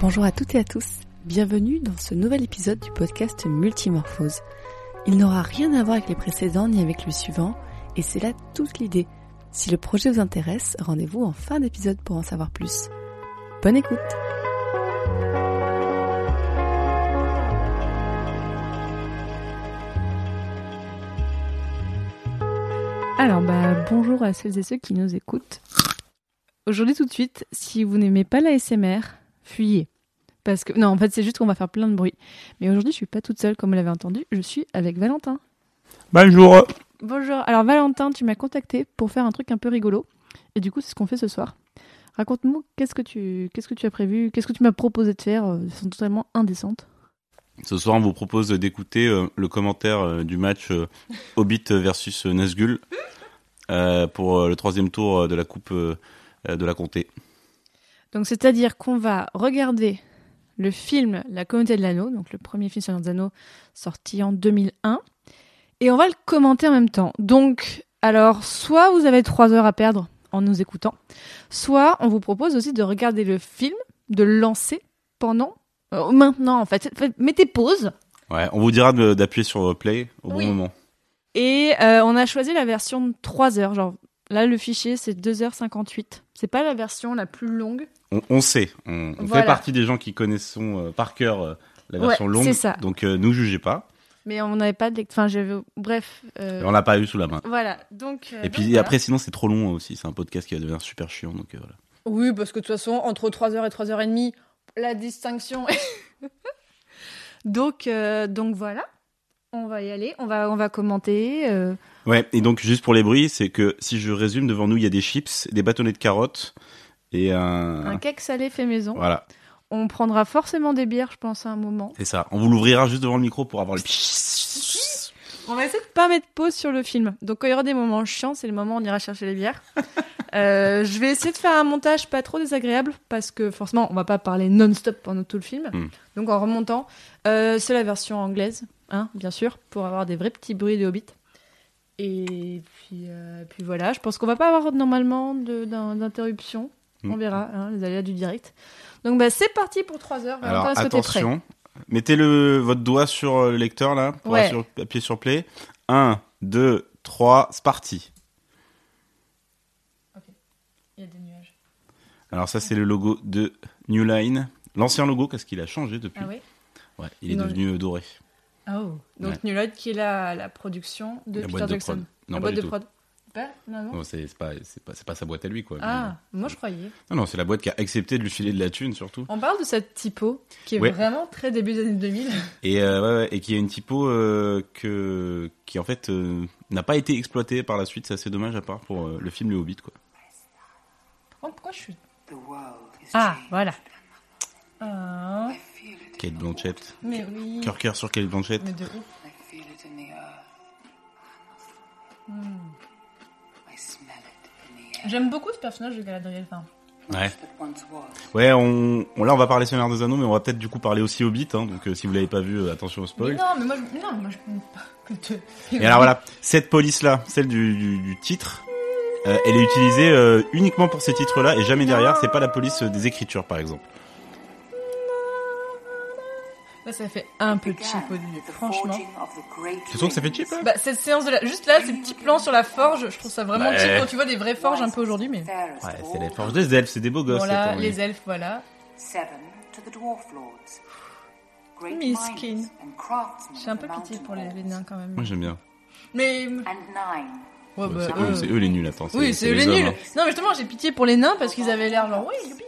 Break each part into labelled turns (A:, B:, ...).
A: Bonjour à toutes et à tous, bienvenue dans ce nouvel épisode du podcast Multimorphose. Il n'aura rien à voir avec les précédents ni avec le suivant, et c'est là toute l'idée. Si le projet vous intéresse, rendez-vous en fin d'épisode pour en savoir plus. Bonne écoute Alors bah bonjour à celles et ceux qui nous écoutent. Aujourd'hui tout de suite, si vous n'aimez pas la SMR, fuyez. Parce que non, en fait, c'est juste qu'on va faire plein de bruit. Mais aujourd'hui, je suis pas toute seule comme vous l'avez entendu, je suis avec Valentin.
B: Bonjour.
A: Bonjour. Alors Valentin, tu m'as contacté pour faire un truc un peu rigolo et du coup, c'est ce qu'on fait ce soir. Raconte-moi qu'est-ce que tu qu'est-ce que tu as prévu, qu'est-ce que tu m'as proposé de faire, euh, de façon totalement indécente.
B: Ce soir, on vous propose d'écouter euh, le commentaire euh, du match euh, Hobbit versus euh, Nazgûl euh, pour euh, le troisième tour euh, de la Coupe euh, euh, de la Comté.
A: Donc c'est-à-dire qu'on va regarder le film La communauté de l'anneau, donc le premier film sur les anneaux sorti en 2001 et on va le commenter en même temps. Donc alors soit vous avez trois heures à perdre en nous écoutant, soit on vous propose aussi de regarder le film, de le lancer pendant euh, maintenant en fait, Faites- mettez pause
B: Ouais, on vous dira de- d'appuyer sur euh, play au
A: Oui.
B: bon moment.
A: Et euh, on a choisi la version de 3 heures. Genre, là, le fichier, c'est 2h58. C'est pas la version la plus longue.
B: On, on sait, on, on
A: Voilà.
B: fait partie des gens qui connaissent euh, par cœur euh, la
A: Ouais,
B: version
A: c'est
B: longue,
A: ça.
B: donc euh, nous jugez pas.
A: Mais on n'avait pas de. Enfin, j'avais. Bref. euh,
B: Et On l'a pas eu sous la main.
A: Voilà. Donc. euh,
B: Et
A: donc
B: puis
A: voilà.
B: après, sinon, c'est trop long euh, aussi. C'est un podcast qui va devenir super chiant, donc euh, voilà.
A: Oui, parce que de toute façon, entre 3h et 3h30, la distinction. donc, euh, donc voilà. On va y aller. On va, on va commenter. euh,
B: Ouais, et donc juste pour les bruits, c'est que si je résume, devant nous, il y a des chips, des bâtonnets de carottes et Ah.
A: Un cake salé fait maison.
B: Voilà.
A: On prendra forcément des bières, je pense, à un moment.
B: C'est ça. On vous l'ouvrira juste devant le micro pour avoir le.
A: On va essayer de pas mettre pause sur le film. Donc quand il y aura des moments chiants, c'est le moment où on ira chercher les bières. Euh, je vais essayer de faire un montage pas trop désagréable parce que forcément on va pas parler non-stop pendant tout le film.
B: Mm.
A: Donc en remontant, euh, c'est la version anglaise, hein, bien sûr, pour avoir des vrais petits bruits de Hobbit. Et puis, euh, puis voilà, je pense qu'on va pas avoir normalement de- d'in- d'interruption.
B: Mm.
A: On verra hein, les aléas du direct. Donc bah, c'est parti pour 3 heures.
B: Alors
A: Valentin, est-ce que t'es prêt
B: attention, mettez le votre doigt sur euh, le lecteur là pour
A: Ouais.
B: assurer- appuyer sur play. 1 2 3, c'est parti.
A: Il y a des nuages.
B: Alors ça c'est le logo de New Line, l'ancien logo parce qu'il a changé depuis.
A: Ah oui
B: Ouais, il est
A: Non,
B: devenu euh, doré.
A: Oh. Donc
B: Ouais.
A: New Light qui est la, la production de
B: La
A: Peter
B: boîte de
A: Jackson.
B: prod.
A: la
B: Non, pas
A: boîte
B: du
A: de
B: tout.
A: prod. Pas non, non.
B: Non, c'est c'est pas c'est pas, c'est pas sa boîte à lui quoi. mais-
A: Ah, moi je croyais.
B: Non non, c'est la boîte qui a accepté de lui filer de la thune surtout.
A: On parle de cette typo qui est
B: Ouais.
A: vraiment très début des années 2000.
B: Et euh, ouais, ouais, et qui a une typo euh, que qui en fait euh, n'a pas été exploitée par la suite, c'est assez dommage à part pour euh, le film Le Hobbit quoi.
A: Oh, pourquoi je suis.
C: The world is
A: Ah,
C: changed.
A: voilà. Ah,
C: I feel it.
B: Kate Blanchett.
A: mais oui.
B: Cœur cœur sur quelle blanchette
A: Mais de ouf.
C: I feel it in the earth.
B: Hmm.
C: I smell it in the air
A: J'aime beaucoup ce personnage de Galadriel. Enfin,
B: Ah Ouais.
C: that once was.
B: Ouais, on, on- là on va parler Seigneur des Anneaux, mais on va peut-être du coup parler aussi Hobbit, hein, donc euh, si vous l'avez pas vu, euh, attention au
A: mais
B: spoil.
A: non, mais moi je. Non, moi je. que te-
B: Et alors voilà, cette police-là, celle du, du, du titre, euh, elle est utilisée euh, uniquement pour ces titres-là, et jamais derrière, c'est pas la police euh, des écritures par exemple.
A: Là, ça fait un peu cheap au début,
C: Began the
A: franchement.
C: forging of the great
B: Tu trouves que ça fait cheap
C: rings.
B: hein
A: Bah, cette séance de la. Juste là, ces petits plans sur la forge, je trouve ça vraiment
B: Ouais.
A: cheap quand tu vois des vraies forges un peu aujourd'hui, mais.
C: Fairest
B: Ouais,
C: of
B: c'est
C: all,
B: les forges des elfes, c'est des beaux gosses.
A: Bon, là,
B: attends,
A: les elfes, voilà.
C: Seven to the dwarf lords. Great
A: Miskin.
C: minds and craftsmen
A: J'ai un
C: of
A: peu
C: the
A: pitié
C: mountain
A: pour les, les
C: walls.
A: nains quand même.
B: Moi j'aime bien.
A: Mais.
C: And nine.
A: Ouais, bah,
B: c'est,
A: euh,
B: eux, c'est eux les nuls, attends.
A: Oui, c'est les
B: hommes,
A: nuls.
B: hein.
A: Non, mais justement, j'ai pitié pour les nains parce qu'ils avaient l'air genre. Oui, youpi.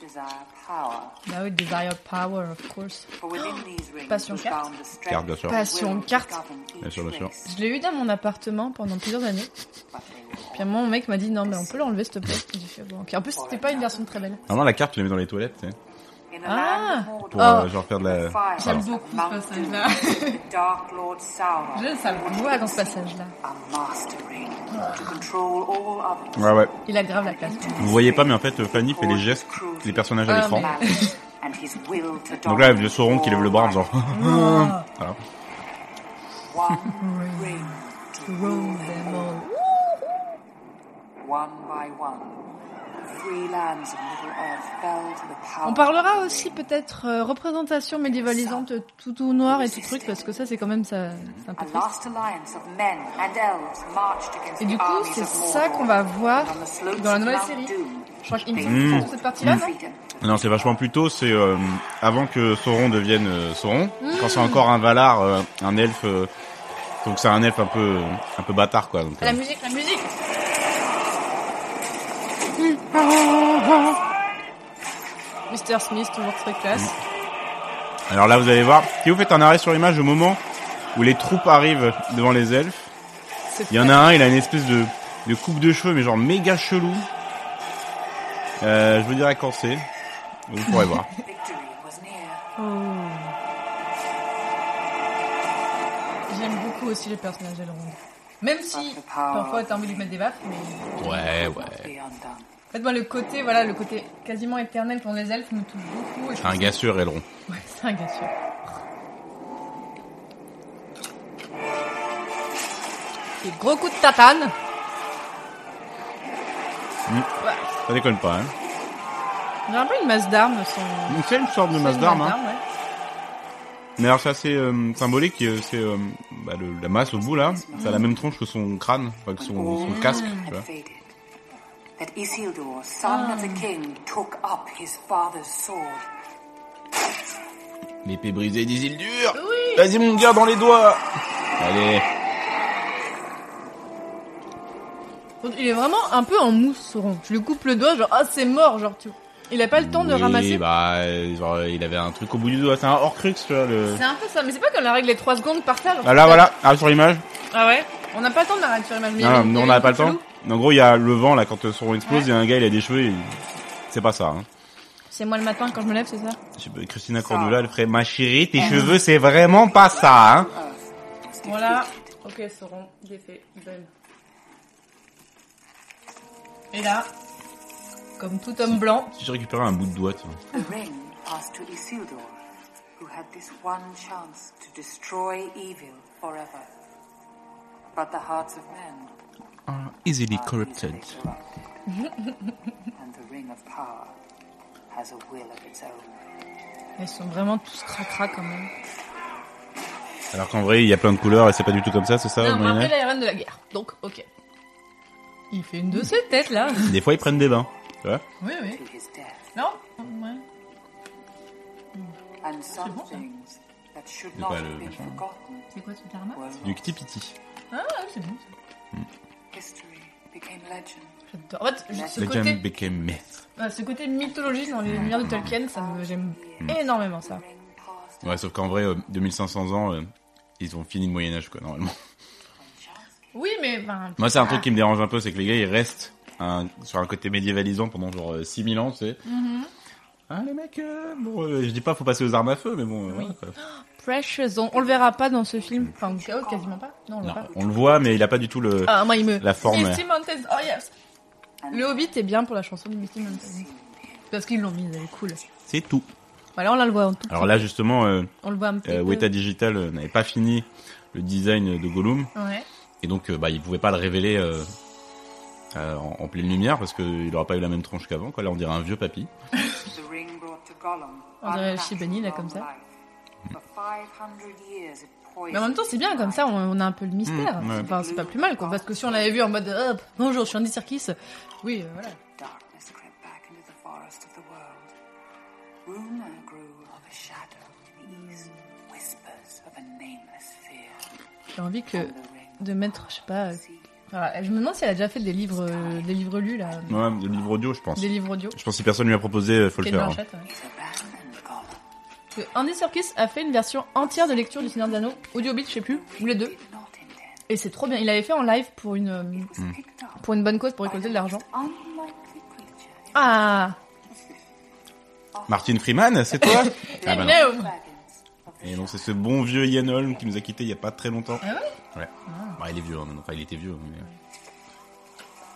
C: Desire power.
A: Bah oui, desire power, of course.
C: For within these rings
A: Oh. Passion
C: was
A: carte.
C: bound the strength
B: Carte, bien sûr.
A: Passion
C: will to
A: carte.
C: govern
B: Bien sûr,
C: each
B: bien sûr.
C: race.
A: Je l'ai eu dans mon appartement pendant plusieurs années.
C: But they were
A: Puis à un moment, mon mec m'a dit non, mais on peut l'enlever, s'il te plaît. J'ai fait bon. ok. En plus, c'était pas une version très belle.
B: Normalement, la carte, tu la mets dans les toilettes, tu sais,
C: In a
A: Ah.
C: land of
B: pour
A: Oh.
B: euh, genre faire de la.
C: fire,
A: J'aime
B: Pardon.
A: beaucoup ce passage-là.
C: the Dark Lord Sauron
A: Je ça me voit dans ce passage-là.
C: a master ring to control all others.
B: Ouais, ouais.
A: Il a grave la classe.
B: Vous voyez pas, mais en fait, euh, Fanny fait les gestes, les personnages à
C: Euh,
A: Ah,
B: l'écran.
C: Balance and his will to
B: Donc là, il y a le
C: dominate
B: Sauron qui lève le bras en disant.
A: Ah.
B: Voilà.
C: One ring to rule
A: Roll them all.
C: one by one. three lands of Middle Earth fell to the power.
A: On parlera aussi peut-être euh, représentation médiévalisante euh, tout tout noir et tout truc parce que ça c'est quand même ça c'est un peu
C: A
A: triste.
C: last alliance of men and elves marched against
A: Et du
C: the
A: coup,
C: armies
A: c'est
C: of Mordor.
A: ça qu'on va voir
C: On the slopes
A: dans la
C: of
A: nouvelle
C: Mount
A: série.
C: Doom,
A: Je crois qu'il
C: they
A: me
B: Mmh.
A: semble que cette partie-là. non
C: freedom to
B: Non, c'est vachement plus tôt, c'est euh, avant que Sauron devienne euh, Sauron,
A: Mmh.
B: quand c'est encore un Valar, euh, un elfe, euh, donc c'est un elfe un peu, un peu bâtard quoi. Donc, euh,
A: La musique, la musique. Mr Smith toujours très classe.
B: Mm. alors là, vous allez voir, si vous faites un arrêt sur l'image au moment où les troupes arrivent devant les elfes,
A: C'est
B: il y en a un, il a une espèce de, de coupe de cheveux, mais genre méga chelou. Euh, je vous dirai quand c'est, vous pourrez voir.
C: Victory was near.
A: Oh. J'aime beaucoup aussi les personnages à la ronde. Même si parfois t'as envie de lui mettre des baffes, mais
B: Ouais,
C: Must be undone.
A: en fait moi le côté voilà le côté quasiment éternel pour les elfes me touche beaucoup. Et je
B: Un
A: trouve
B: gars sûr, Elrond.
A: ça- Ouais, c'est un gars sûr. Et gros coup de tatane.
B: Mm.
A: Ouais.
B: Ça déconne pas, hein.
A: Il a un peu une masse d'armes son.
B: Donc c'est une sorte de masse
A: Une
B: d'armes, hein.
A: ouais.
B: Mais alors c'est assez euh, symbolique, euh, c'est euh, bah, le- la masse au bout là, ça a la même tronche que son crâne, enfin que son, son casque. Tu vois.
C: had Ah, faded. That Isildur, son of the king, took up his father's sword.
B: L'épée brisée des îles dures
A: Oui.
B: Vas-y mon gars, dans les doigts Allez
A: Il est vraiment un peu en mousse, Sauron. Tu lui coupes le doigt, genre, ah, c'est mort, genre, tu... Il a pas le temps de
B: Oui,
A: ramasser.
B: bah, euh, genre, euh, il avait un truc au bout du doigt, c'est un Horcrux, tu vois. Le...
A: C'est un peu ça, mais c'est pas comme la règle des 3 secondes par terre. genre,
B: Ah, là,
A: tu
B: voilà, ah, sur l'image.
A: tapes. Ah ouais On n'a pas le temps de la règle sur l'image. mais il y
B: Ah,
A: avait- il y
B: nous, on
A: avait
B: n'a
A: une
B: pas le temps.
A: chelou.
B: En gros, il y a le vent là, quand euh, son explose, il y a un gars, il a des cheveux, il- c'est pas ça. Hein.
A: C'est moi le matin quand je me lève, c'est ça
B: Je sais pas, Christina Cordula, elle ferait « Ma chérie, tes cheveux, c'est vraiment pas ça hein.
A: Voilà. Ok, Sauron, j'ai fait. Bonne. Et là, comme tout homme blanc, »
B: Si je récupérais un bout de doigt, tu vois.
C: The ring passed to Isildur, who had this one chance to destroy evil forever. But the hearts of men
B: are Ah, easily
C: are
B: corrupted.
C: easily corrupted. and the ring of power has a will of its own.
A: ils sont vraiment tous cracra quand même.
B: Alors qu'en vrai, il y a plein de couleurs et c'est pas du tout comme ça, c'est ça au
A: Non,
B: Moyen
A: après
B: Âge
A: la reine de la guerre. Donc, ok. Il fait une de ses têtes là.
B: Des fois, ils prennent des bains. Tu vois
A: oui, oui.
C: To his death,
A: Non Ouais.
C: and some
A: bon, ça.
C: things that should
B: C'est
C: not
B: pas
C: have
B: le
C: been
B: machin.
C: forgotten
A: C'est quoi ce karma
C: were
B: Du
C: lost.
B: kiti-piti.
A: Ah, ouais, c'est bon.
C: History became legend.
A: J'adore. En fait, je- ce
B: Le jam
A: côté,
B: became myth.
A: bah, ce côté mythologie dans les lumières de Tolkien, ça me, j'aime
B: Mm.
A: énormément ça.
C: The ring passed
B: Ouais, sauf qu'en vrai, euh, 2500 ans, euh, ils ont fini le Moyen-Âge, quoi, normalement.
A: Oui, mais ben,
B: Moi, c'est un truc qui me dérange un peu, c'est que les gars, ils restent un- sur un côté médiévalisant pendant genre euh, 6000 ans, tu sais.
A: Mhm.
B: Ah, les mecs, euh, bon, euh, je dis pas, faut passer aux armes à feu, mais bon, euh, voilà, quoi.
A: Precious, on, on le verra pas dans ce film. Enfin, oh, quasiment pas. Non, on le
B: Non,
A: verra pas.
B: on le voit, mais il a pas du tout le.
A: Ah, moi, il me.
B: La forme,
A: Misty Mountains, oh yes. Le Hobbit est bien pour la chanson de Misty Mountains. Parce qu'ils l'ont mise, elle est cool.
B: C'est tout.
A: Voilà, on la le voit en tout.
B: Alors là, justement, euh,
A: On le voit un petit
B: euh,
A: peu.
B: Weta Digital euh, n'avait pas fini le design de Gollum.
A: Ouais.
B: Et donc, euh, bah, il pouvait pas le révéler euh, euh, en, en pleine lumière parce qu'il n'aurait pas eu la même tronche qu'avant. Quoi. Là, on dirait un vieux papy.
C: The ring brought to Gollum
A: On dirait
C: unnatural
A: Shibani, là, comme ça.
C: life. For 500 years it poisoned
A: Mais en même temps, c'est bien, comme ça, on, on a un peu le mystère.
B: Mmh, ouais.
A: Enfin, c'est pas plus mal, quoi. Parce que si on l'avait vu en mode, hop, bonjour, je suis Andy Serkis. Oui, euh, voilà.
C: Darkness crept back into the forest of the world. Rumor grew of a shadow in the east. Whispers of a nameless fear.
A: J'ai envie que
C: And the ring
A: de mettre, je sais pas. euh,
C: seized
A: voilà, je me demande si elle a déjà fait des livres, euh, des livres lus là,
B: Ouais, le livre audio, je pense.
A: des livres audio.
B: Je pense que si personne lui a proposé, euh, faut le
A: Kate
B: faire. hein.
A: Blanchett, ouais.
C: the abandoned Gollum.
A: Parce que Andy Serkis a fait une version entière de lecture du Seigneur des Anneaux, audio beat, je sais plus, ou les deux.
C: Did not intend.
A: Et c'est trop bien. Il l'avait fait en live pour une, euh,
C: Was picked up
A: pour une bonne cause, pour
C: by
A: récolter
C: the
A: de l'argent.
C: most unlikely creature in
A: Ah, hein.
B: Martin Freeman, c'est toi Ah bah non.
A: Hello.
C: dragons of the
B: Et non, c'est ce bon vieux Ian Holm qui nous a quitté il y a pas très longtemps.
A: Ah
B: Ouais. Bah, il est vieux, hein, maintenant. Enfin, il était vieux. mais-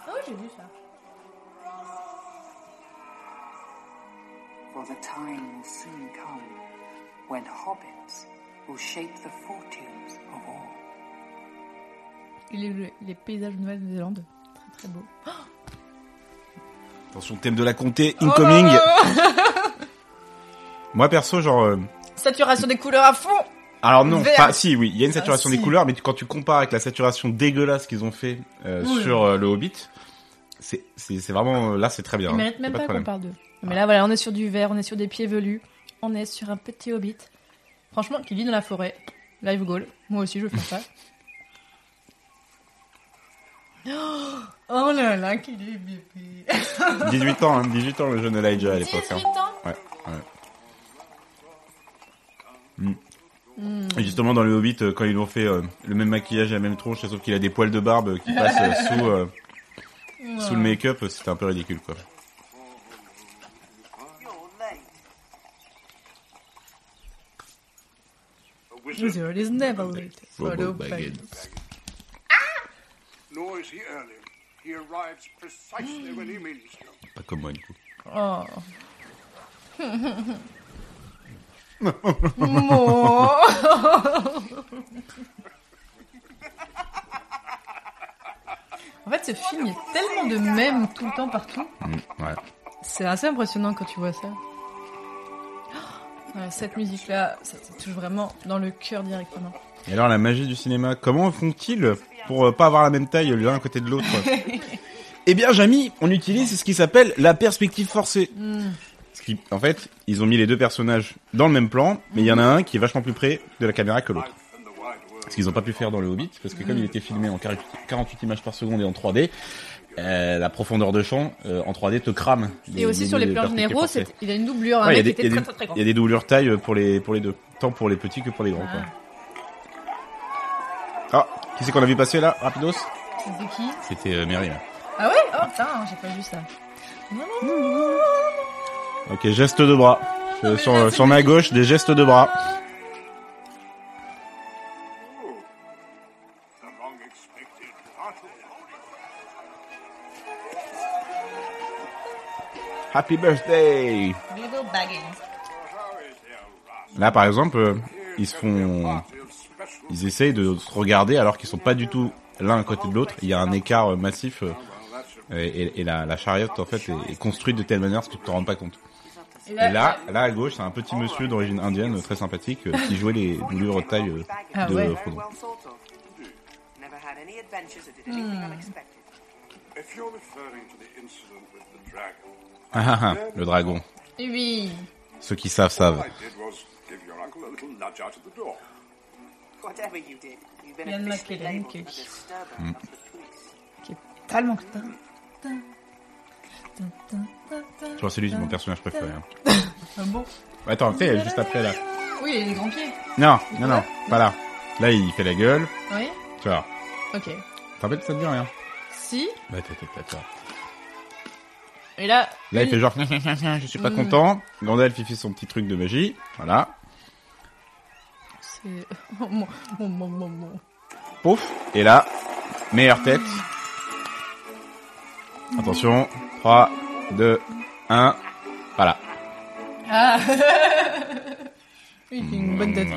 A: Oh, j'ai vu ça.
C: For the time will soon come when hobbits will shape the fortunes of all.
A: Et les, les paysages de Nouvelle-Zélande, très très beau. Oh
B: Attention, thème de la comté, incoming. Moi perso, genre. euh,
A: Saturation des couleurs à fond
B: Alors non,
A: Vert.
B: pas si, oui, il y a une saturation
A: Ah, si.
B: des couleurs, mais tu- quand tu compares avec la saturation dégueulasse qu'ils ont fait euh,
A: Oui.
B: sur euh, le Hobbit, c'est c'est c'est vraiment euh, là, c'est très bien.
A: Ils
B: hein.
A: méritent même
B: Y a
A: pas,
B: de
A: qu'on
B: problème. Ah.
A: parle d'eux. Mais là, voilà, on est sur du vert, on est sur des pieds velus, on est sur un petit hobbit. Franchement, qui vit dans la forêt. Live goal. Moi aussi, je veux faire ça. Oh là là, qu'il est bébé.
B: 18 ans, hein, 18 ans le jeune Elijah à l'époque. hein.
A: 18 ans
B: Ouais, ouais. Et justement, dans le Hobbit, euh, quand ils lui ont fait euh, le même maquillage et la même tronche, sauf qu'il a des poils de barbe euh, qui passent euh, sous, euh, sous le make-up, euh, c'était un peu ridicule, quoi.
A: Loser is never late. Follow back.
D: Nor is he early. He arrives precisely when he means to.
B: Pas comme moi, du coup.
A: Oh. Mon. En fait, ce film, il y a tellement de mèmes tout le temps partout.
B: Mm, ouais.
A: C'est assez impressionnant quand tu vois ça. Ouais, Cette musique-là, ça te touche vraiment dans le cœur directement.
B: Et alors, la magie du cinéma, comment font-ils pour euh, pas avoir la même taille l'un à côté de l'autre Eh bien, Jamy, on utilise ce qui s'appelle la perspective forcée.
A: Hmm.
B: Ce qui, en fait, ils ont mis les deux personnages dans le même plan, mais il y en a un qui est vachement plus près de la caméra que l'autre. Ce qu'ils n'ont pas pu faire dans le Hobbit, parce que comme il était filmé en 40 48 images par seconde et en 3D, euh, la profondeur de champ euh, en 3D te crame.
A: Et aussi sur les plans généraux,
B: c'est
A: c'est- il a une doublure, un
B: Ouais, il y a
A: mec qui
B: des- il y
A: était
B: a
A: très très
B: des-
A: très grand.
B: Il y a des doublures taille pour les, pour les deux. Tant pour les petits que pour les grands, quoi. Ah, qui c'est qu'on a vu passer là Rapidos
A: C'était qui
B: C'était Mary, là.
A: Ah ouais Oh putain, j'ai pas vu ça.
B: Ok, geste de bras. Je-
A: mais
B: Euh, sur,
A: là, c'est
B: sur ma gauche, des gestes de bras.
D: The long expected battle.
B: Happy birthday
A: Bilbo Baggins.
D: How is your wrath?
B: Là, par exemple, euh, ils se
D: Your
B: font...
D: party of special.
B: Ils essayent de se regarder alors qu'ils sont pas du tout l'un à côté de l'autre. Il y a un écart euh, massif. euh, et, et- et la, la chariote, en fait, est, est construite de telle manière que tu t'en rends pas compte.
A: Et
B: Et là, là à gauche, c'est un petit monsieur d'origine indienne, euh, très sympathique, euh, qui jouait les doublures taille euh,
A: Ah
B: de
A: ouais.
B: euh, Frodon.
C: Hmm.
A: Hmm.
D: If you're referring to the incident with the dragon,
B: Ah, ah, ah, le dragon.
A: Oui.
B: Ceux qui savent, savent.
D: all I did was give your uncle a little nudge out of the door.
A: Ian McKellen qui est- qui est tellement Tin, tin, tin, tin, tin, tin.
B: Genre, c'est lui, c'est mon personnage préféré. hein.
A: Ah bon
B: Attends, tu sais, juste après, là.
A: Oui, il a des grands pieds.
B: Non, non, non, pas là. Là, il fait la gueule.
A: Oui.
B: Tu vois.
A: Ok.
B: T'en rappelles, ça te dit rien
A: Si.
B: Bah, t'es, t'es, t'es, t'es.
A: Et là.
B: Là, il
A: lui-
B: fait genre, je suis pas content. Gandalf, il fait son petit truc de magie. Voilà.
A: C'est. Oh, mon, mon, mon, mon, mon.
B: Pouf. Et là, meilleure tête. Attention. 3, 2, 1. Voilà.
A: Ah Oui, il fait une bonne
B: Mmh.
A: tête.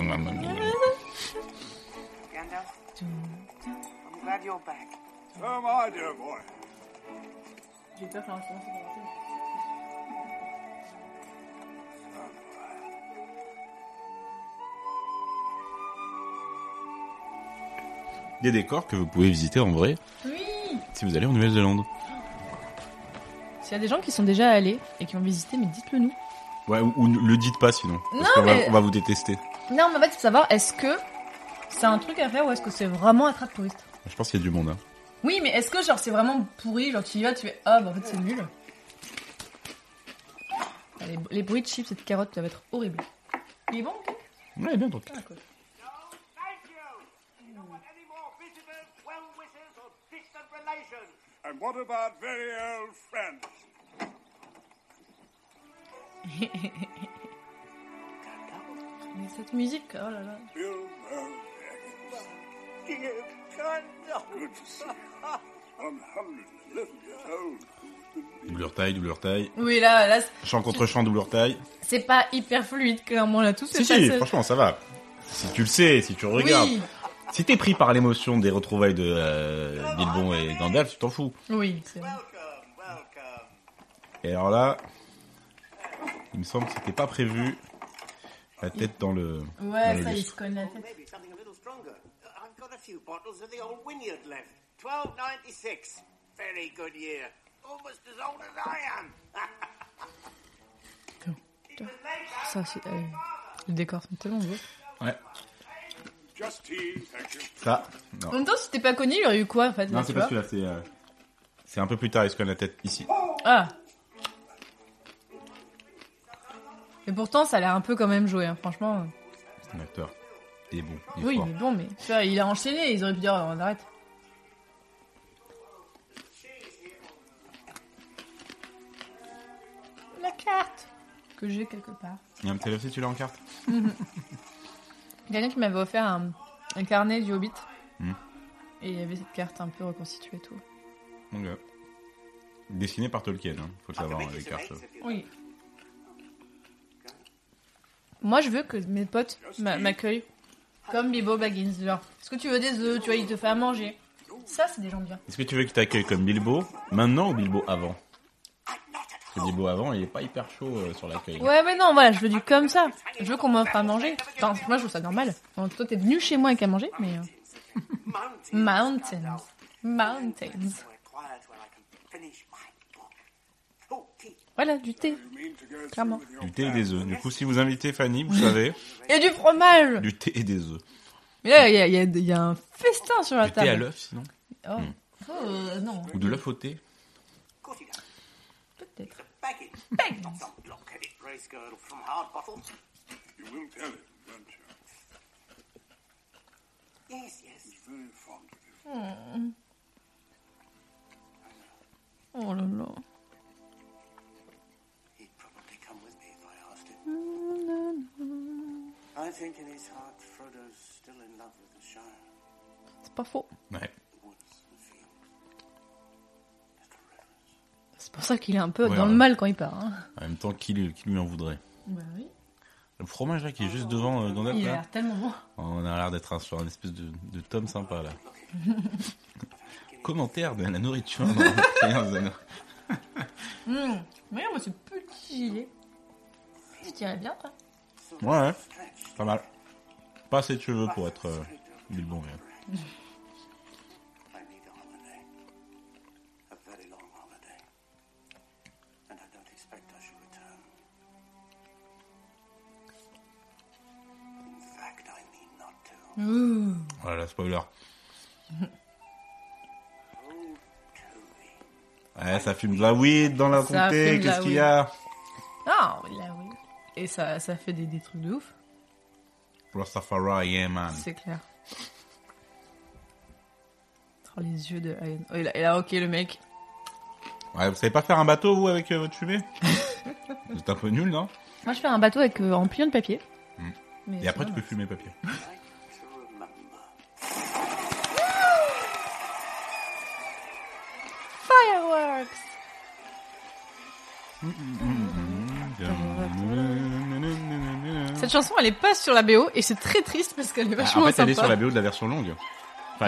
D: Oh, my dear boy.
A: J'ai peur pour l'instant.
B: Des décors que vous pouvez visiter en vrai
A: Oui
B: si vous allez en Nouvelle-Zélande.
A: S'il y a des gens qui sont déjà allés et qui ont visité, mais dites-le nous.
B: Ouais, ou, ou ne le dites pas sinon. Parce
A: Non,
B: qu'on va-
A: mais-
B: on va vous détester.
A: Non, mais en fait, c'est savoir, est-ce que c'est un truc à faire ou est-ce que c'est vraiment attrape touriste
B: Je pense qu'il y a du monde. hein.
A: Oui, mais est-ce que genre c'est vraiment pourri Genre tu y vas, tu fais ah bah en fait c'est nul. Ah, Les, les bruits de chips et de carottes doivent être horribles. Il est bon le cake
B: Ouais, bien donc.
E: Thank you. You don't want any more visitors, well wishers, or distant relations.
D: And what about very old friends?
A: Mais cette musique, oh là là.
D: You know, Dragons. Good to see you. 111 years old.
B: Doubleur taille, doubleur taille.
A: Oui là, là
B: Champ contre champ, doubleur taille.
A: c'est pas hyper fluide clairement là tout se euh,
B: Si, si, franchement, ça va. Si tu le sais, si tu le regardes.
A: Oui,
B: Si t'es pris par l'émotion des retrouvailles de euh, Bilbon et Gandalf, tu t'en fous.
A: oui. c'est vrai.
E: Welcome, welcome.
B: Et alors là, il me semble que c'était pas prévu. La tête dans le. dans
A: Ouais,
B: le
A: ça, il
B: lustre.
A: se cogne la tête.
E: Maybe something a little stronger. Uh, I've got a few bottles of the old Wynyard left. 1296. Very good year. Almost as old as I am. It was laid out
A: Ça, c'est. euh, le décor, c'est tellement beau.
B: Ouais,
D: Just tea, thank you.
B: ça. Non,
A: En même temps, si t'es pas connu, il aurait eu quoi en fait là,
B: non
A: tu
B: c'est pas
A: vois
B: celui-là, c'est. euh, C'est un peu plus tard, il se cogne la tête ici.
A: Ah Et pourtant, ça a l'air un peu quand même joué, hein, franchement.
B: L'acteur. Il est bon. Il est
A: Oui,
B: fort.
A: mais bon, mais tu vois, il a enchaîné, ils auraient pu dire on arrête. La carte que j'ai quelque part.
B: Il y a un petit aussi, tu l'as en carte
A: Il y a Quelqu'un qui m'avait offert un, un carnet du Hobbit.
B: Hmm.
A: Et il y avait cette carte un peu reconstituée et tout.
B: Mon gars. euh, Dessiné par Tolkien, hein. faut le
E: I can
B: savoir,
E: make
B: hein,
E: you
B: les
E: some
B: cartes.
E: eggs if you
A: Oui. Moi, je veux que mes potes m'a- m'accueillent comme Bibo Baggins. Genre, est-ce que tu veux des œufs Tu vois, il te fait à manger. Ça, c'est des gens bien.
B: Est-ce que tu veux qu'il t'accueille comme Bilbo maintenant ou Bilbo avant Parce que Bilbo avant, il est pas hyper chaud euh, sur l'accueil.
A: Ouais, mais non, voilà, je veux du comme ça. Je veux qu'on m'offre à manger. Enfin, moi, je trouve ça normal. Bon, toi, t'es venu chez moi avec à manger, mais. euh,
E: Mountains.
A: Mountains. Mountains.
E: Somewhere quiet where I can finish my book. Oh, tea.
A: Voilà, du thé.
D: You mean to go through
A: Clairement.
D: with your
B: Du thé et des œufs. Du coup, si vous invitez Fanny, vous savez,
A: Et du fromage
B: du thé et des œufs.
A: Mais là, il y a- il y, a- il y a un festin sur la
B: Du thé à
A: table.
B: l'œuf, Hmm. sinon
A: Oh. Oh, non,
B: Ou de l'œuf au thé
E: Of course you don't.
A: peut-être.
E: Baggins. Don't look at it, Grace Girdle, from hard bottle.
D: You will tell him, won't you?
E: Yes, yes.
D: He's very fond of you.
A: Oh là là.
E: He'd probably come with me if I asked him. I think in his heart, Frodo's still in love with the Shire,
A: C'est pas faux.
B: Ouais.
E: the woods, the fields. Just a reference.
A: C'est pour ça qu'il est un peu
B: Ouais,
A: dans le
B: ouais.
A: mal quand il part. hein.
B: En même temps, qui, lui- qui lui en voudrait Le fromage là qui est juste devant euh, Gandalf
A: Bah Il a
B: là.
A: l'air tellement bon.
B: On a l'air d'être un- sur une espèce de, de tome sympa là. Commentaire de la nourriture. dans le Seigneur des Anneaux.
A: Mmh. Mais moi, ce petit gilet. Je dirais bien, quoi.
B: Ouais, ouais. Pas mal. Pas assez de cheveux pour être euh, Bilbo. mais-
E: I need a holiday. A very long holiday. And I don't expect I shall return. In fact, I mean not to.
B: Voilà, la spoiler.
E: Oh, Toby.
B: Ouais, ça fume de la weed dans la
A: Ça
B: comté.
A: fume de la
B: Qu'est-ce qu'il y a
A: Ah, oui, là, oui. Et ça, ça fait des, des trucs de ouf.
B: Rastafari, yeah man.
A: C'est clair. Oh, les yeux de Ian. Oh, et, là, et là, ok, le mec.
B: Ouais, vous savez pas faire un bateau vous avec euh, votre fumée Vous êtes un peu nul, non
A: Moi, je fais un bateau avec euh, en pliant de papier. Mais
B: Mm. Et après
A: ça
B: tu
A: va.
B: peux fumer papier.
E: Like to remember.
A: Fireworks
B: Ah,
A: Cette chanson, elle est pas sur la BO et c'est très triste parce qu'elle est vachement
B: Euh, En fait, elle est
A: sympa.
B: sur la BO de la version longue. Enfin,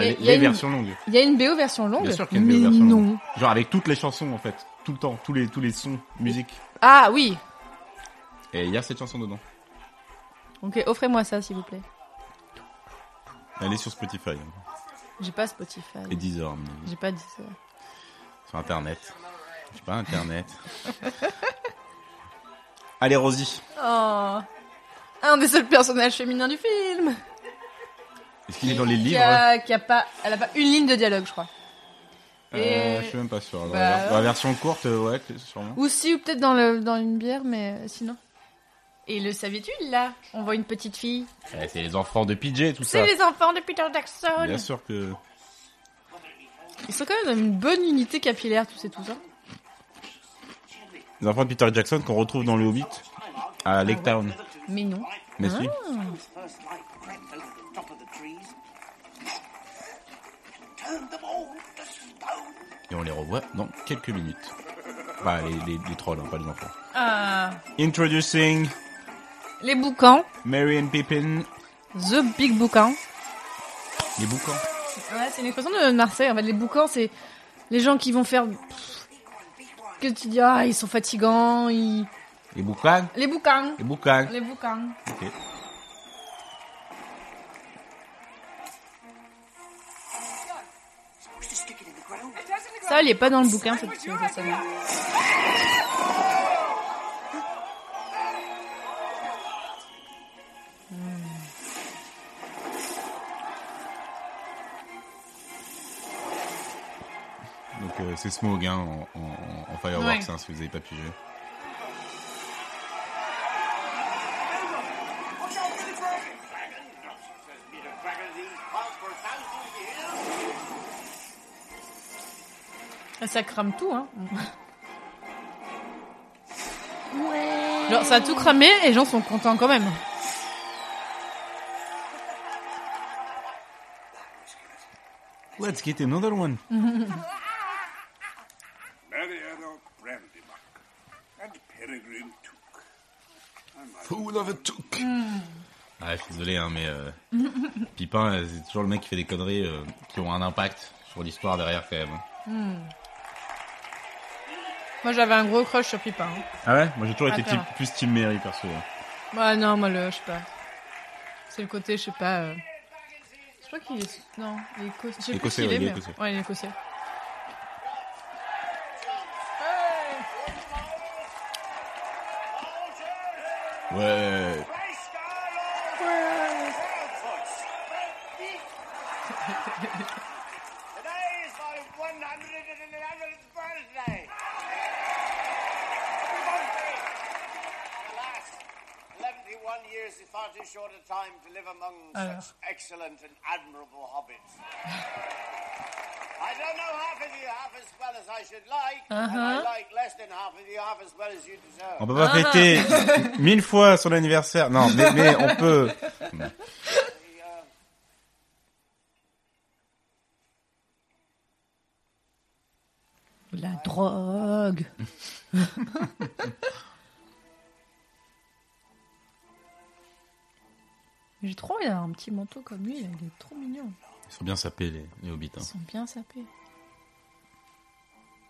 A: Il y a-
B: les,
A: il y a
B: les
A: une-
B: versions longues.
A: Il y a une BO version longue.
B: Bien sûr qu'il y a une BO
A: mais
B: version
A: non.
B: longue. Genre avec toutes les chansons en fait, tout le temps, tous les tous les sons, musique.
A: Ah oui.
B: Et il y a cette chanson dedans.
A: Ok, euh, offrez-moi ça, s'il vous plaît.
B: Elle est sur Spotify hein.
A: J'ai pas Spotify.
B: et Deezer, à mon avis.
A: J'ai pas dit ça.
B: sur Internet. J'ai pas Internet. Allez Rosie,
A: Oh. Un des seuls personnages féminins du film.
B: est-ce qu'il est dans les
A: Qui
B: livres
A: a, qui a pas, elle a pas une ligne de dialogue, je crois.
B: Euh, Je suis même pas sûr. Dans,
A: Bah,
B: la, dans la version courte, euh, ouais, que- sûrement.
A: Ou si, ou peut-être dans, le, dans une bière, mais euh, sinon. Et le saviez-tu, là On voit une petite fille.
B: Eh, c'est les enfants de PJ, tout ça.
A: C'est les enfants de Peter Jackson
B: Bien sûr que.
A: Ils sont quand même dans une bonne unité capillaire, tous et tous. Hein.
B: Les enfants de Peter Jackson qu'on retrouve dans le Hobbit à Lake Town.
A: Mignon.
B: Mais si.
E: Whose first light crept over the top of the trees and turned them all to stone.
B: Et on les revoit dans quelques minutes. Enfin, les, les, les trolls, hein, pas les enfants.
A: Ah.
B: Introducing
A: Les boucans.
B: Mary and Pippin.
A: The Big Boucan.
B: Les boucans.
A: Ouais, c'est une expression de Marseille. En fait, les boucans, c'est les gens qui vont faire pff, que tu dis, ah, ils sont fatigants, ils...
B: Les boucanes
A: Les bouquins
B: Les boucanes.
A: Les bouquins.
B: Ok.
C: Supposed to stick it in the ground.
A: Ça, il est pas dans le bouquin, cette utilisation.
B: Donc euh, c'est Smog hein, en, en- en Fireworks,
A: Ouais.
B: hein, si vous n'avez pas pigé.
A: Et Ça crame tout, hein. Ouais. Genre, ça a tout cramé et les gens sont contents quand même.
B: Let's get another one.
D: Mariana Brandybuck and Peregrine Took.
B: Fool of a took. Ouais, je suis désolé, hein, mais euh, Pipin, euh, c'est toujours le mec qui fait des conneries euh, qui ont un impact sur l'histoire derrière quand même. hein.
A: Moi, j'avais un gros crush sur Pipin. hein.
B: Ah ouais Moi j'ai toujours été
A: Attends.
B: type- plus Team Mary perso. hein.
A: Ouais, Bah, non, moi, le, je sais pas. C'est le côté, je sais pas. euh, Je crois qu'il est. Non, il est écossais. Je sais plus
B: Écossais,
A: qui
B: ouais, il est
A: mais-
B: écossais.
A: Ouais, il est écossais.
B: Ouais.
C: Today is my 111th birthday. Happy birthday. Alas, 71 years is far too short a time to live among such excellent and admirable hobbits. I don't know half of you half as well as I should like, and I like less than half of you half as well as you deserve.
B: On peut pas fêter mille fois son anniversaire. Non, mais, mais on peut.
A: La drogue. J'ai trop envie d'avoir un petit manteau comme lui, là, il est trop mignon.
B: Ils sont bien sapés les, les hobbits. hein.
A: Ils sont bien sapés.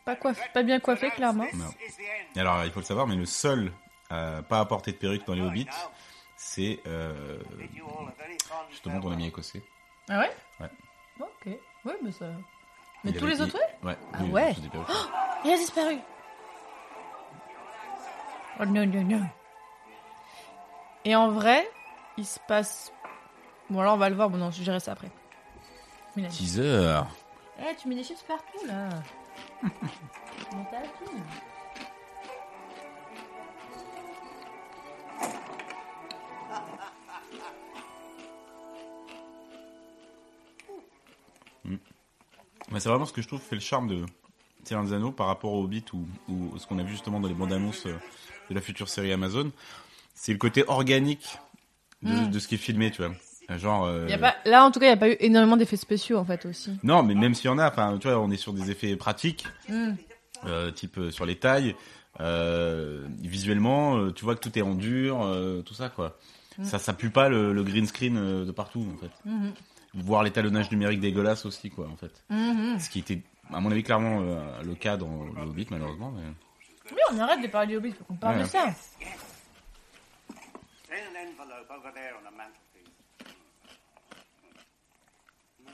A: Pas, coiff... pas bien coiffés, clairement.
C: This
B: No.
C: is the end.
B: Et alors il faut le savoir, mais le seul à pas apporter de perruque dans les hobbits, c'est euh,
C: Bid you all a very fond
B: justement ton
C: farewell.
B: ami écossais.
A: Ah ouais
B: Ouais.
A: Ok. Ouais, mais ça. Mais
B: Il
A: tous
B: avait-
A: les autres,
B: il-
A: ouais
B: Ouais.
A: Ah
B: oui,
A: ouais.
B: tous des perruques.
A: Il a disparu. Oh non, non, non. Et en vrai, il se passe. Bon, là, on va le voir. Bon, non, je dirai ça après. Mais là-
B: Teaser.
A: Eh, tu mets des chips partout, là. Mon tas, tout.
B: Mais c'est vraiment ce que je trouve fait le charme de Seigneur des Anneaux par rapport au Hobbit ou, ou ce qu'on a vu justement dans les bandes annonces euh, de la future série Amazon. C'est le côté organique de, de ce qui est filmé, tu vois. Euh, Genre. euh,
A: Hmm. Il y a pas... Là, en tout cas, il n'y a pas eu énormément d'effets spéciaux, en fait, aussi.
B: Non, mais même s'il y en a, enfin, tu vois, on est sur des effets pratiques, euh, type euh, sur les tailles, euh, visuellement, euh, tu vois que tout est en dur, euh, tout ça, quoi. Ça, ça pue pas le, le green screen euh, de partout, en fait. Voir l'étalonnage numérique dégueulasse aussi, quoi, en fait. Ce qui était, à mon avis, clairement euh, le cas dans le Hobbit, malheureusement. Mais...
A: Mais on arrête de parler du Hobbit, faut qu'on parle
B: Ouais.
A: de ça.
C: There's an envelope over there on the mantelpiece. No.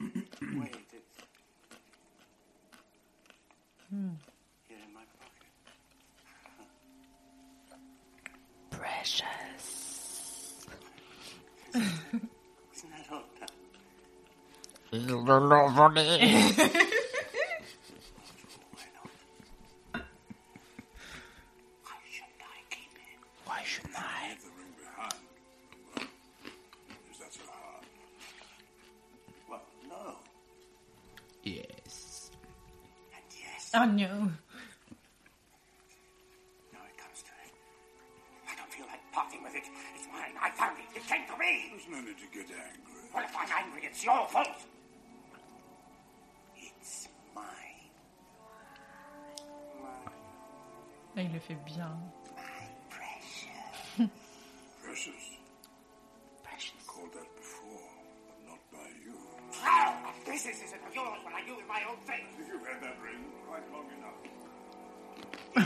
C: Hmm. Wait, it's. Here in my pocket. Precious. Isn't that old pal? Why shouldn't I keep it? Why shouldn't I?
D: Leave the room behind. Well, is that so hard?
C: Well, no. Yes. And yes.
A: Oh non.
C: Now it comes to it. I don't feel like parting with it. It's mine. I found it. It came to me.
D: There's no need to get angry.
C: Well, if I'm angry, it's your fault. It's mine.
A: Là, il le fait bien.
C: My precious.
D: Precious. Precious. Called that before, but not by you.
C: How? This is- isn't yours, but I knew with my own face.
D: If you've had that ring quite long enough,
A: On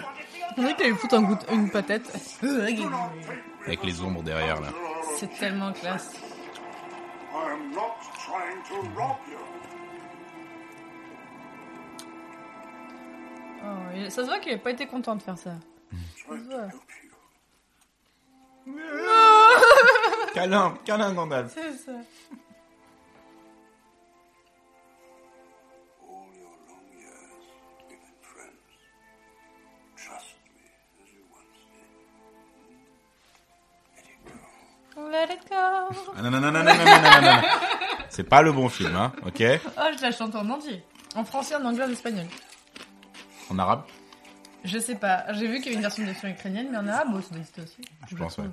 A: dirait qu'il allait foutre un goût- une patate.
B: Avec les ombres derrière, là.
A: C'est tellement classe.
D: I'm not trying to rob you.
A: Oh, il- ça se voit qu'il n'a pas été content de faire ça.
D: Trying to help you.
B: Câlin, câlin, Gandalf.
A: C'est ça.
D: All your long years, we've been friends. Trust me as you once did. Let it
A: Let it
D: go.
A: go.
B: Ah, non, non, non, non, non, non, non, non, non. C'est pas le bon film, hein, ok
A: Oh, je la chante en entier. En français, en anglais, en espagnol.
B: En arabe,
A: Je sais pas. J'ai vu qu'il y avait une version de version ukrainienne, mais en arabe, oh, ça doit exister aussi.
B: je pense, ouais.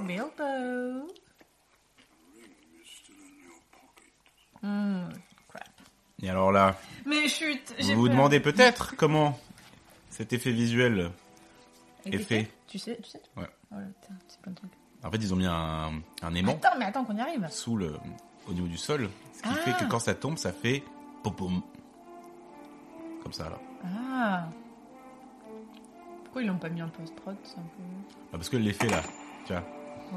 A: Bilbo.
B: Et alors là,
A: Mais chut, j'ai
B: vous vous
A: peur.
B: demandez peut-être comment cet effet visuel
A: Et
B: effet.
A: Tu sais, tu sais toi
B: Ouais.
A: Oh, putain, c'est plein de trucs.
B: En fait, ils ont mis un, un aimant
A: Attends, mais attends qu'on y arrive.
B: sous le, au niveau du sol, ce qui
A: Ah.
B: fait que quand ça tombe, ça fait popom. Comme ça, là.
A: Ah. Pourquoi ils l'ont pas mis en post-prod c'est un peu-
B: Ah, parce que l'effet, là, tu vois,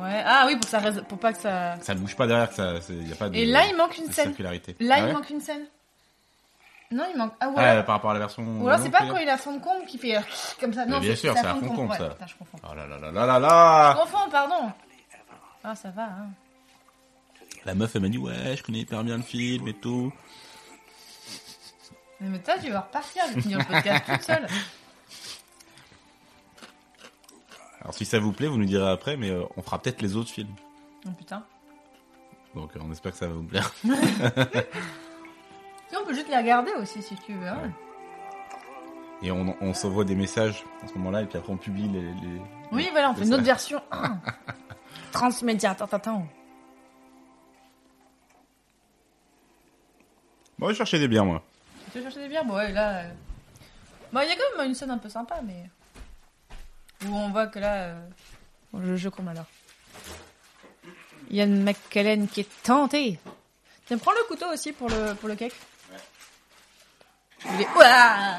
A: Ouais. Ah oui, pour, que ça reste- pour pas que ça.
B: ça ne bouge pas derrière, que ça, c'est- y a pas de,
A: Et là, il manque une
B: de
A: scène.
B: circularité.
A: Là,
B: Ah
A: il
B: ouais
A: manque une scène. Non, il manque. Ah ouais.
B: Ah, par rapport à la version.
A: Ou alors,
B: non,
A: c'est pas
B: peut-être
A: quand il a son comble qui fait euh, comme ça.
B: Mais
A: Non,
B: bien sûr, c'est à
A: Fond de
B: Foncombe,
A: Combe,
B: ça.
A: ouais, putain, je confonds.
B: Oh là là là là là là
A: Enfant, pardon. Ah, ça va. Hein.
B: La meuf, elle m'a dit, ouais, je connais hyper bien le film et tout.
A: Mais toi, tu vas repartir. Je vais finir le podcast toute seule.
B: Alors, si ça vous plaît, vous nous direz après, mais euh, on fera peut-être les autres films.
A: Oh putain.
B: Donc, euh, on espère que ça va vous plaire.
A: Tu sais, on peut juste les regarder aussi si tu veux. hein.
B: Ouais. Et on, on s'envoie des messages à ce moment-là, et puis après, on publie les. les-
A: Oui, voilà, on fait
B: C'est
A: une
B: ça.
A: autre version. Ah. Transmédia, attends, attends.
B: Bon, je cherchais des biens, moi.
A: Tu veux chercher des bières Bon, ouais, là. euh, Bah, il y a quand même une scène un peu sympa, mais. Où on voit que là. euh, bon, je, je cours alors.
F: Yann McKellen qui est tenté.
A: Tiens, prends le couteau aussi pour le, pour le cake. Ouais. Il est. Ouah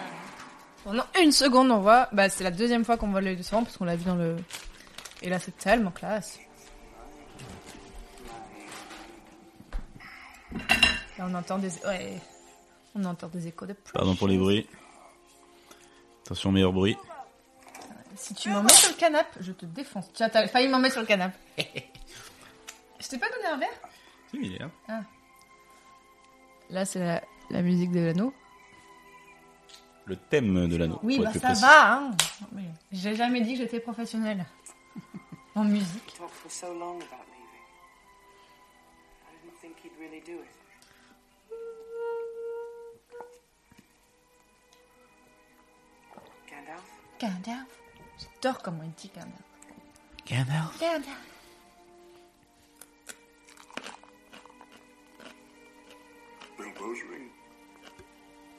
A: Pendant une seconde, on voit. Bah, c'est la deuxième fois qu'on voit l'œil de serpent, parce qu'on l'a vu dans le. Et là, c'est tellement classe. Là, on entend des. Ouais. On entend des échos de plus.
B: Pardon pour les bruits. Attention, meilleur bruit.
A: Si tu m'en mets sur le canapé, je te défonce. Tiens, t'as failli m'en mettre sur le canapé. je t'ai pas donné un verre
B: C'est bien.
F: Là, c'est la, la musique de l'anneau.
B: Le thème de l'anneau.
A: Oui,
B: pour
A: bah
B: être plus
A: ça
B: précis.
A: va, hein. Mais J'ai jamais dit que j'étais professionnelle. en musique.
C: Talked for so long about leaving. I didn't think he'd really do it. Gandalf?
A: Gandalf. J'adore comment il dit Gandalf.
B: Gandalf.
A: Gandalf.
D: Bilbo's ring.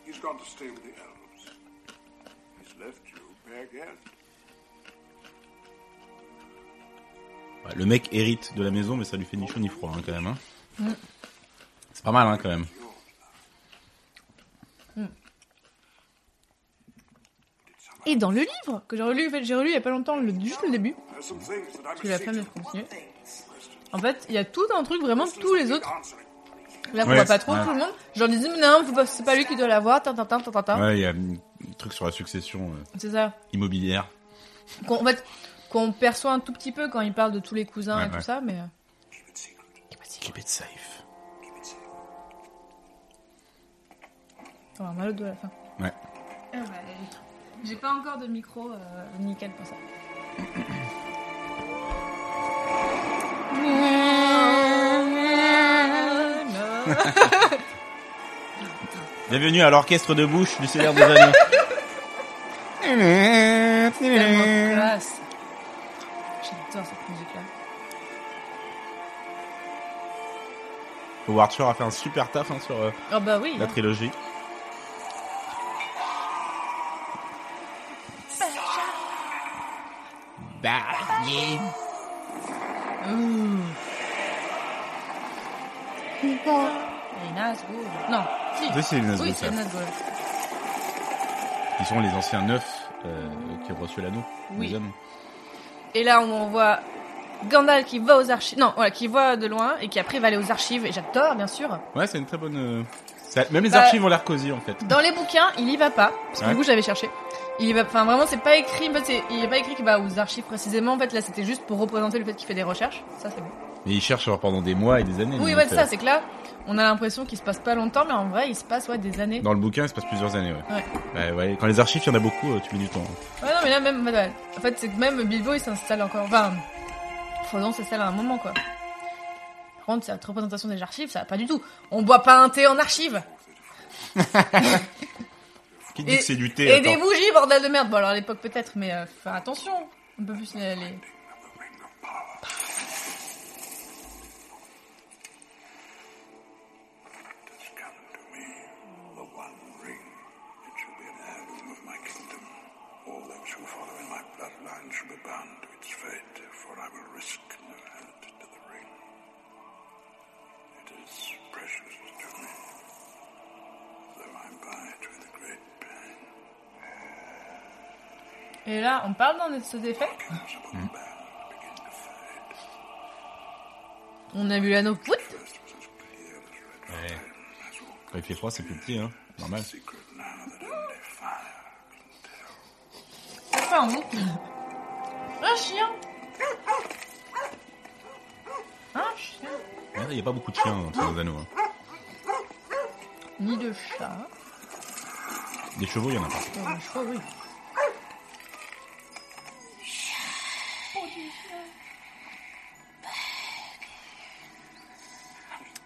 D: He's gone to stay with the elves. He's left you bare-handed.
B: Ouais, le mec hérite de la maison, mais ça lui fait ni chaud ni froid, hein, quand même. hein.
A: Mm.
B: C'est pas mal, hein, quand même.
F: Et dans le livre que j'ai relu, en fait, j'ai relu il y a pas longtemps, le, juste le début.
D: There's some things that I'm
A: Tu l'as fait,
D: ashamed
A: mais
D: of.
A: je continue. En fait, il y a tout un truc, vraiment tous les autres.
D: Answering.
A: Là, on
B: Ouais.
A: voit pas trop
B: Ouais.
A: tout le monde. Genre, ils disent, mais non, faut pas- c'est pas lui qui doit l'avoir. Tant, tant, tant, tant, tant.
B: Ouais, il y a un truc sur la succession euh,
A: C'est ça.
B: immobilière.
A: Qu'on, en fait, qu'on perçoit un tout petit peu quand il parle de tous les cousins
B: Ouais,
A: et
B: ouais.
A: tout ça, mais. euh,
D: Keep it secret.
B: Keep it safe.
D: Keep it safe.
A: On va avoir mal au dos à la fin.
B: Ouais.
A: Ah bah, J'ai pas encore de micro euh, nickel pour ça.
B: Bienvenue à l'orchestre de bouche du Seigneur des Anneaux.
A: Tellement classe. J'adore cette musique là.
B: Howard Shore a fait un super taf hein, sur euh,
A: Ah bah oui.
B: la trilogie.
A: Et Nazgûl. Non. Si.
B: C'est Céline Asbou,
A: Oui,
B: ça.
A: c'est Nazgul.
B: Qui sont les anciens neufs euh, qui ont reçu l'anneau.
A: Oui.
B: les hommes.
A: Et là, on voit Gandalf qui va aux archives. Non, voilà, qui voit de loin et qui après va aller aux archives. Et j'adore, bien sûr.
B: Ouais, c'est une très bonne. euh, ça- Même les
A: Bah-
B: archives ont l'air cosy en fait.
A: Dans les bouquins, il y va pas. Parce que
B: Ouais.
A: du coup, j'avais cherché. Il y va. Enfin, vraiment, c'est pas écrit. En fait, c'est- il est pas écrit qu'il va aux archives précisément. En fait, là, c'était juste pour représenter le fait qu'il fait des recherches. Ça, c'est bon.
B: Mais ils cherchent alors, pendant des mois et des années.
A: Oui,
B: donc,
A: ouais, c'est
B: euh,
A: ça. C'est que là, on a l'impression qu'il se passe pas longtemps, mais en vrai, il se passe ouais des années.
B: Dans le bouquin, il se passe plusieurs années, ouais.
A: Ouais.
B: Ouais, ouais, Quand les archives, il y en a beaucoup, euh, tu mets du temps.
A: Ouais, non, mais là, même. ouais, ouais. En fait, c'est que même Bilbo, il s'installe encore. Enfin, Frodon s'installe à un moment, quoi. Par contre, cette représentation des archives, ça va pas du tout. On boit pas un thé en archive.
B: Qui dit
A: Et-
B: que c'est du thé
A: Et
B: attends.
A: des bougies, bordel de merde. Bon, alors à l'époque peut-être, mais euh, faut faire attention. Un peu plus les. les-
D: Does come to me the one ring that shall be an heirloom of my kingdom. All those who follow in my bloodline shall be bound to its fate, for I will risk no hand to the ring. It is precious to me, though I buy it with a great pain.
A: Et là, on parle dans cet effet.
D: Possible
B: Hmm.
D: band begin to fade.
A: On a vu l'anneau. Pout
D: First was as clear as red
B: Ouais.
D: flame, as all
B: Quand il fait froid, c'est plus petit, hein. Normal.
D: secret now that only fire can tell.
A: Enfin, un bouc. Un chien. Un chien.
B: Ouais, Il n'y a pas beaucoup de chiens dans les anneaux. hein.
A: Ni de chat.
B: Des chevaux, il y en a pas.
A: Oh, le chat, oui.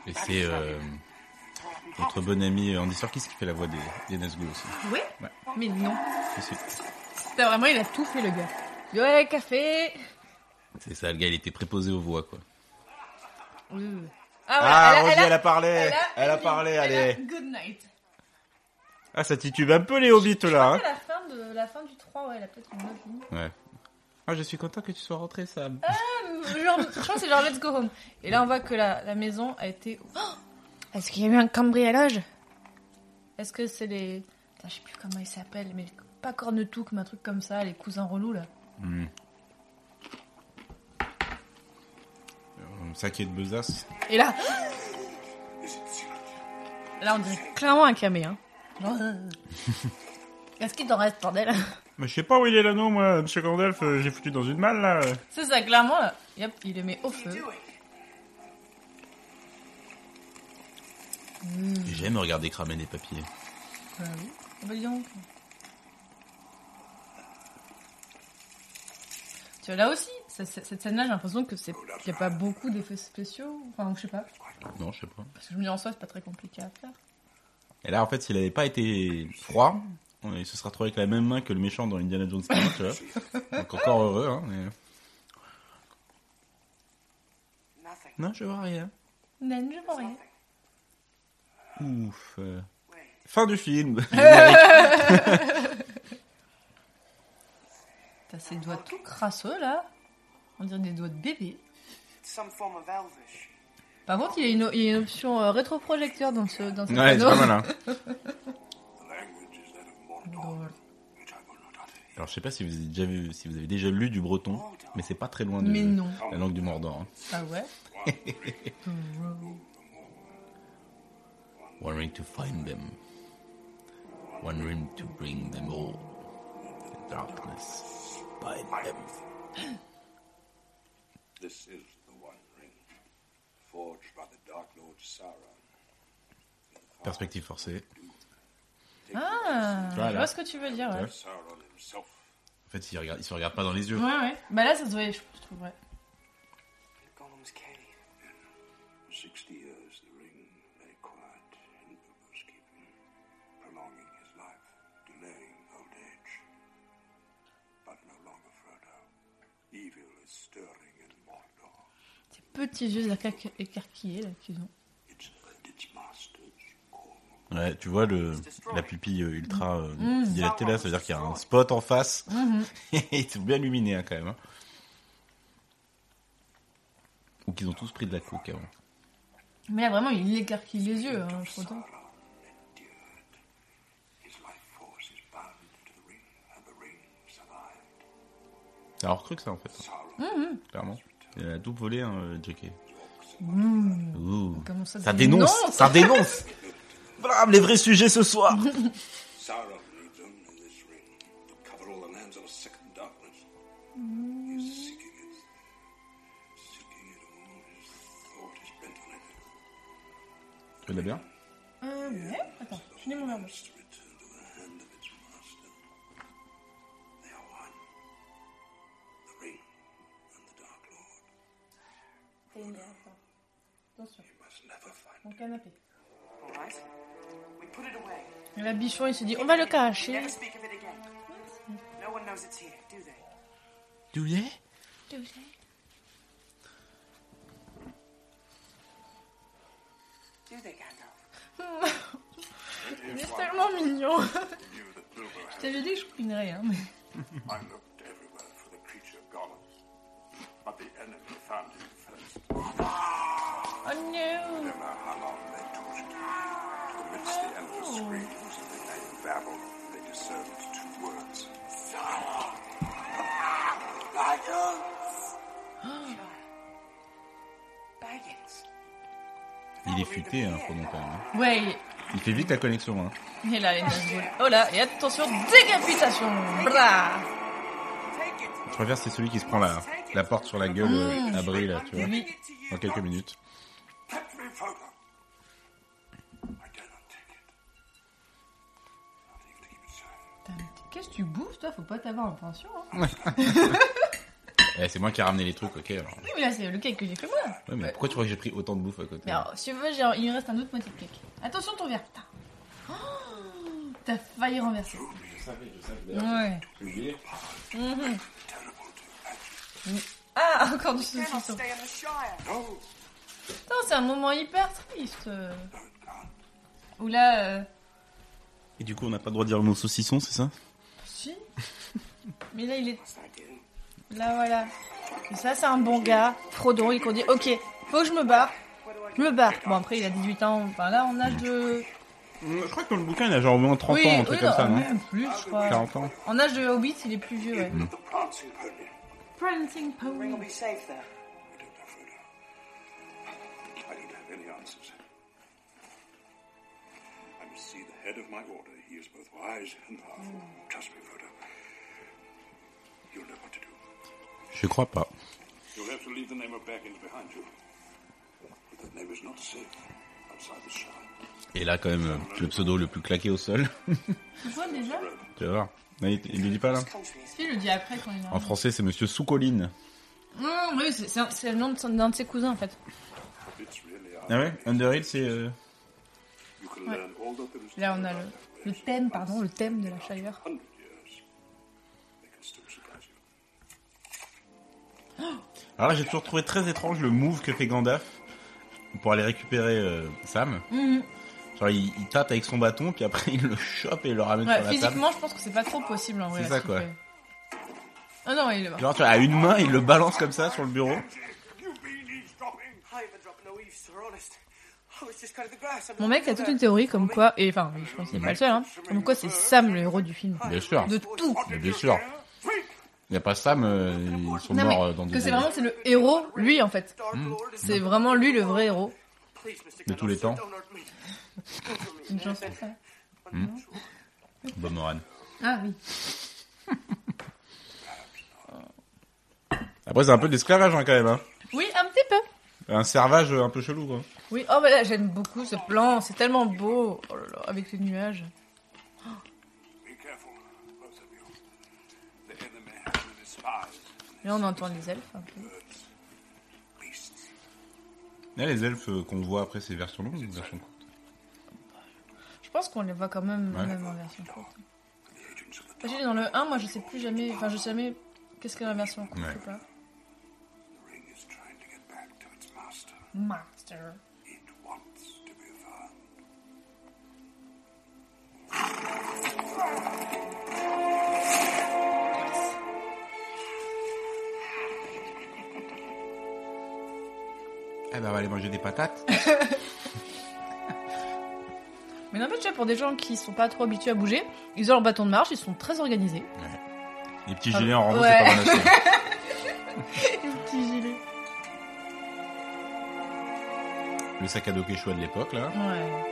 B: Et c'est euh, notre bon ami Andy Serkis qui fait la voix des, des Nazgûl aussi.
A: Oui
B: Ouais.
A: Mais non.
B: Si, si.
A: Putain, vraiment, il a tout fait, le gars. Ouais, café.
B: C'est ça, le gars, il était préposé aux voix, quoi.
A: Ouh.
B: Ah,
A: voilà,
B: Rosie, elle a parlé. Elle a parlé,
A: elle
B: allez.
A: a Good night.
B: Ah, ça titube un peu les hobbits, là, hein.
A: C'est la fin, de, la fin du 3, ouais, elle a peut-être une autre ligne.
B: Ouais. Ah, je suis content que tu sois rentré, Sam.
A: Genre, je crois que c'est genre let's go home. Et là, on voit que la, la maison a été. Oh Est-ce qu'il y a eu un cambriolage Est-ce que c'est les. Putain, je sais plus comment ils s'appellent, mais pas Cornetouk, mais un truc comme ça, les cousins relous là.
B: Un sac de besace.
A: Et là. Là, on dirait clairement un camé, hein. Genre, euh. Est-ce qu'il t'en reste, bordel
B: Mais je sais pas où il est l'anneau, moi, monsieur Gandalf, euh, j'ai foutu dans une malle, là.
A: C'est ça, clairement là. Yep, il le met au feu.
B: J'aime regarder cramer des papiers.
A: Bah oui. Ah bah dis donc. Tu vois, là aussi, ça- ça- cette scène-là, j'ai l'impression que c'est qu'il n'y a pas beaucoup d'effets spéciaux. Enfin, je sais pas.
B: Non, je sais pas.
A: Parce que je me dis en soi, c'est pas très compliqué à faire.
B: Et là, en fait, s'il avait pas été froid, on- il se serait retrouvé avec la même main que le méchant dans Indiana Jones 1, tu vois. Donc encore heureux, hein. mais-
C: Nothing.
B: Non, je vois rien.
A: Non, je vois rien.
B: Ouf. euh. Fin du film.
A: T'as ses doigts tout crasseux, là. On dirait des doigts de bébé.
C: Some form of elvish.
A: Par contre, il y a une, il y a une option euh, rétroprojecteur dans ce dans cet
B: ouais, c'est
A: anneau.
B: pas mal, hein.
D: The language is that of Mordor,
A: Drôle.
D: which I will not utter here.
B: Alors, je sais pas si vous avez déjà vu, si vous avez déjà lu du breton, mais c'est pas très loin de
A: Mais non.
B: la langue du Mordor. hein.
A: Ah ouais
B: One ring to find them. One ring to bring them all. The darkness bind them.
D: This is the One Ring, forged by the Dark Lord Sauron.
B: Perspective forcée.
A: Ah,
B: Voilà.
A: je vois ce que tu veux dire, ouais.
B: Ouais.
D: Sauron himself
B: En fait, ils regardent, ils se regardent pas dans les yeux.
A: Ouais, ouais. Bah là, ça se voyait, je je trouve, ouais.
C: Gollum's cave.
D: For 60 years, the ring lay quiet in Bilbo's keeping, prolonging his life, delaying old age. But no longer Frodo. Evil is stirring in Mordor.
A: Ces petits yeux écar- écarquillés, là, qu'ils ont.
D: It's and its masters call.
B: Ouais, tu vois le, la pupille euh, ultra euh,
A: Mm.
B: dilatée là, ça veut dire qu'il y a un spot en face.
A: Mm-hmm.
B: Et ils sont bien illuminés hein, quand même. hein. Ou qu'ils ont tous pris de la coke avant.
A: Mais là, vraiment, il écarquille les yeux, hein, Frodon.
D: It
B: C'est un recrue que ça en fait.
A: Mm-hmm.
B: Clairement. Il a tout volé, hein, euh, JK. Ouh.
A: Mm. Comment ça
B: Ça dénonce, ça dénonce. Blam, les vrais sujets ce soir.
D: Sauron needs only this ring to cover all the lands of a second darkness. He's seeking it. Seeking it all. His thought is bent on it.
B: Tu l'as bien
A: Euh, ouais, attends, je finis mon verre.
D: It's to return to the hand of its master. They are one. The ring and the Dark Lord.
A: T'as une bière, attends. Attention,
D: You must never find
A: mon canapé.
C: All right. We put it away.
A: Et là, Bichon, il se dit, on va le cacher.
C: Never speak of it again. No one knows it's here, do they?
B: D'où il est
C: Do they, Gandalf?
A: Il est tellement mignon.
D: you that Bilbo
A: Je
D: had.
A: t'avais dit que je couinerais, hein, mais...
D: I looked everywhere for the creature Gollum. But the enemy found him first.
A: Oh no
D: Never how long they tortured him. Amidst the endless screams they lay and babbled, they discerned two words. Sauron! Nigel!
C: Baggins.
B: Il est futé, hein, pendant quand même. hein.
A: Ouais, il est-
B: Il fait vite la connexion, hein.
A: il est là, les Nazgûl. Oh là, et attention, décapitation Bra
C: Take it.
B: Je préfère c'est celui qui se prend la, la porte sur la gueule euh,
A: Ah.
B: à Brie, là, tu vois.
C: Giving it to you.
B: Dans quelques minutes.
D: Let me photo. I dare not take it. Not even to keep it safe.
A: Putain, mais Qu'est-ce que tu bouffes, toi Faut pas t'avoir en pension, hein.
B: Eh, c'est moi qui ai ramené les trucs, ok, alors.
A: Oui, mais là, c'est le cake que j'ai fait moi.
B: Ouais, mais pourquoi tu crois que j'ai pris autant de bouffe à côté
A: Mais alors, si tu veux, j'ai- il me reste un autre moitié de cake. Attention ton verre. Putain. Oh, T'as failli renverser. Ouais. Mhm.
D: Terrible to imagine.
A: Ah, encore du saucisson.
C: Cannot stay in the Shire.
D: No,
A: Putain, c'est un moment hyper triste.
D: no, it can't.
A: Ou là, euh,
B: Et du coup, on n'a pas le droit de dire le mot saucisson, c'est ça
A: si. Mais là, il est.
C: Yes, I do.
A: Là, voilà. Et ça, c'est un bon gars. Frodon, il qu'on dit Ok, faut que je me barre. Je me barre. Bon, après, il a 18 ans. Enfin, là, on a de.
B: Je crois que dans le bouquin, il a genre au moins 30
A: oui,
B: ans, un truc
A: oui,
B: comme ça,
A: non,
B: non
A: même plus, je crois.
B: 40 ans
A: En âge de Hobbit, il est plus vieux, ouais.
D: The plants in Pony.
A: Prancing
C: Ring will
A: Pony.
C: be safe there.
D: I don't have photo. I don't have any answers. I must see the head of my order. He is both wise and powerful.
C: Hmm.
D: Trust me, Frodo. You'll know what to do.
B: Je crois pas.
D: You'll have to leave the name of Baggins behind you. But that name is not safe outside the shrine.
B: Et là, quand même, euh, le pseudo le plus claqué au sol.
A: Tu vois déjà
B: tu vas voir. Non, il, il le dit pas, là
C: Country is
A: Si, je le dis après quand il
B: En
A: a.
B: français, c'est monsieur Soucoline.
A: Mmh, oui, c'est- c'est un- c'est le nom de son- d'un de ses cousins en fait.
D: It's really our
B: Ah ouais Underhill, c'est... euh,
D: You can learn all that there is to
A: Là, on
D: know
A: a
D: about
A: le,
D: that
A: le
D: place
A: thème,
D: in
A: pardon, le thème de la Shire.
D: 100 years. They can still surprise you.
B: Alors là, j'ai toujours trouvé très étrange le move que fait Gandalf pour aller récupérer euh, Sam.
A: Mhm.
B: Genre, il, il tape avec son bâton, puis après, il le chope et il le ramène
A: Ouais,
B: sur la table.
A: physiquement, je pense que c'est pas trop possible en vrai.
B: C'est
A: là,
B: ça,
A: ce
B: quoi.
A: qu'il fait. Ah non, il est mort.
B: Genre, tu vois, à une main, il le balance comme ça sur le bureau.
D: You've been eavesdropping.
C: I overdropped no eaves, sir, honest. I was just cutting the grass.
A: Mon mec a toute une théorie comme quoi, et enfin, je pense qu'il est pas le seul, hein, comme quoi c'est Sam le héros du film.
B: Bien sûr.
A: De tout. Hmm.
B: Mais bien sûr. Il n'y a pas Sam, euh, ils sont
A: Non, mais
B: morts euh, dans
A: que
B: des
A: c'est vraiment c'est le héros, lui en fait.
C: Dark
B: Hmm.
C: Lord is
A: C'est vraiment lui le vrai héros.
C: Please, Mr.
B: De tous les
C: Gandalf,
B: temps.
C: don't hurt me.
A: Une chanson, ça.
B: Bob Moran.
A: Ah oui.
B: Après, c'est un peu d'esclavage hein, quand même. Hein.
A: Oui, un petit peu.
B: Un servage euh, un peu chelou, quoi.
A: Oui, oh bah là j'aime beaucoup ce plan, c'est tellement beau, oh là là, avec les nuages.
D: Be careful, both of you. The enemy has many spies,
A: Là on entend les elfes un peu.
D: beasts.
B: Là, les elfes euh, qu'on voit après, c'est version longue ou version courte
A: Je pense qu'on les voit quand même,
B: Ouais.
A: même en version courte.
D: The agents of the
A: Parce que dans le 1, moi je sais plus jamais, enfin je sais jamais qu'est-ce que la version courte
B: Ouais.
A: ou pas.
D: ring is trying to get back to its master.
A: Master.
D: It wants to be found.
B: Eh ben, on va aller manger des patates.
A: Mais n'empêche, tu vois, pour des gens qui sont pas trop habitués à bouger, ils ont leur bâton de marche, ils sont très organisés.
B: Les petits
A: Ah,
B: gilets en rando,
A: ouais.
B: c'est pas mal. aussi. hein. le sac à dos Quechua de l'époque, là.
A: Ouais.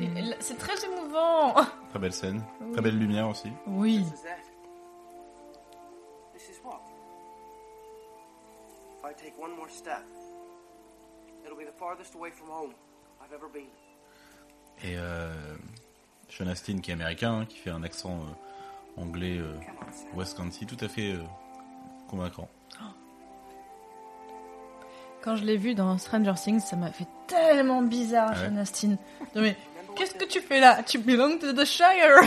A: Et là, C'est très émouvant.
B: Très belle scène. Très belle lumière aussi.
A: Oui.
E: This is that. This is what?
G: If I take one more step, it'll be the farthest away from home I've ever been.
B: Et euh, Sean Astin, qui est américain, hein, qui fait un accent euh, anglais euh, West Country tout à fait euh, convaincant.
A: Quand je l'ai vu dans Stranger Things, ça m'a fait tellement bizarre,
B: Ah ouais
A: Sean Astin. Non mais, qu'est-ce que tu fais là Tu belong to the Shire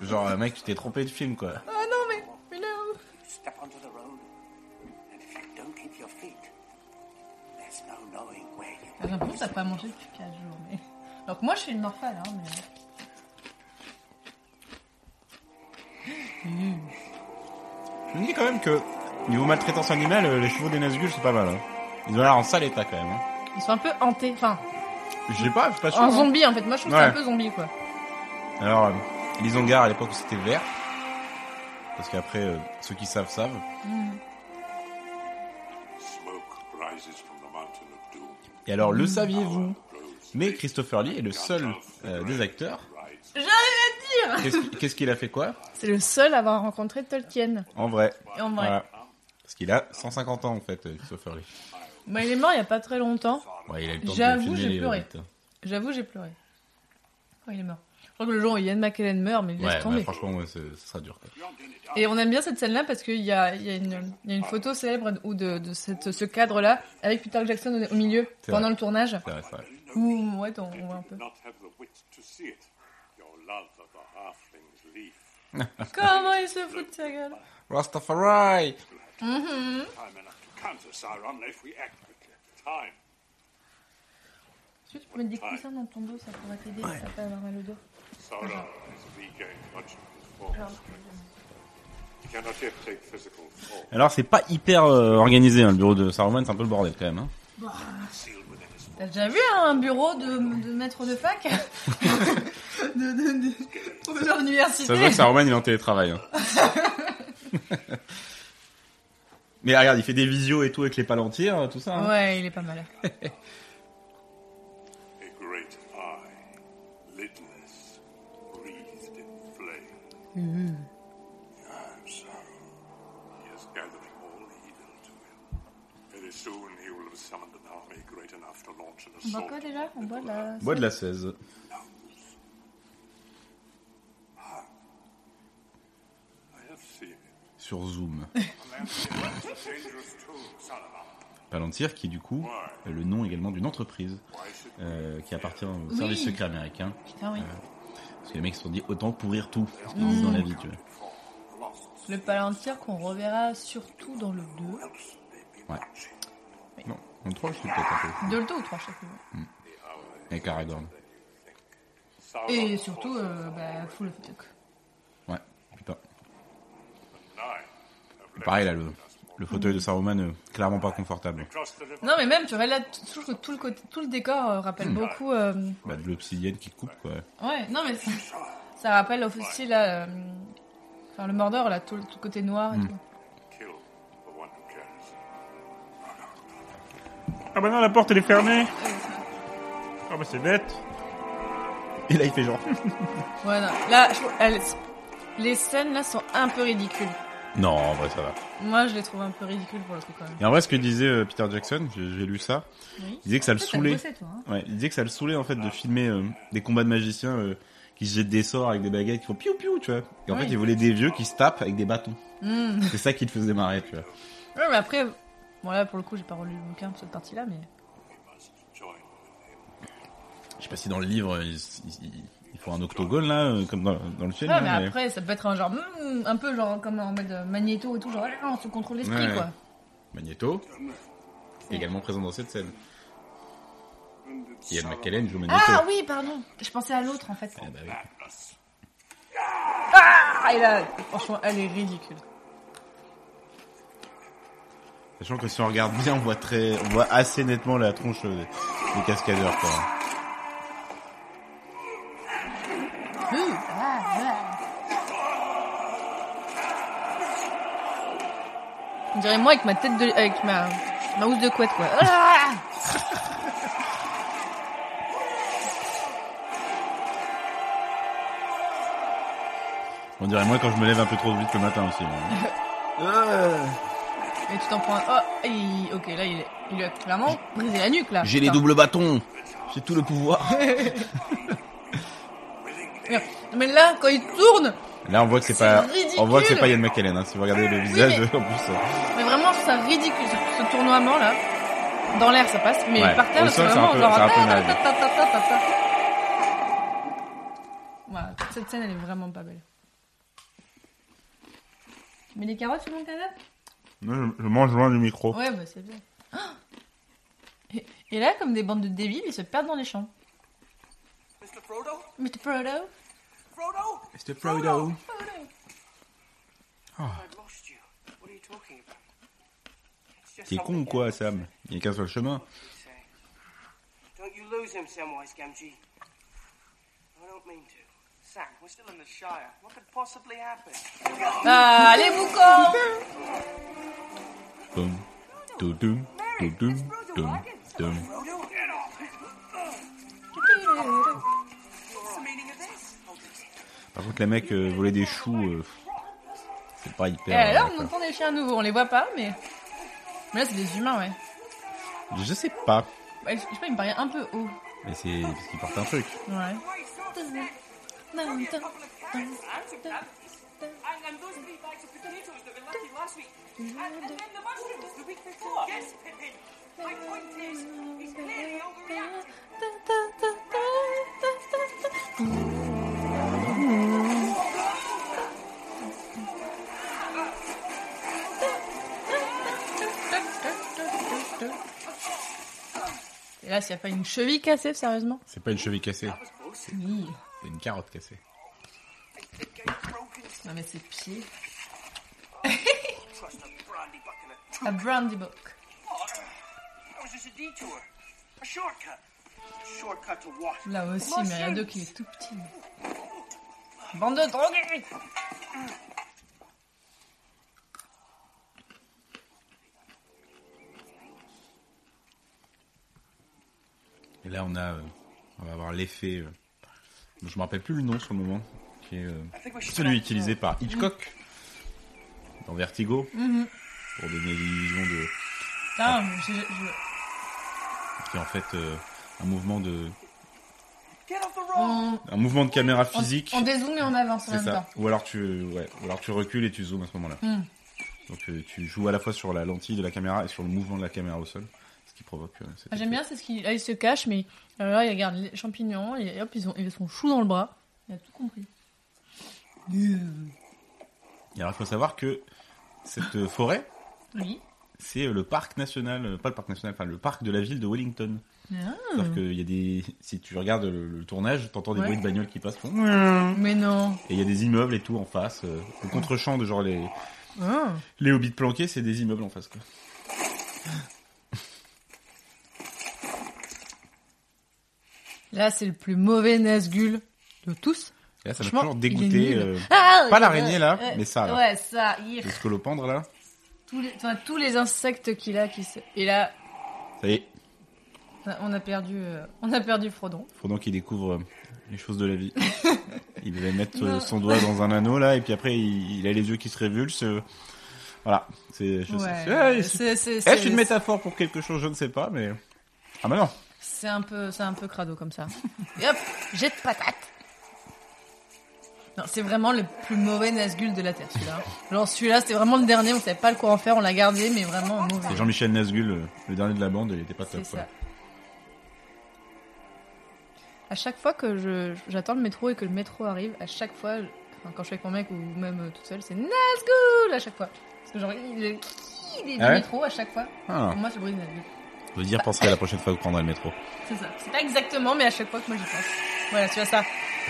B: Genre, euh, mec, tu t'es trompé de film, quoi.
A: Ah non mais, mais non.
E: Step onto the road, and if you don't keep your feet, there's no knowing where you
A: J'ai l'impression que t'as pas mangé depuis 4 jours. Mais... Donc moi je suis une morphale, hein, mais...
B: Je me dis quand même que, niveau maltraitance animale, euh, les chevaux des Nazgûl, c'est pas mal. hein. Ils ont l'air en sale état, quand même. hein.
A: Ils sont un peu hantés, enfin,
B: Je sais pas, je suis pas sûr.
A: en
B: hein.
A: zombie en fait. Moi je trouve que
B: Ouais.
A: c'est un peu zombie quoi.
B: Alors, euh, les hangars à l'époque c'était vert. Parce qu'après, euh, ceux qui savent savent.
D: Smoke rises from the mountain of doom.
B: Et alors, le saviez-vous
D: Blows
B: Mais Christopher Lee est le seul euh, des acteurs.
D: rides
A: J'arrive à dire
B: Qu'est-ce qui- qu'est-ce qu'il a fait quoi
A: C'est le seul à avoir rencontré Tolkien.
B: En vrai.
A: Et en vrai.
B: Voilà. Parce qu'il a 150 ans en fait, euh, Christopher Lee.
A: Bah, il est mort il y a pas très longtemps.
B: Ouais, il a eu le temps
A: J'avoue,
B: de filmer
A: j'ai
B: les
A: pleuré.
B: hobbits.
A: J'avoue, j'ai pleuré. Quand il est mort. Je crois que le jour où Ian McKellen meurt, mais laisse
B: Ouais,
A: tomber.
B: ouais, franchement, ouais, c'est- ça sera dur. quoi.
A: Et on aime bien cette scène-là parce qu'il y a, il y, a une- il y a une photo célèbre ou de, de cette, ce cadre-là avec Peter Jackson au, au milieu
B: C'est
A: pendant
B: vrai.
A: le tournage.
B: C'est vrai, c'est vrai.
A: Ouh, ouais, on, on voit un peu.
D: did not have the wit to see it. Your love of the halfling's leaf.
A: Comment il se fout de sa gueule
B: Rastafari
D: Time enough to counter Sauron if we act quickly. Time.
A: Est-ce que tu peux mettre des coussins dans ton dos, ça pourrait t'aider, ça va pas avoir mal au dos.
D: Sauron has regained much of his
E: Oh,
D: former strength. He cannot yet take physical form.
B: Alors, c'est pas hyper euh, organisé, hein, le bureau de Saruman, c'est un peu le bordel quand même. hein.
A: T'as déjà vu hein, un bureau de, de maître de fac De- de- de- professeur
B: Ça se voit
A: d'université
B: que Saruman, il est en télétravail. hein. Mais ah, regarde, il fait des visios et tout avec les palantirs, tout ça. hein.
A: Ouais, il est pas mal.
D: A great eye, lidless, breathed in flame. I am Sauron. He has gathered all evil to him. Very soon he will have summoned an army great enough to launch an
A: On boit
D: assault.
A: quoi déjà On boit de la...
B: Bois de la 16.
D: I have seen it.
B: Sur Zoom.
D: Dangerous too, Saruman.
B: Palantir, qui est du coup euh, le nom également d'une entreprise euh, qui appartient au service secret américain.
A: Putain, oui.
B: Parce que les mecs se sont dit autant pourrir tout ce qu'ils disent dans la vie, tu vois.
A: Le palantir qu'on reverra surtout dans le 2.
B: Non, on troll, je suis peut-être un
A: Deux le 2 ou 3, je sais plus.
B: peu. Avec Aragorn.
A: Et surtout, euh, bah, full of talk.
B: Ouais, putain.
D: Nine.
B: Pareil là, le, le fauteuil de Saruman, euh, clairement pas confortable.
D: Cross the river.
A: Non, mais même, tu vois, là, tout, je trouve que tout le, côté, tout le décor euh, rappelle beaucoup. euh,
B: Bah, de l'obsidienne qui coupe, quoi.
A: ouais, non, mais ça, ça rappelle aussi, là. euh, Enfin, le Mordor, là, tout, le- tout le côté noir et tout.
D: Kill the one who cares.
B: Ah bah non, la porte elle est fermée Ah bah c'est bête Et là il fait genre...
A: Ouais, non, là, je trouve- elle- les scènes, là, sont un peu ridicules.
B: non, en vrai ça va.
A: Moi, je les trouve un peu ridicules pour le coup, quand même.
B: Et en vrai, ce que disait euh, Peter Jackson, j'ai j'ai lu ça,
A: Oui.
B: il disait que ça le
A: Toi, t'as
B: saoulait.
A: bossé, toi, hein.
B: Ouais, il disait que ça le saoulait en fait de filmer euh, des combats de magiciens euh, qui se jettent des sorts avec des baguettes qui font piou piou, tu vois. Et en
A: Oui.
B: fait, il voulait des vieux qui se tapent avec des bâtons. C'est ça qui le faisait marrer, tu vois.
A: Hmm. Ouais, mais après, bon, là, pour le coup, j'ai pas relu le bouquin pour cette partie-là, mais.
D: Join.
B: Je sais pas si dans le livre, euh, ils, ils- ils font un octogone là, euh, comme dans, dans le film.
A: Ouais,
B: hein,
A: mais
B: mais-
A: après, ça peut être un genre. mm, un peu genre comme en mode euh, magnéto et tout, genre, ah, on se contrôle l'esprit,
B: Ouais.
A: quoi.
B: Magneto, également présent dans cette scène. Ian McKellen joue Magneto.
A: Ah oui, pardon. Je pensais à l'autre en fait.
B: Ah bah oui.
A: Ah, et là, franchement, elle est ridicule.
B: Sachant que si on regarde bien, on voit très, on voit assez nettement la tronche euh, des, des cascadeurs, quoi.
A: Hmm. On dirait moi avec ma tête de... avec ma, ma housse de couette, quoi. Ah
B: On dirait moi quand je me lève un peu trop vite le matin aussi. hein.
A: Et tu t'en prends un... Oh, et- ok, là, il, il lui a clairement brisé la nuque, là.
B: J'ai les
A: Ah, Putain.
B: doubles bâtons. J'ai tout le pouvoir.
A: Merde. Mais là, quand il tourne,
B: Là, on voit que c'est pas,
A: C'est ridicule.
B: on voit que c'est pas Yann McKellen. Hein, si vous regardez le visage,
A: mais-
B: en plus. euh,
A: mais vraiment, je trouve ça ridicule, ce, ce tournoiement, là. Dans l'air, ça passe, mais
B: Ouais.
A: par
B: Au
A: terre, c'est
B: sol, c'est un
A: vraiment
B: peu-
A: genre... ah,
B: c'est un peu
A: ta,
B: naze.
A: ta, ta, ta, ta, ta. Voilà, toute cette scène, elle est vraiment pas belle. Tu mets des carottes sur mon canapé
B: Je, je mange loin du micro.
A: Ouais, bah c'est bien. Ah Et- Et là, comme des bandes de débiles, ils se perdent dans les champs.
G: Mr. Frodo?
A: Mr. Frodo
G: Frodo?
B: Mr. Frodo.
G: I've lost you. What are you talking about? It's just
B: T'es
G: something
B: con ou quoi, Sam Il n'y a qu'un seul chemin.
G: you say. Don't you lose him, Samwise Gamgee? I don't mean to. Sam, we're still in the Shire. What could possibly happen?
A: Ah, les boucans
B: Boum. Doudoum, doudoum, doum, doum. Par contre, les mecs euh, voler des choux, euh, c'est pas
A: Et
B: hyper.
A: Eh, alors,
B: euh,
A: on entend des chiens nouveaux, on les voit pas, mais... Mais là, c'est des humains, ouais.
B: quoi. je sais pas.
A: Ouais, Je je sais pas, il me paraît un peu haut.
B: Mais c'est parce qu'ils portent un truc.
A: Ouais. Et là, s'il n'y a pas une cheville cassée, sérieusement
B: C'est pas une cheville cassée. C'est une carotte cassée.
A: Non, mais c'est pieds. A brandy book.
G: That was just a detour. A shortcut. Shortcut to what?
A: Là aussi, mais il y en a deux qui est tout petit. Ah, Bande de drogués
B: Et là, on a, euh, on va avoir l'effet. euh, dont je me rappelle plus le nom sur le moment, qui est euh, celui utilisé par Hitchcock dans Vertigo pour donner l'illusion de,
A: Putain, mais je- je-
B: qui est en fait euh, un mouvement de,
A: on,
B: un mouvement de caméra
A: on,
B: physique.
A: on dézoome et on avance en
B: C'est
A: même
B: ça.
A: temps.
B: Ou alors tu, ouais, ou alors tu recules et tu zoomes à ce moment-là.
A: Mm.
B: Donc euh, tu joues à la fois sur la lentille de la caméra et sur le mouvement de la caméra au sol, ce qui provoque. euh,
A: Moi,
B: cet
A: Ah, J'aime
B: effet.
A: bien, c'est ce qu'il là, il se cache, mais alors là, il regarde les champignons, et hop, ils ont, ils ont son chou dans le bras. Il a tout compris.
B: Et alors il faut savoir que cette euh, forêt,
A: Oui.
B: c'est euh, le parc national, euh, pas le parc national, enfin le parc de la ville de Wellington.
A: Ah.
B: Sauf qu'il y a des, si tu regardes le, le tournage, t'entends des
A: Ouais.
B: bruits de bagnoles qui passent, font-
A: Mais non.
B: et il y a des immeubles et tout en face. euh,
A: Hmm.
B: le contre-champ de genre les,
A: Ah.
B: les hobbits planqués, c'est des immeubles en face. Quoi.
A: Là, c'est le plus mauvais Nazgul de tous.
B: Et là, ça m'a
A: Franchement,
B: toujours
A: il est
B: dégoûté.
A: nul.
B: euh,
A: Ah,
B: pas
A: ouais,
B: l'araignée, là,
A: ouais,
B: mais ça, là.
A: Ouais, ça. il-
B: le scolopendre là,
A: Tous, les, enfin, tous les insectes qu'il a qui se. Et là,
B: ça y est,
A: on a perdu, euh, on a perdu Frodon.
B: faut donc qu'il découvre euh, les choses de la vie. il devait mettre euh,
A: Non.
B: son doigt dans un anneau là, et puis après il, il a les yeux qui se révulsent. euh, voilà, c'est. Je, sais- c'est- ouais,
A: Ouais,
B: c'est-
A: c'est-
B: Eh,
A: c'est-
B: Est-ce
A: c'est-
B: une métaphore pour quelque chose Je ne sais pas, mais. Ah bah non
A: C'est un peu, c'est un peu crado comme ça. Et hop, jet de patate. Non, c'est vraiment le plus mauvais Nazgul de la Terre, celui-là. Genre, celui-là, c'était vraiment le dernier, on savait pas le quoi en faire, on l'a gardé, mais vraiment mauvais.
B: C'est Jean-Michel Nazgul, euh, le dernier de la bande, il était pas
A: C'est
B: top. quoi.
A: ça. À chaque fois que je, j'attends le métro et que le métro arrive, à chaque fois, je- enfin, quand je suis avec mon mec ou même euh, toute seule, c'est Nazgul à chaque fois. Parce que genre, il est, il est du
B: Ah ouais
A: métro à chaque fois.
B: Ah,
A: Pour moi, c'est bruit de Nazgul.
B: vous dire, penser à la prochaine fois que vous prendrez le métro.
A: C'est ça. C'est pas exactement, mais à chaque fois que moi j'y pense. Voilà, tu vois ça.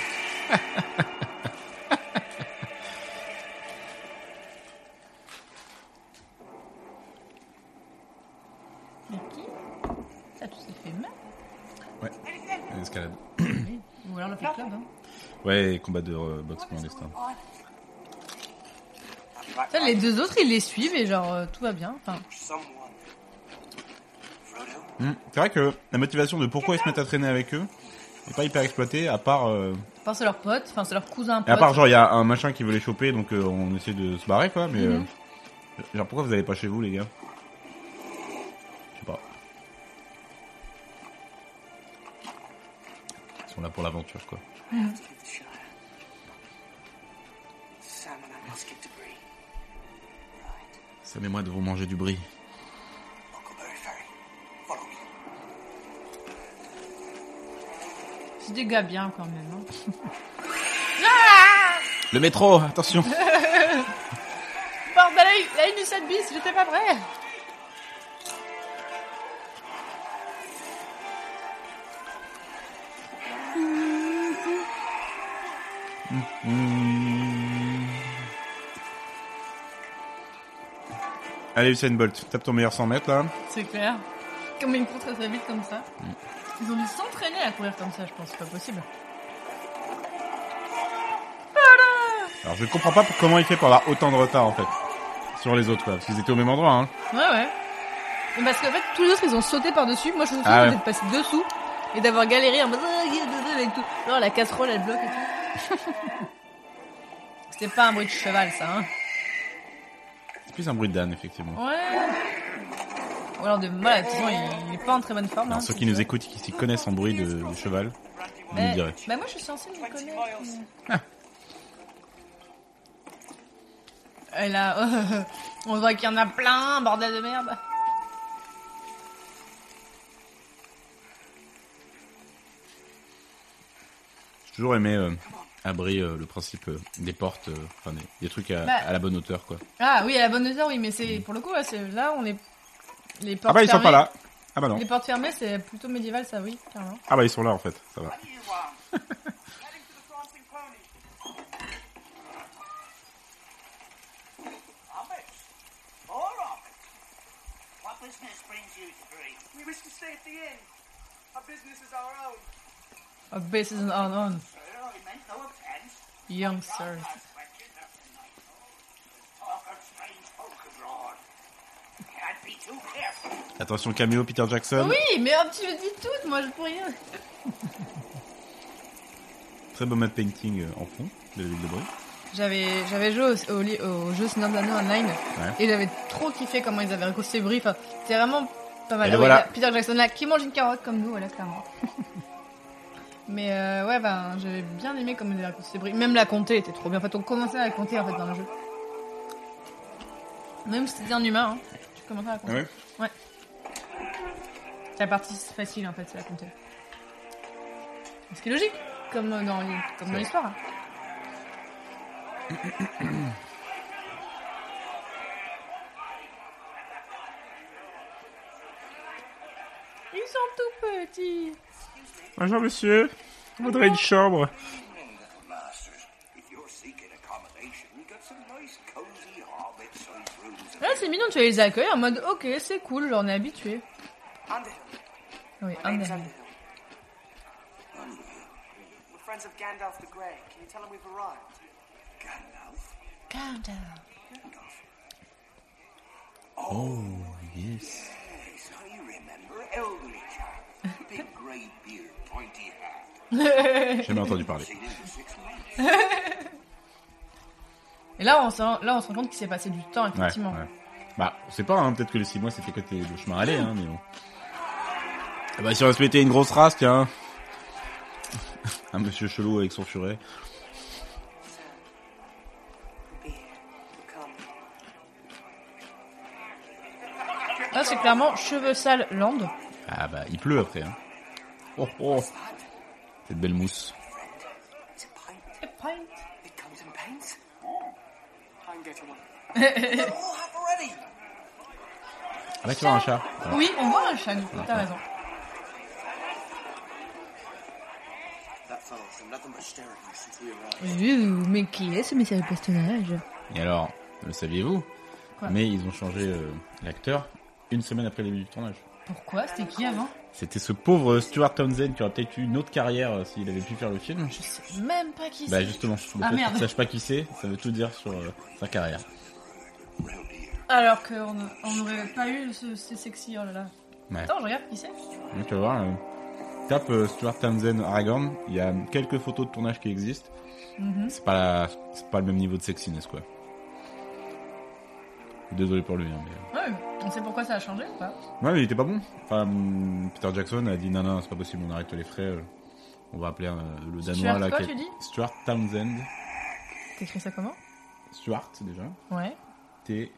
A: Mais qui Ça, tu t'es fait mal.
B: Escalade.
A: Ou alors le fan club, hein.
B: Ouais, combat de euh, boxe clandestin.
A: Putain, les deux autres, ils les suivent et genre, euh, tout va bien. Enfin,
G: Someone. Frodo?
B: Hmm. C'est vrai que la motivation de pourquoi ils se mettent à traîner avec eux est pas hyper exploitée, à part. euh,
A: enfin, c'est leur pote, enfin, c'est leur cousin
B: Et à
A: pote.
B: part, genre, il y a un machin qui veut les choper, donc euh, on essaie de se barrer, quoi, mais. euh, genre, pourquoi vous allez pas chez vous, les gars Je sais pas. Ils sont là pour l'aventure, quoi.
G: Give the Shire. Sam and I must get debris. Right.
B: Savez-moi de vous manger du bris.
G: Huckleberry Ferry. Follow me.
A: C'est des gars bien quand même. hein.
B: Le métro, attention
A: Bordel, la ligne- la ligne du 7 bis, j'étais pas prêt.
B: Hmm. Allez, Usain Bolt, tape ton meilleur 100 mètres, là.
A: C'est clair. Comme ils courent très très vite comme ça.
B: Mm.
A: Ils ont dû s'entraîner à courir comme ça, je pense. C'est pas possible.
B: Alors, je comprends pas pour- comment il fait pour avoir autant de retard, en fait. Sur les autres, quoi. Parce qu'ils étaient au même endroit, hein.
A: Ouais, ouais. Mais Parce qu'en fait, tous les autres, ils ont sauté par-dessus. Moi, je me
B: Ah
A: souviens
B: ouais.
A: d'être passé dessous et d'avoir galéré en mode Ah, il y a des deux avec tout. Non, la casserole, elle bloque et tout. C'était pas un bruit de cheval, ça, hein.
B: C'est plus un bruit d'âne, effectivement.
A: Ouais. Ou alors de voilà, de toute façon, il, il est pas en très bonne forme. hein,
B: Alors, ceux qui
A: c'est
B: nous
A: sûr.
B: écoutent, et qui s'y connaissent en bruit de, de cheval, vous nous
A: Eh,
B: direz.
A: Bah, moi, je suis censée me connaître. mais- Et là, on voit qu'il y en a plein, bordel de merde.
B: J'ai toujours aimé euh, abri euh, le principe euh, des portes, euh, enfin des, des trucs à,
A: Bah.
B: à la bonne hauteur quoi.
A: Ah oui, à la bonne heure, oui, mais c'est pour le coup, là, c'est- là, on est. Les portes
B: Ah bah ils sont
A: fermées.
B: pas là. Ah bah non.
A: Les portes fermées, c'est plutôt médiéval, ça, oui, carrément.
B: Ah bah ils sont là en fait. Ça va.
G: Heading for the Prancing Pony.
E: Hobbits? All hobbits? What business brings you to Bree?
G: We wish to stay at the inn. Our business is our own.
A: A basis on on,
E: Sir, I meant no offense.
A: young sir.
E: Last question of the night. Talk of strange folk abroad. Can't be too careful.
B: Attention cameo Peter Jackson.
A: Oui, mais hop, tu me dis tout, moi, je peux rien.
B: Très beau matte painting euh, en fond de la ville de Brie.
A: J'avais, j'avais joué au, au, li- au jeu Seigneur des Anneaux Online et j'avais trop kiffé comment ils avaient recoursé Brie. Enfin, c'était vraiment pas mal.
B: Et le
A: Ah oui,
B: voilà.
A: là, Peter Jackson là, qui mange une carotte comme nous, voilà, clairement. Mais euh, ouais, ben, j'avais bien aimé comment ils avaient recoursé Brie. Même la comté était trop bien. En fait, on commençait à la compter en fait dans le jeu. Même si c'était un humain, hein, tu commençais à la compter.
B: Ouais.
A: Ouais. C'est la partie facile en fait, c'est la compter. Ce qui est logique, comme euh, dans, les- comme dans l'histoire. hein. Ils sont tout petits.
B: Bonjour monsieur. Je voudrais une chambre.
E: Masters, if you're seeking accommodation, we got some nice cozy hobbit-sized rooms.
A: Là, Ah, c'est mignon, tu vas les accueillir en mode ok, c'est cool, genre on est habitué.
G: Underhill.
A: Oui,
G: My
A: un
G: name's
A: dernier.
G: Underhill. We're friends of Gandalf the Grey. Can you tell him we've arrived?
E: Gandalf,
B: Yes.
E: yes, I remember elderly chap. Big grey beard, pointy hat.
B: Jamais entendu parler.
E: Seen him for six months.
A: Et là, on se rend, là, on se rend compte qu'il s'est passé du temps,
B: Ouais.
A: effectivement.
B: ouais. Bah on sait pas hein, peut-être que les 6 mois c'était côté le chemin aller hein mais bon. Ah bah si on se mettait une grosse race tiens. un monsieur chelou avec son furet.
G: Be here. Come.
A: Là, c'est clairement cheveux sales land.
B: Ah bah il pleut après hein. Oh oh. Cette belle mousse.
G: It's a pint.
A: Pint.
G: It comes in pints. I'm getting one.
E: Oh, I've already.
B: Ah bah tu vois un chat. Voilà.
A: Oui, on voit un chat, du coup, t'as raison.
E: That fellow's done nothing but stare at you since we arrived.
A: Mais qui est ce messieurs personnage
B: Et alors, le saviez-vous
A: Quoi
B: Mais ils ont changé euh, l'acteur une semaine après le début du tournage.
A: Pourquoi C'était qui avant
B: C'était ce pauvre Stuart Townsend qui aurait peut-être eu une autre carrière euh, s'il avait pu faire le film.
A: Je sais même pas qui
B: Bah
A: c'est.
B: justement, le
A: Ah,
B: fait
A: merde.
B: qu'ils sachent pas qui c'est, ça veut tout dire sur euh, sa carrière.
D: round here.
A: Alors qu'on on n'aurait pas eu ce, ce sexy, oh là là.
B: Ouais.
A: Attends, je regarde qui c'est.
B: Ouais, tu vas voir. euh, tape euh, Stuart Townsend Aragorn. Il y a quelques photos de tournage qui existent.
A: Mhm.
B: C'est pas la- c'est pas le même niveau de sexiness quoi. Désolé pour lui. hein, mais...
A: Ouais, on sait pourquoi ça a changé ou pas
B: Ouais, mais il était pas bon. Enfin, hum, Peter Jackson a dit non non c'est pas possible on arrête les frais. euh, On va appeler euh, le danois
A: Stuart
B: là.
A: quoi,
B: qui est-
A: tu dis
B: Stuart Townsend.
A: T'écris ça comment
B: Stuart déjà.
A: Ouais.
B: T.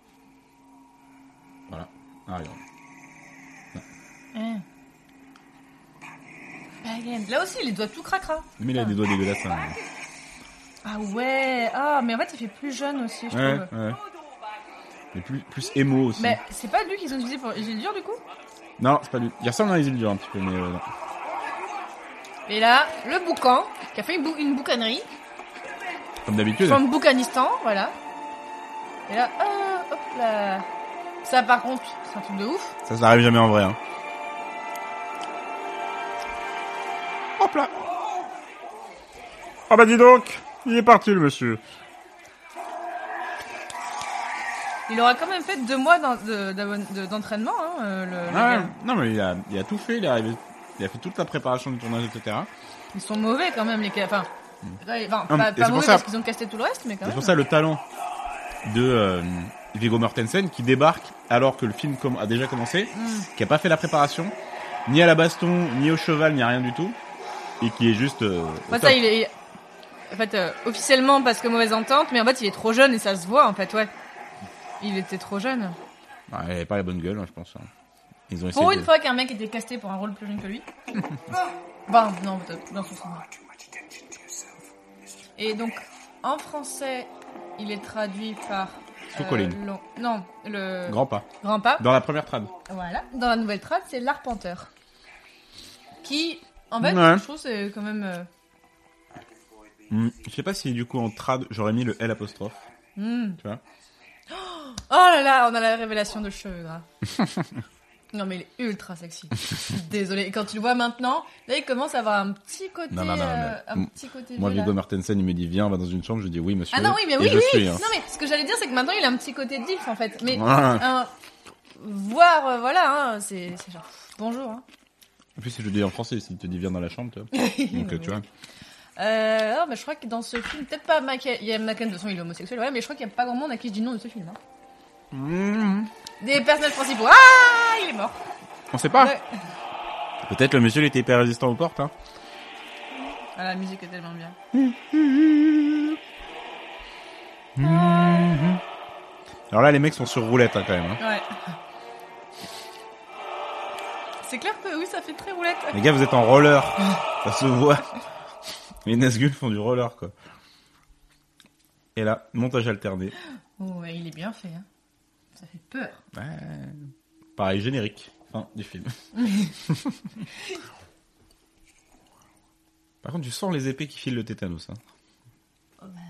B: Voilà. Aragorn.
A: Hein. Pagan. Là aussi, les doigts tout hein. cracra.
B: Mais il a des doigts dégueulasses. hein.
A: Ah ouais, ah, mais en fait, il fait plus jeune aussi, Ah, je
B: Ouais,
A: trouve.
B: ouais. Mais plus, plus émo aussi.
A: Mais c'est pas lui qu'ils ont utilisé pour Isildur du coup
B: Non, c'est pas lui. Il ressemble à Isildur un petit peu, mais euh, non.
A: Et là, le boucan, qui a fait une, bou- une boucanerie,
B: comme d'habitude.
A: from Boucanistan, voilà. Et là, euh, hop là. Ça par contre, c'est un truc de ouf.
B: Ça, ça arrive jamais en vrai. Hein. Hop là Oh bah dis donc Il est parti le monsieur.
A: Il aura quand même fait deux mois d'en- de- d'abonne- de- d'entraînement, hein, euh, le, le
B: Ah ouais,
A: gars.
B: non mais il a, il a tout fait, il est arrivé. Il a fait toute la préparation du tournage, etc.
A: Ils sont mauvais quand même, les gars. Enfin, ouais, enfin,
B: Ah, mais-
A: pas, pas
B: et c'est pour
A: mauvais
B: ça-
A: parce qu'ils ont casté tout le reste, mais quand
B: C'est
A: même.
B: pour ça le talent de euh, Viggo Mortensen qui débarque alors que le film com- a déjà commencé, qui a pas fait la préparation, ni à la baston, ni au cheval, ni à rien du tout, et qui est juste. euh, au
A: Enfin,
B: top.
A: Bah, ça, il est. En fait, euh, officiellement parce que mauvaise entente, mais en fait, il est trop jeune et ça se voit, en fait, ouais. Il était trop jeune.
B: Ouais, il avait pas la bonne gueule, hein, je pense. hein. Ils ont essayé.
A: Pour une
B: de-
A: fois qu'un mec était casté pour un rôle plus jeune que lui. bah, non, peut-être, dans son sens. Et donc, en français, il est traduit par. euh,
B: Socoline.
A: Lon- Non, le.
B: Grand pas.
A: Grand pas.
B: Dans la première trad.
A: Voilà. Dans la nouvelle trad, c'est l'arpenteur. Qui, en fait,
B: Ouais.
A: je trouve, c'est quand même. euh,
B: Hmm, Je sais pas si du coup en trad j'aurais mis le L apostrophe.
A: hmm.
B: Tu vois
A: Oh là là, on a la révélation de cheveux gras. non mais il est ultra sexy. Désolé. Et quand tu le vois maintenant, là il commence à avoir un petit côté,
B: Non, non, non,
A: euh,
B: mais-
A: un petit côté.
B: Moi,
A: vieux, là.
B: Viggo Mortensen, il me dit viens, on va dans une chambre. Je dis oui, monsieur.
A: Ah non oui mais
B: Et
A: oui
B: je
A: oui.
B: suis, hein.
A: Non mais ce que j'allais dire c'est que maintenant il a un petit côté diff en fait. Mais
B: Ouais.
A: un- voir euh, voilà hein, c'est c'est genre pff, bonjour. Hein.
B: En plus, je le dis en français. S'il te dit viens dans la chambre, tu vois. Donc,
A: Non,
B: tu vois.
A: Euh, non, mais je crois que dans ce film peut-être pas Michael, il y a Michael de toute façon il est homosexuel ouais mais je crois qu'il y a pas grand monde à qui je dis non de ce film. hein.
B: Mm-hmm.
A: Des personnages principaux ah il est mort.
B: On sait pas.
A: Ouais.
B: Peut-être le monsieur, il était hyper résistant aux portes. Hein.
A: Ah, la musique est tellement bien.
B: Alors là, les mecs sont sur roulette hein, quand même. hein.
A: Ouais. C'est clair que oui, ça fait très roulette.
B: Les gars, vous êtes en roller. Ça se voit. Les Nazgûl font du roller, quoi. Et là, montage alterné.
A: Oh, Ouais, il est bien fait. Hein. Ça fait peur.
B: Ouais. Pareil, générique. Fin du film. Par contre, tu sens les épées qui filent le tétanos. Hein.
A: Oh, bah,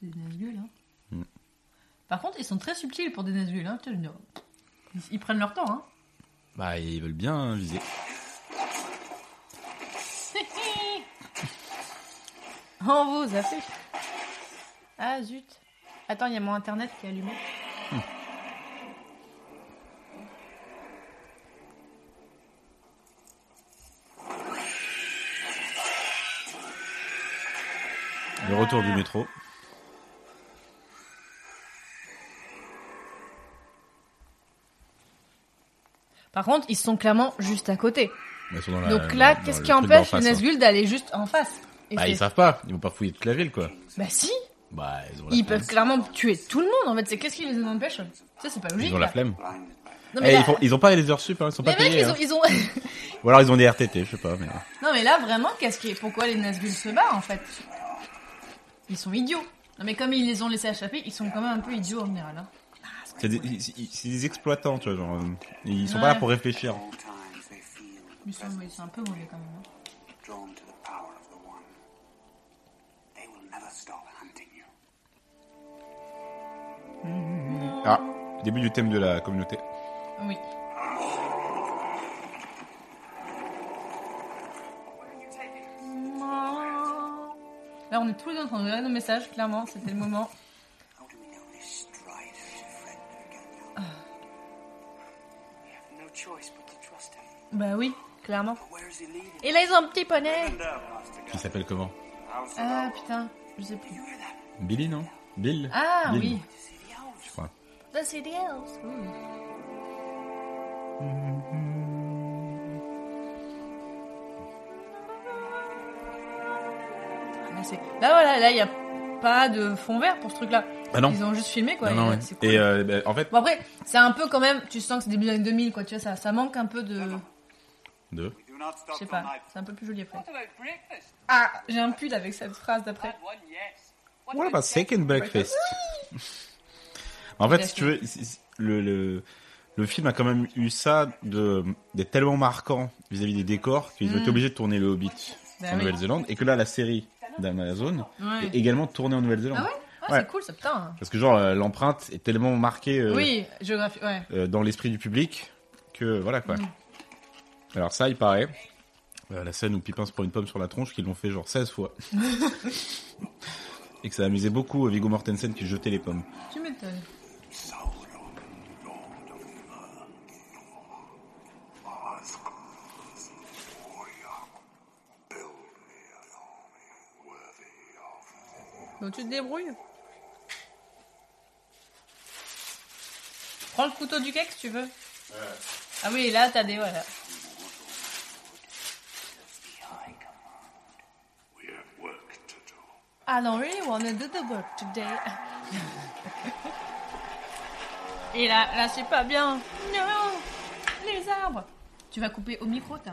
A: C'est des Nazgûl, hein.
B: Mm.
A: Par contre, ils sont très subtils pour des Nazgûl, hein. Tu sais, je veux dire, Ils, ils prennent leur temps, hein.
B: Bah, ils veulent bien viser.
A: On vous a fait. Ah zut. Attends, il y a mon internet qui est allumé.
B: Le retour du métro. Bah,
A: Par contre, ils sont clairement juste à côté.
B: Ils sont dans la-
A: Donc là,
B: dans- dans
A: qu'est-ce
B: le
A: qui
B: truc d'en
A: empêche les
B: face, hein.
A: Nazgûl d'aller juste en face Et
B: Bah,
A: c'est-
B: ils savent pas. Ils vont pas fouiller toute la ville, quoi.
A: bah si,
B: Bah, ils ont la
A: ils
B: flemme.
A: peuvent clairement tuer tout le monde en fait. C'est qu'est-ce qui les en empêche Ça, c'est pas logique.
B: Ils ont la
A: là.
B: flemme.
A: Non,
B: Eh,
A: là-
B: ils, font- ils ont pas les heures sup, hein, ils sont
A: Les
B: pas
A: mecs,
B: payés.
A: ils ont. Ils ont...
B: hein. Ou alors ils ont des RTT, je sais pas. Mais...
A: non, mais là, vraiment, qu'est-ce qui est... pourquoi les Nazgûl se battent en fait Ils sont idiots. Non, mais comme ils les ont laissés échapper, ils sont quand même un peu idiots en général. hein.
B: C'est des, ils- ils- c'est des exploitants, tu vois. Genre, euh, ils sont pas là
A: Ouais.
B: pour réfléchir.
C: Times they feel
A: Ils sont, ils sont un peu mauvais quand même. hein.
C: drawn to the power of the one. They will never stop hunting you.
B: Ah, début du thème de la communauté.
A: hein. Oui. Là, on est tous les deux en train de regarder nos messages, clairement, c'était le moment.
C: How do we know this strider is a friend of
G: choice but to trust him.
A: Bah oui, clairement.
G: But where is he leading?
A: Il a un petit poney
B: Il s'appelle comment
A: Ah putain, je sais plus.
G: You hear that?
B: Billy, non Bill
A: Ah
B: Bill,
A: oui,
B: Je crois.
A: The Hmm. CDLs. oui. Là, Ah, c'est- là, voilà, là il n'y a pas de fond vert pour ce truc-là.
B: Ah non.
A: Ils ont juste filmé quoi.
B: non, non,
A: et,
B: ouais.
A: c'est cool.
B: Et euh, bah, en fait,
A: Bon après, c'est un peu quand même, tu sens que c'est début des années 2000 quoi, tu vois, ça, ça manque un peu de...
B: deux.
E: We do not
A: Je
E: stop
A: sais
E: till
A: pas,
E: night.
A: c'est un peu plus joli après.
G: What about breakfast?
A: Ah, j'ai un pull avec cette phrase d'après.
G: Had one, yes. What
B: What about
G: about
B: second breakfast En fait, si
A: Breakfast.
B: tu veux, c'est- c'est- le, le, le film a quand même eu ça de- d'être tellement marquant vis-à-vis des décors qu'ils ont été obligés de tourner le Hobbit
A: Mm. Bah
B: en
A: oui.
B: Nouvelle-Zélande et que là, la série d'Amazon
A: Ouais.
B: est également tournée en Nouvelle-Zélande.
A: Ah ouais Ah,
B: Ouais.
A: c'est cool ça, putain.
B: Parce que genre, euh, l'empreinte est tellement marquée euh,
A: Oui, géographie, ouais.
B: euh, dans l'esprit du public que voilà
A: Mm.
B: quoi. Alors ça, il paraît. euh, la scène où Pipin se prend une pomme sur la tronche, qu'ils l'ont fait genre 16 fois. et que ça amusait beaucoup euh, Viggo Mortensen qui jetait les pommes.
A: Tu m'étonnes. Donc tu te débrouilles Prends le couteau du cake si tu veux. Ah oui, là t'as des... Voilà.
D: We have work to do.
A: I don't really wanna do the work today. Et là, là c'est pas bien. Non Les arbres Tu vas couper au micro, t'as.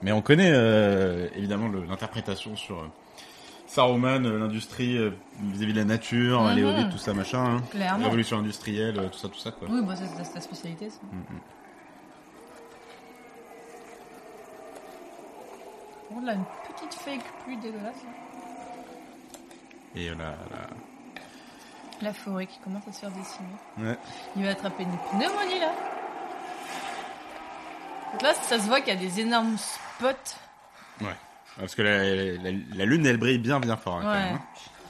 B: Mais on connaît euh, évidemment le- l'interprétation sur euh, Saruman, euh, l'industrie euh, vis-à-vis de la nature,
A: Mhm.
B: les hobbits, tout ça machin. hein.
A: Clairement. Mm.
B: Révolution industrielle, euh, tout ça, tout ça quoi.
A: Oui, bon, ça, c'est ta spécialité, ça. On a Oh une petite fake pluie dégueulasse. hein.
B: Et euh, la,
A: La forêt qui commence à se faire dessiner.
B: la- ouais.
A: Il va attraper une pneumonie là. Donc là, ça se voit qu'il y a des énormes spots.
B: Ouais. Parce que la, la- la- la lune, elle brille bien, bien fort. hein, quand
A: Ouais.
B: même,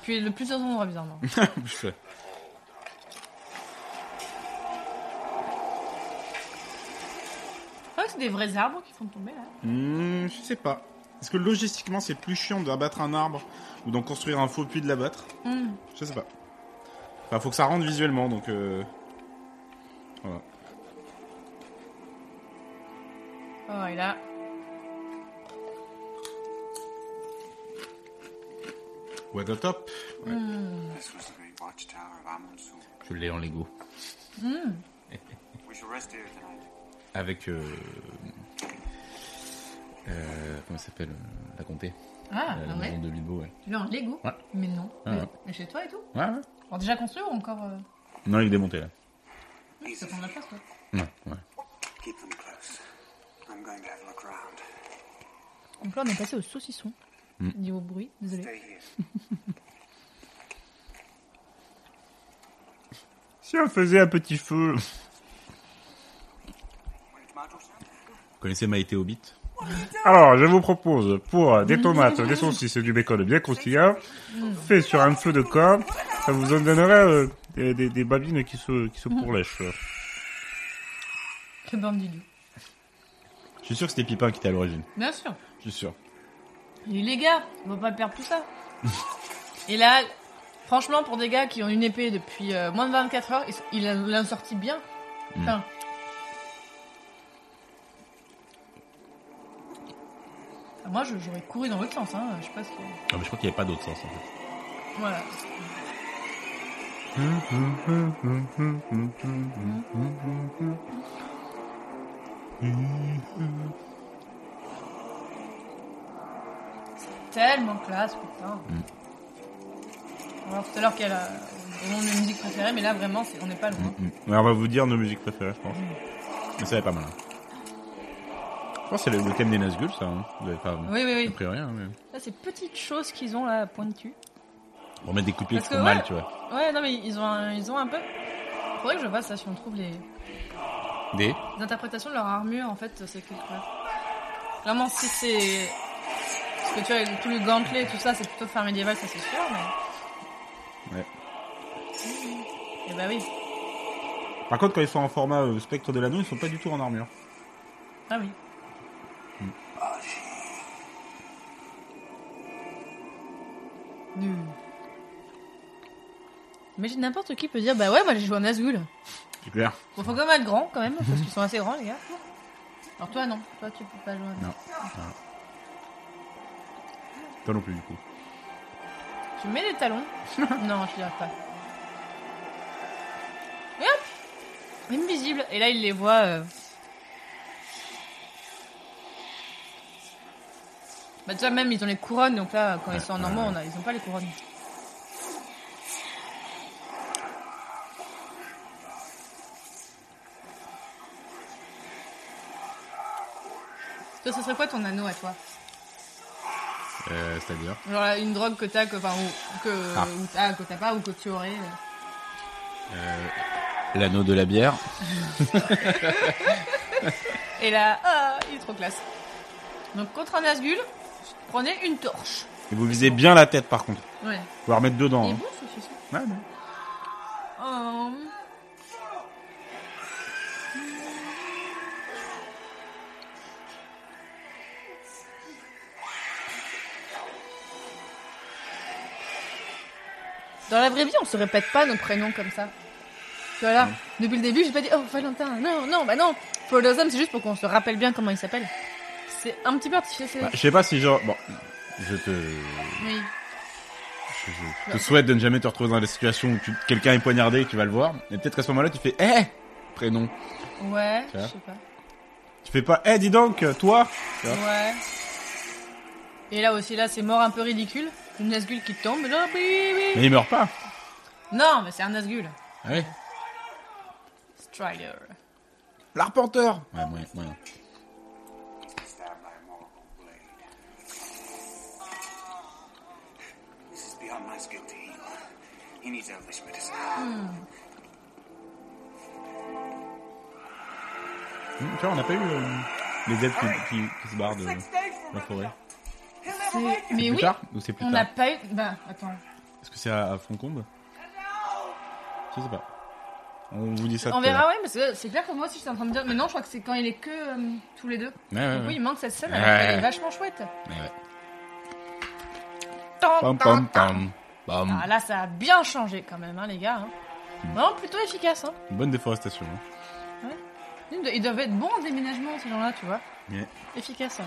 A: Puis le plus endroits bizarrement.
B: hein. Je fais-
A: Je crois que c'est des vrais arbres qui font tomber là.
B: Hmm, je sais pas. Est-ce que logistiquement, c'est plus chiant d'abattre un arbre ou d'en construire un faux puis de l'abattre
A: Hmm.
B: Je sais pas. Enfin, faut que ça rentre visuellement, donc. euh, Voilà.
A: Oh, et là.
B: What the top Ouais,
E: This was the great watchtower of Amundsen.
B: Je l'ai en Lego.
E: We shall rest here tonight.
B: Avec. Euh... euh, comment ça s'appelle euh, La comté.
A: Ah,
B: Euh,
A: ah
B: la
A: ouais.
B: maison de Bilbo, ouais.
A: Tu l'as en Lego
B: Ouais.
A: Mais non.
B: Ah,
A: mais,
B: ouais.
A: mais chez toi et tout
B: Ouais, ouais.
A: Alors déjà construit ou encore. euh,
B: Non, il est démonté là.
A: Ça prend de la place quoi.
B: Non, ouais.
E: Keep them close. I'm going to have a look around.
A: Donc là, on est passé au saucisson.
B: Hmm.
A: Niveau bruit, désolé.
E: Stay here.
B: Si on faisait un petit feu. Vous connaissez Maïté Hobbit
H: Alors, je vous propose pour
A: Mm-hmm.
H: des tomates, des saucisses et du bacon bien croustillant, fait sur un feu de camp, ça vous en donnerait euh, des, des- des babines qui se, qui se
A: Mm-hmm.
H: pourlèchent.
A: Que bande du loup.
B: Je suis sûr que c'était Pipin qui était à l'origine.
A: Bien sûr.
B: Je suis sûr.
A: Et les gars, on va pas perdre tout ça. et là, franchement, pour des gars qui ont une épée depuis euh, moins de 24 heures, ils- il a- il l'a sorti bien. Putain. Ah, Moi, je- j'aurais couru dans l'autre sens, hein. Je sais pas ce que.
B: Non, mais je crois qu'il n'y avait pas d'autre sens en fait.
A: Voilà. C'est tellement classe, putain. Alors tout à l'heure qu'elle a au nom de mes musiques préférées, mais là vraiment, c'est- on n'est pas loin.
B: Mm. Ouais, on va vous dire nos musiques préférées, je pense. Mais ça va être pas mal. hein. Je pense que c'est le, le thème des Nazgûl, ça. Hein. Vous avez pas
A: Oui, oui,
B: a
A: oui.
B: priori. Hein, mais...
A: Là, c'est petites choses qu'ils ont là, pointues.
B: On met des couplets
A: Parce
B: qui font
A: que, ouais.
B: mal, tu vois.
A: Ouais, non, mais ils ont un, ils ont un peu. Faudrait que je vois ça si on trouve les,
B: Des
A: les interprétations de leur armure, en fait, c'est quelque part. Clairement, si c'est. Parce que tu vois, avec tout le gantelet et tout ça, c'est plutôt fin médiéval, ça c'est sûr, mais. Eh ben
B: Ouais.
A: Et bah oui.
B: Par contre, quand ils sont en format euh, spectre de l'anneau, ils sont pas du tout en armure.
A: Ah oui. Nul. Imagine n'importe qui peut dire bah ouais moi j'ai joué à Nazgûl.
B: C'est clair.
A: Bon, faut quand même être grand quand même parce qu'ils sont assez grands les gars. Alors toi non, toi tu peux pas jouer. À...
B: Non. Toi non plus, du coup.
A: Tu mets les talons. non je n'y arrive pas. Et hop, invisible. Et là il les voit. euh. Bah déjà même ils ont les couronnes donc là quand ils sont en normand on a, ils ont pas les couronnes. Toi, ce serait quoi ton anneau à toi
B: Euh, C'est-à-dire
A: Genre là, une drogue que t'as, que, enfin, ou, que,
B: Ah.
A: ou t'as, que t'as pas, ou que tu aurais. euh.
B: L'anneau de la bière.
A: Et là, ah, il est trop classe. Donc contre un Asgul, prenez une torche.
B: Et vous visez bien la tête, par contre.
A: Ouais.
B: Faut la remettre dedans.
A: Il est
B: hein.
A: beau ce suicide.
B: Ouais, non.
A: Oh. Dans la vraie vie, on se répète pas nos prénoms comme ça. Tu vois là, depuis le début, j'ai pas dit oh Valentin, non, non, bah non. Paul Dawson, c'est juste pour qu'on se rappelle bien comment il s'appelle. C'est un petit peu artificiel.
B: Bah, je sais pas si genre. Bon, je te. je-
A: Oui.
B: Je,
A: Bah,
B: te souhaite de ne jamais te retrouver dans la situation où tu- quelqu'un est poignardé et tu vas le voir. Et peut-être qu'à ce moment-là, tu fais Eh Prénom.
A: Ouais,
B: Tu
A: je
B: vois.
A: sais pas.
B: Tu fais pas Eh, dis donc, toi vois.
A: Ouais. Et là aussi, là, c'est mort un peu ridicule. Une Nazgul qui tombe. Là, oui, oui.
B: Mais il meurt pas.
A: Non, mais c'est un Nazgul.
B: Ah oui.
A: Strider.
B: L'arpenteur Ouais, moyen, moyen.
C: This is beyond my skill to heal. He needs our whisper to
B: Hum, tu vois, on n'a pas eu euh, les elfes qui, qui, qui se barrent de la forêt.
A: C'est- Mais
B: plus
A: oui,
B: tard ou c'est plus
A: on n'a
B: tard
A: pas eu. Bah, attends.
B: Est-ce que c'est à, à Foncombe Je sais pas. On vous dit ça
A: On
B: tout à
A: verra, ouais, parce que c'est clair que moi aussi, j'étais en train de dire. Mais non, je crois que c'est quand il est que euh, tous les deux.
B: Ouais, ouais,
A: Donc oui,
B: ouais.
A: il manque cette scène,
B: Ouais.
A: alors qu'elle est vachement chouette.
B: l'heure. Ouais, ouais.
A: Tant,
B: Pam,
A: tant,
B: pam, pam. Bam.
A: tant. Ah, là, ça a bien changé quand même, hein, les gars. hein.
B: Mm.
A: Vraiment plutôt efficace. Hein.
B: Bonne déforestation. hein.
A: Ils do- ils doivent être bons en déménagement, ces gens-là, tu vois.
B: Ouais.
A: Efficace. hein.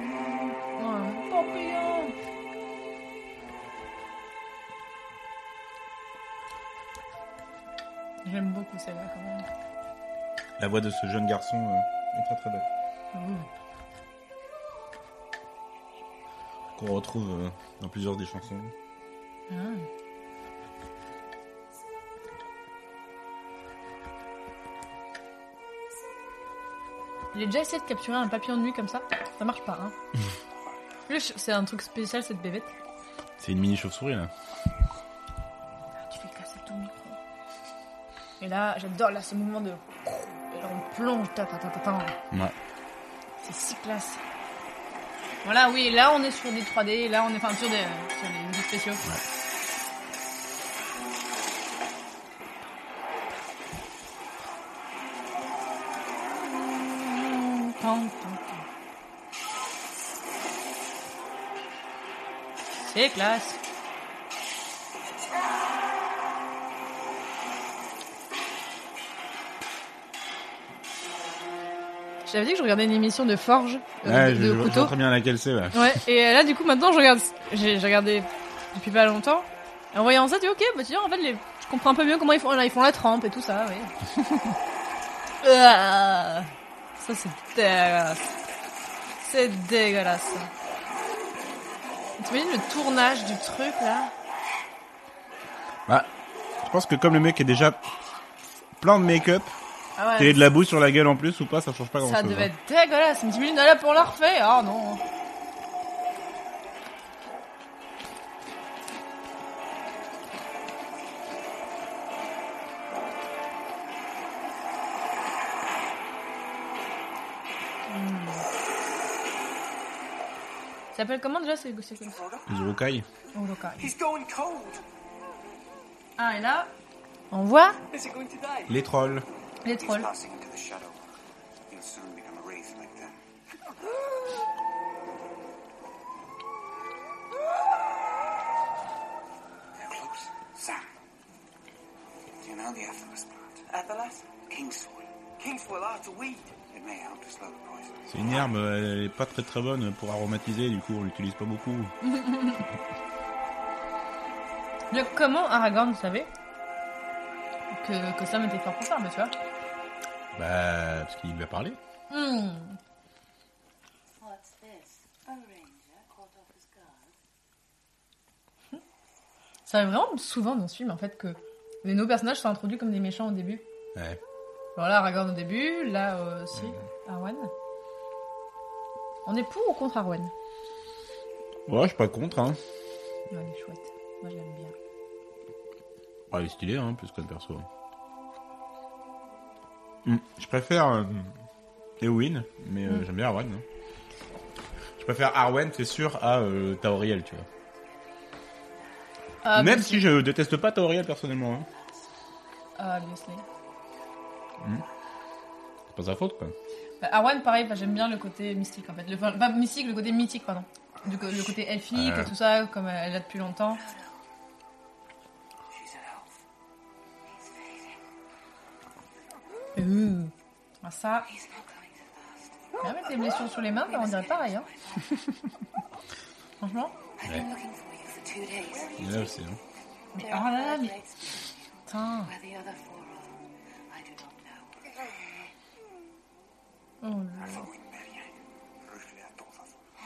A: Ouais, Papillon. J'aime beaucoup celle-là quand même.
B: La voix de ce jeune garçon euh, est très très belle. Qu'on retrouve euh, dans plusieurs des chansons.
A: Ah. J'ai déjà essayé de capturer un papillon de nuit comme ça. Ça marche pas, hein. Lui, je- c'est un truc spécial cette bébête.
B: C'est une mini chauve-souris là.
A: Ah, Tu fais casser ton micro. Et là, j'adore là ce mouvement de. Et là, on plonge. ta, ta, ta, ta, ta.
B: Ouais.
A: C'est si classe. Voilà, oui, là on est sur des 3D, là on est enfin sur des, sur des effets spéciaux. Tan, tan, tan. C'est classe. Je t'avais dit que je regardais une émission de forge euh,
B: ouais,
A: de,
B: je,
A: de
B: je vois- je vois
A: couteau.
B: très bien laquelle c'est là.
A: Ouais, et euh, là, du coup, maintenant, je regarde. J'ai j'ai regardé depuis pas longtemps. Et en voyant ça, tu dis, ok, bah tu vois, en fait, les... je comprends un peu mieux comment ils font. Là, ils font la trempe et tout ça, oui. Ah, ça, c'est dégueulasse. C'est dégueulasse. T'imagines le tournage du truc, là
B: Bah, je pense que comme le mec est déjà plein de make-up,
A: Ah
B: qu'il ait de la boue sur la gueule en plus ou pas, ça change pas hein. grand
A: ça
B: chose.
A: devait être dégueulasse. Mais t'imagines, ah, là, pour la refaire Ah non Hmm. Ça s'appelle comment déjà c'est c'est comme ça
B: Zurokai.
A: Oh, Rokai.
G: He's going cold.
A: Ah, et là, on voit
G: Is he going to die?
B: Les trolls.
A: les trolls.
C: Passing into the shadow, you'll soon become a wraith like them. They're close. Sam, do you know the Athalas plant?
G: Athalas?
C: Kingswood.
G: Kingswell, ah, it's a weed.
C: It may help to slow the poison.
B: C'est une herbe, elle est pas très très bonne pour aromatiser, du coup on l'utilise pas beaucoup.
A: Le comment Aragorn savait que, que Sam était fort pour ça, mais tu vois.
B: Bah, parce qu'il lui a parlé.
A: Hmm.
C: What's this? A ranger caught off his guard.
A: Ça arrive vraiment souvent dans ce film en fait que les nos personnages sont introduits comme des méchants au début.
B: Ouais.
A: Alors là, Aragorn au début, là euh, aussi, Arwen. On est pour ou contre Arwen
B: Ouais, je suis pas contre, hein.
A: Ouais, Elle est chouette. Moi, je l'aime bien.
B: Ouais, il est stylé, hein, plus qu'un perso. Hmm, Je préfère euh, Eowyn, mais
A: Hmm.
B: euh, j'aime bien Arwen. hein. Je préfère Arwen, c'est sûr, à euh, Taoriel, tu vois.
A: Ah,
B: Même
A: bien
B: si je déteste pas Taoriel personnellement, hein.
A: sûr. Ah, obviously.
B: c'est pas sa faute quoi.
A: Bah, Arwen, pareil, bah, j'aime bien le côté mystique en fait. Le, enfin, pas mystique, le côté mythique, pardon. Du co- le côté elfique
B: Ouais.
A: et tout ça, comme elle l'a depuis longtemps.
C: She's an elf. He's fading.
A: Et, euh, ah, ça.
C: He's not going to last.
A: Ah, mais des blessures sur les mains, bah, on dirait pareil. Hein. Franchement.
C: I've been looking for you for two days.
B: Il est là aussi, hein.
A: Mais
C: There
A: oh là
C: are
A: là,
C: bird
A: mais
C: lakes
A: putain.
C: where the other four are. I do not know.
A: Oh là.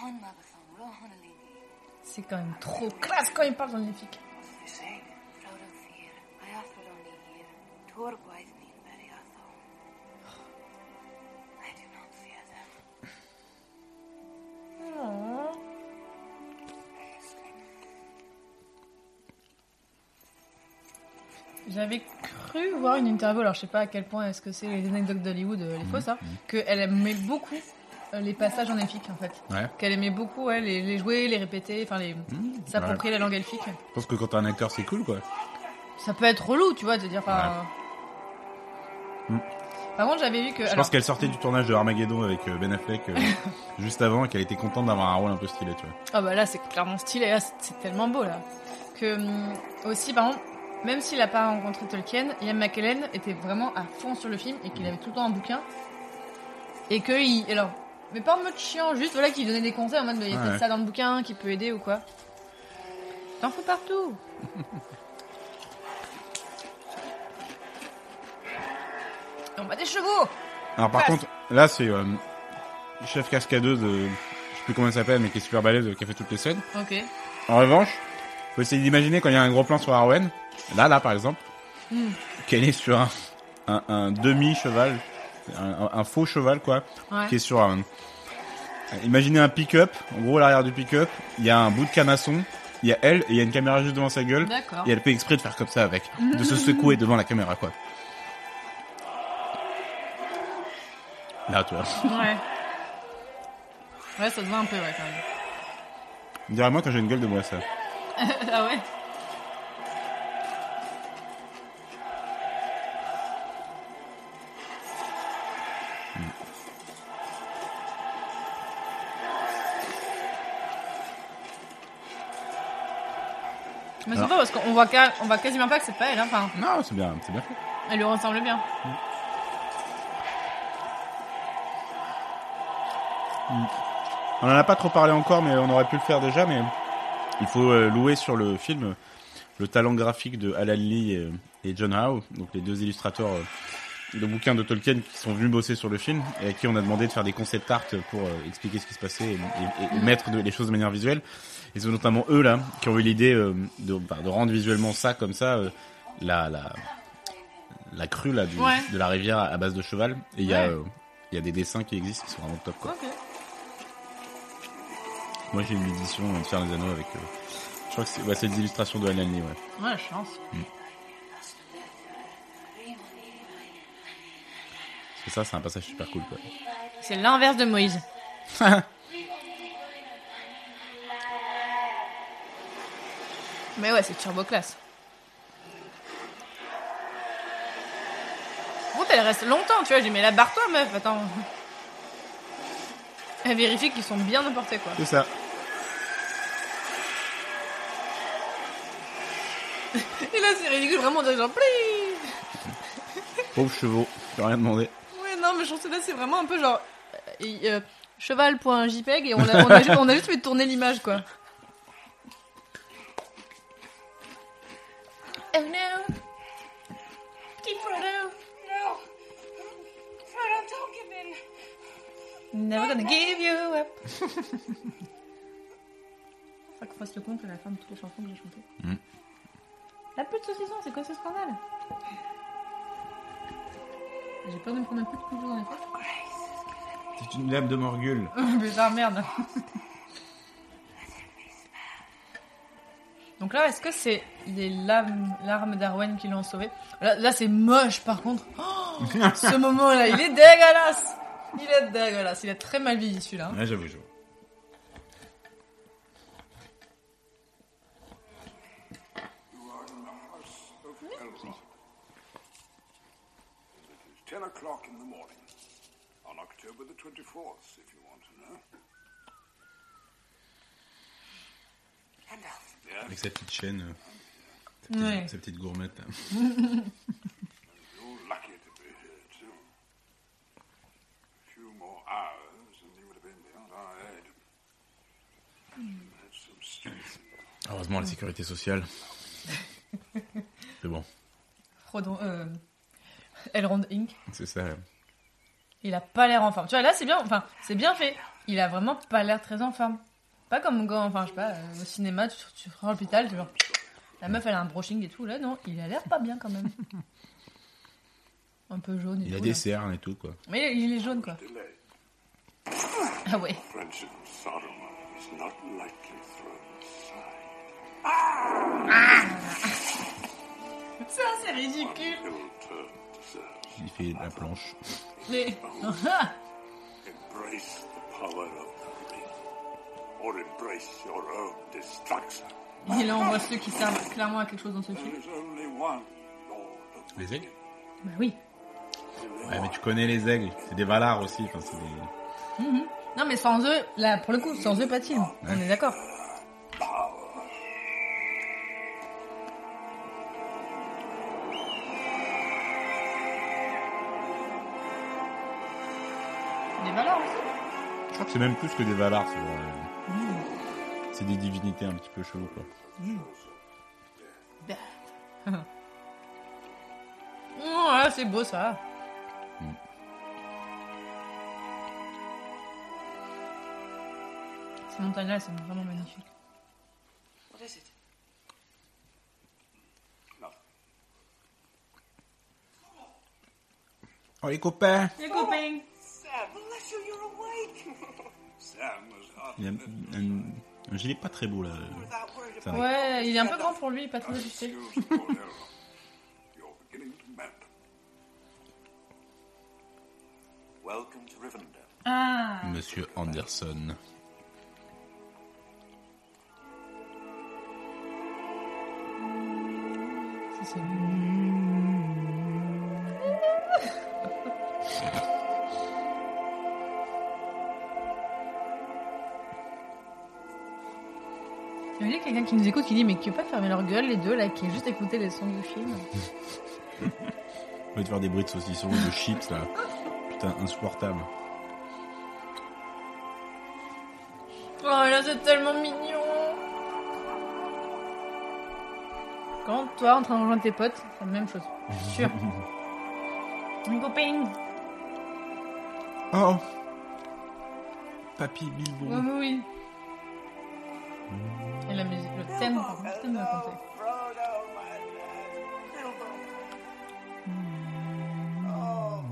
C: Hon Mavathon, Rohonalini.
A: C'est quand même trop classe quand il parle dans l'elfique.
C: You say? Frodo Fear, Iathrod only here, Torgwaith need Meriatho. I do not fear them.
A: Oh. J'avais cru voir une interview, alors je sais pas à quel point est-ce que c'est les anecdotes d'Hollywood, euh,
B: Mmh,
A: les fausses, hein, qu'elle aimait beaucoup euh, les passages en elfique en fait.
B: Ouais.
A: Qu'elle aimait beaucoup ouais, les, les jouer, les répéter, enfin les
B: Mmh,
A: s'approprier la langue elfique.
B: Je pense que quand t'es un acteur, c'est cool quoi.
A: Ça peut être relou, tu vois, de dire. enfin,
B: Mm.
A: Par contre, j'avais vu que.
B: Je
A: alors,
B: pense qu'elle sortait du tournage de Armageddon avec euh, Ben Affleck euh, juste avant et qu'elle était contente d'avoir un rôle un peu stylé, tu vois.
A: Ah bah là c'est clairement stylé, là c'est- c'est tellement beau là. Que hum, aussi par exemple, même s'il a pas rencontré Tolkien, Ian McKellen était vraiment à fond sur le film et qu'il avait tout le temps un bouquin. Et que il... Alors, mais pas en mode chiant, juste voilà qu'il donnait des conseils en mode il y a
B: Ouais,
A: peut-être
B: ouais.
A: ça dans le bouquin qui peut aider ou quoi. T'en fous partout Et On bat bah, des chevaux
B: Alors par
A: Passe.
B: contre, là c'est euh, chef cascadeuse, de... je sais plus comment elle s'appelle, mais qui est super balèze, euh, qui a fait toutes les scènes.
A: Ok.
B: En revanche, faut essayer d'imaginer quand il y a un gros plan sur Arwen, là, là par exemple,
A: Hmm.
B: qu'elle est sur un, un, un demi-cheval, un, un- un faux cheval quoi,
A: Ouais.
B: qui est sur un... Imaginez un pick-up, en gros l'arrière du pick-up, il y a un bout de canasson, il y a elle et il y a une caméra juste devant sa gueule.
A: D'accord.
B: Et elle fait exprès de faire comme ça avec, de se secouer devant la caméra quoi. Là tu vois.
A: Ouais. Ouais, ça se voit un peu ouais quand même.
B: Dirais-moi quand j'ai une gueule de bois ça.
A: Ah ouais Mais c'est
B: Alors-
A: pas parce qu'on voit, ca- on voit quasiment pas que c'est pas elle, hein. enfin,
B: Non, c'est bien, c'est bien fait.
A: elle lui ressemble bien.
B: On en a pas trop parlé encore, mais on aurait pu le faire déjà. Mais il faut euh, louer sur le film euh, le talent graphique de Alan Lee et, euh, et John Howe, donc les deux illustrateurs euh, de bouquins de Tolkien qui sont venus bosser sur le film et à qui on a demandé de faire des concept art pour euh, expliquer ce qui se passait et, et- et mettre de- les choses de manière visuelle. Et c'est notamment eux là qui ont eu l'idée euh, de, bah, de rendre visuellement ça comme ça, euh, la, la la crue là du-
A: Ouais.
B: de la rivière à à base de cheval. Et il y a
A: Ouais.
B: euh, il y a des dessins qui existent qui sont vraiment top quoi.
A: Ok.
B: Moi j'ai une édition euh, de faire les anneaux avec. euh, je crois que c'est ouais, c'est les illustrations de Alan Lee, ouais.
A: Ouais, la chance.
B: Parce que ça, c'est un passage super cool, quoi.
A: C'est l'inverse de Moïse. Mais ouais, c'est turbo classe. Bon, elle reste longtemps, tu vois. J'ai mis la barre toi, meuf. Attends. Elle vérifie qu'ils sont bien emportés, quoi.
B: C'est ça.
A: Et là, c'est ridicule, vraiment, on dirait genre, please.
B: Pauvre chevaux, j'ai rien demandé.
A: Ouais, non, mais je pense que là, c'est vraiment un peu genre. euh, et, euh, cheval.jpeg et on a, on, a juste, on a juste fait tourner l'image, quoi. Oh no! Petit Frodo!
C: No! Frodo, don't give in!
A: Never gonna give you up. Faut qu'on fasse le compte à la fin de toutes les chansons que j'ai chantées.
B: Mm.
A: La pute saucisson, c'est quoi ce scandale J'ai peur de me prendre un coup de couteau dans les poches.
B: C'est une lame de morgule.
A: Putain, ah, merde. Donc là, est-ce que c'est les lames- larmes d'Arwen qui l'ont sauvé Là, là, c'est moche par contre. Oh, ce moment-là, il est dégueulasse Il est dégueulasse, il est très mal vieilli celui-là. hein.
B: Ouais, j'avoue, j'avoue.
D: It's ten o'clock in the morning on October the 24th, if you want to know.
B: Avec sa petite chaîne, euh, sa petite,
A: hein. Ouais.
B: sa petite gourmette. là.
D: You're lucky to be here, too. A few more hours and you would have been beyond our aid. That's some strength.
B: Heureusement, la sécurité sociale. C'est bon,
A: Frodon, euh, Elrond Inc.
B: c'est ça. là.
A: Il a pas l'air en forme. Tu vois, là, c'est bien, enfin, c'est bien fait. Il a vraiment pas l'air très en forme. Pas comme quand, enfin, je sais pas, euh, au cinéma, tu, tu rentres à l'hôpital, tu genre, la meuf, elle a un brushing et tout. Là, non, il a l'air pas bien quand même. Un peu jaune et
B: Il a
A: tout,
B: des
A: là.
B: cernes et tout, quoi.
A: Mais il est jaune, quoi.
D: Delay.
A: Ah ouais.
D: Friendship with Saruman is not lightly thrown aside.
A: Ça, c'est ridicule.
D: Ill turn deserves.
B: Il fait la planche.
A: Mais.
D: Embrace the power of the ring, or embrace your own destruction.
A: il envoie ceux qui servent clairement à quelque chose dans ce film.
D: There is only one Lord of the
B: Les aigles
A: Bah oui.
B: Ouais, mais tu connais les aigles. C'est des valards aussi. Enfin, c'est des...
A: Non, mais sans eux, là, pour le coup, sans eux, pas de film. On est d'accord. Les valeurs aussi.
B: Je crois que c'est même plus que des valards. C'est, euh, c'est des divinités un petit peu chelou, quoi.
A: Ben. Oh, là, c'est beau ça. Ces montagnes-là, elles sont vraiment magnifiques.
G: What is it?
B: Oh, les copains
A: Les copains.
G: Bless you, you're awake.
D: Sam was hardly
B: Il a un, un- un gilet pas très beau, là.
G: Without worried about
B: Ça,
A: Ouais, il est un peu grand pour lui, pas trop habitué.
D: Excuse the poor Elrond. You're beginning to melt.
E: Welcome to Rivendell.
A: Ah.
B: Monsieur Anderson.
A: Ça, c'est- Il y a quelqu'un qui nous écoute qui dit mais qui veut pas fermer leur gueule les deux là qui a juste écouté les sons du film.
B: Au lieu de faire des bruits de saucisson, de chips, là. Putain, insupportable.
A: Oh là c'est tellement mignon. Quand toi en train de rejoindre tes potes, c'est la même chose. Sûr. Une copine.
B: Oh Papy Bilbon.
A: Oui oui oui. Et la musique, le thème, le thème de la comté.
E: Frodo, my lad. Bilbo. Oh.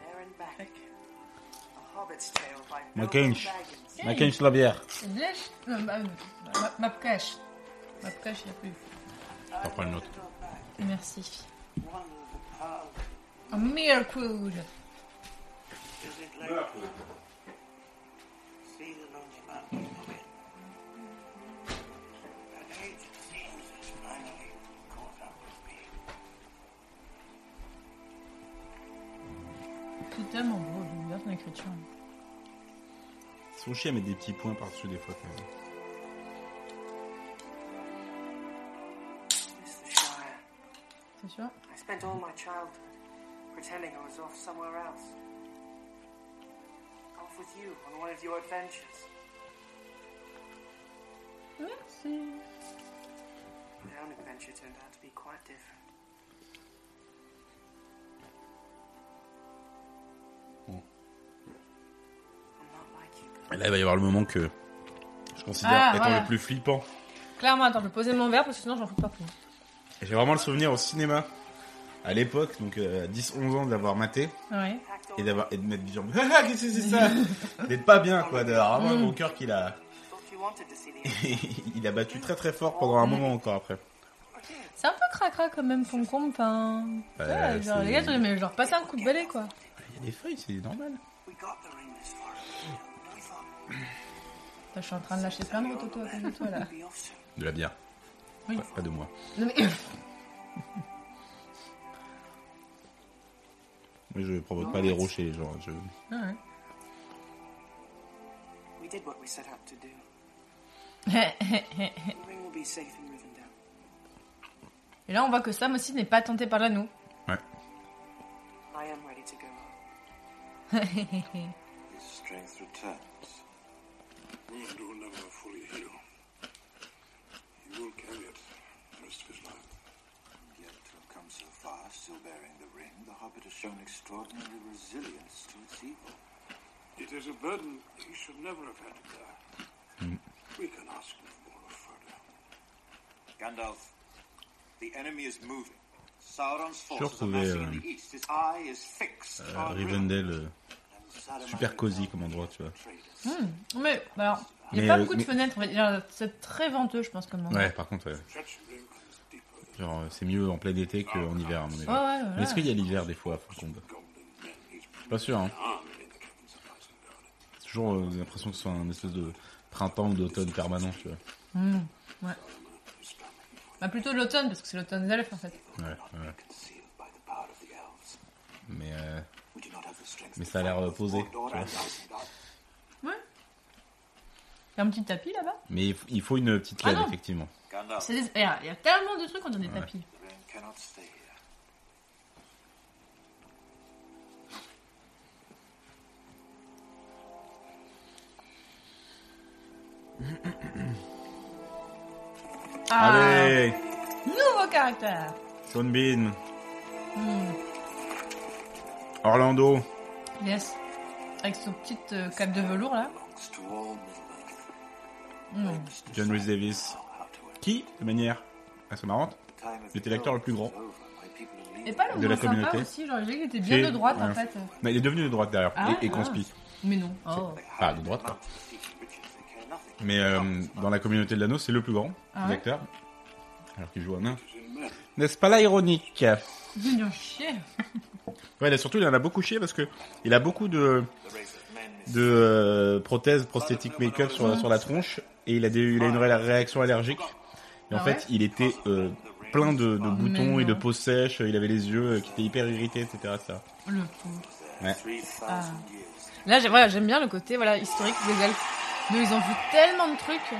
G: there and back. A hobbit's tale by
B: McCain.
G: Bilbo Baggins.
B: Maquin sur la bière.
A: Lèche euh, bah, euh, ma cache. Ma cache, il n'y a plus.
B: T'en prends une autre.
A: Merci.
E: One of the pearls.
A: Un miracle.
E: Is it like See the lonely mountain woman.
A: C'est tellement beau, j'aime bien son écriture.
B: Ils sont chiés à mettre des petits points par-dessus des fois. quand même.
G: Miss the Shire.
A: C'est sûr
G: I spent all my childhood pretending I was off somewhere else. Off with you on one of your adventures.
A: Merci.
G: My own adventure turned out to be quite different.
E: Hmm.
G: I'm not like you.
B: Et là, il va y avoir le moment que je considère
A: Ah,
B: étant
A: voilà.
B: le plus flippant.
A: Clairement, attends, je vais poser mon verre parce que sinon j'en fous pas plus.
B: Et J'ai vraiment le souvenir au cinéma, à l'époque, donc euh, 10-11 ans, de l'avoir maté
A: Ouais.
B: et, d'avoir, et de m'être dit genre, Ah, ah, qu'est-ce que c'est ça D'être pas bien, quoi. D'avoir vraiment
A: Mm.
B: mon cœur qu'il a,
G: Thought you wanted to see the
B: il a battu très très fort pendant
A: Mm.
B: un moment encore après.
A: C'est un peu cracra quand même, concombre, enfin.
B: Ouais,
A: ouais, genre,
B: c'est-
A: les gars, t'as- mais genre, passez un coup de balai quoi.
B: Il y a des feuilles, c'est normal.
G: We got the ring this far. We thought
A: Putain, je suis en train de lâcher plein de rototos à cause de toi là.
G: we'd be off soon.
B: De la bière.
A: Oui.
B: Pas, pas de moi.
A: Non, mais...
B: Mais je provoque pas les rochers, genre. Je...
A: Ah, ouais.
G: We did what we set out to do. The ring will be safe in Rivendell.
A: Et là, on voit que Sam aussi n'est pas tenté par l'anneau.
B: Ouais.
G: I am ready to go home.
D: His strength returns.
E: Wound will never fully heal.
D: He will carry it the rest of his life.
E: Yet to have come so far, still bearing the ring, the Hobbit has shown extraordinary resilience to its evil.
D: It is a burden he should never have had to bear. We can ask no more of Frodo.
E: Gandalf, the enemy is moving. Sauron's
B: Sure,
E: forces are
B: trouvé,
E: massing
B: euh,
E: in the east. His eye is fixed
B: Euh,
E: on
B: Rivendell, euh,
E: And Saruman
B: super cosy comme endroit, tu vois.
E: traitors.
A: Mais, bah, alors, il n'y a
B: Mais,
A: pas
B: euh,
A: beaucoup de
B: mais-
A: fenêtres, en fait. Genre, C'est très venteux, je pense, comme moment.
B: Ouais, par contre, ouais.
D: Judgment runs deeper than
B: genre euh, c'est mieux en plein été
E: Ah,
B: qu'en hiver, à mon avis.
A: Ouais, ouais, ouais.
B: Mais est-ce qu'il y a l'hiver des fois à Faucombe
D: goblin men. He's
B: Je suis pas sûr, hein.
E: Ah,
D: armed in the caverns of Isengard.
B: J'ai toujours euh, l'impression que ce soit un espèce de printemps ou d'automne permanent, tu vois.
A: Bah, plutôt de l'automne, parce que c'est l'automne des elfes, en fait.
B: Ouais, ouais.
E: Concealed by the power of the elves.
B: Mais euh,
E: We do not have the strength
B: Mais
E: to
B: ça a l'air,
E: fight
B: euh,
E: with
B: posé,
E: Mordor
B: tu vois.
E: and Isengard.
A: Il y a un petit tapis là-bas.
B: mais il f- il faut une petite
A: Ah
B: lèvre,
A: non.
B: effectivement.
E: Gandalf,
A: C'est des- Il y a il y a tellement de trucs quand on des tapis.
E: the ring cannot stay here.
A: Ah,
B: Allez
A: Nouveau caractère
B: Sean Bean
A: hmm.
B: Orlando
A: Yes. Avec son petit euh, cape de velours là.
E: Belongs to all Middle-earth.
B: John Rhys Davis. Qui, de manière assez marrante, était l'acteur le plus grand.
A: Et pas le
B: De la
A: moins sympa
B: communauté.
A: aussi, genre il était bien
B: Qui-
A: de droite en
B: ouais.
A: fait.
B: Mais il est devenu de droite derrière
A: Ah ouais
B: et, et
A: Ah.
B: conspi.
A: Mais non. Oh.
B: Ah, de droite, quoi. Mais euh, dans la communauté de l'anneau, c'est le plus grand
A: Ah
B: des
A: ouais
B: acteurs. Alors qu'il joue un nain. N'est-ce pas là ironique Ouais,
A: Dis donc, chier.
B: là, surtout, il en a beaucoup chié parce que il a beaucoup de, de euh, prothèses, prosthétiques make-up sur, la- sur la tronche et il a, des- il a une ré- réaction allergique. Et en
A: Ah
B: fait,
A: ouais Oh,
B: il était euh, plein de, de boutons
A: Mais
B: et de
A: non.
B: peaux sèches, il avait les yeux euh, qui étaient hyper irrités, etc. etc.
A: Le pauvre. Ah.
B: Ouais.
A: Là j'ai- voilà, j'aime bien le côté voilà, historique des elfes. Nous ils ont vu tellement de trucs.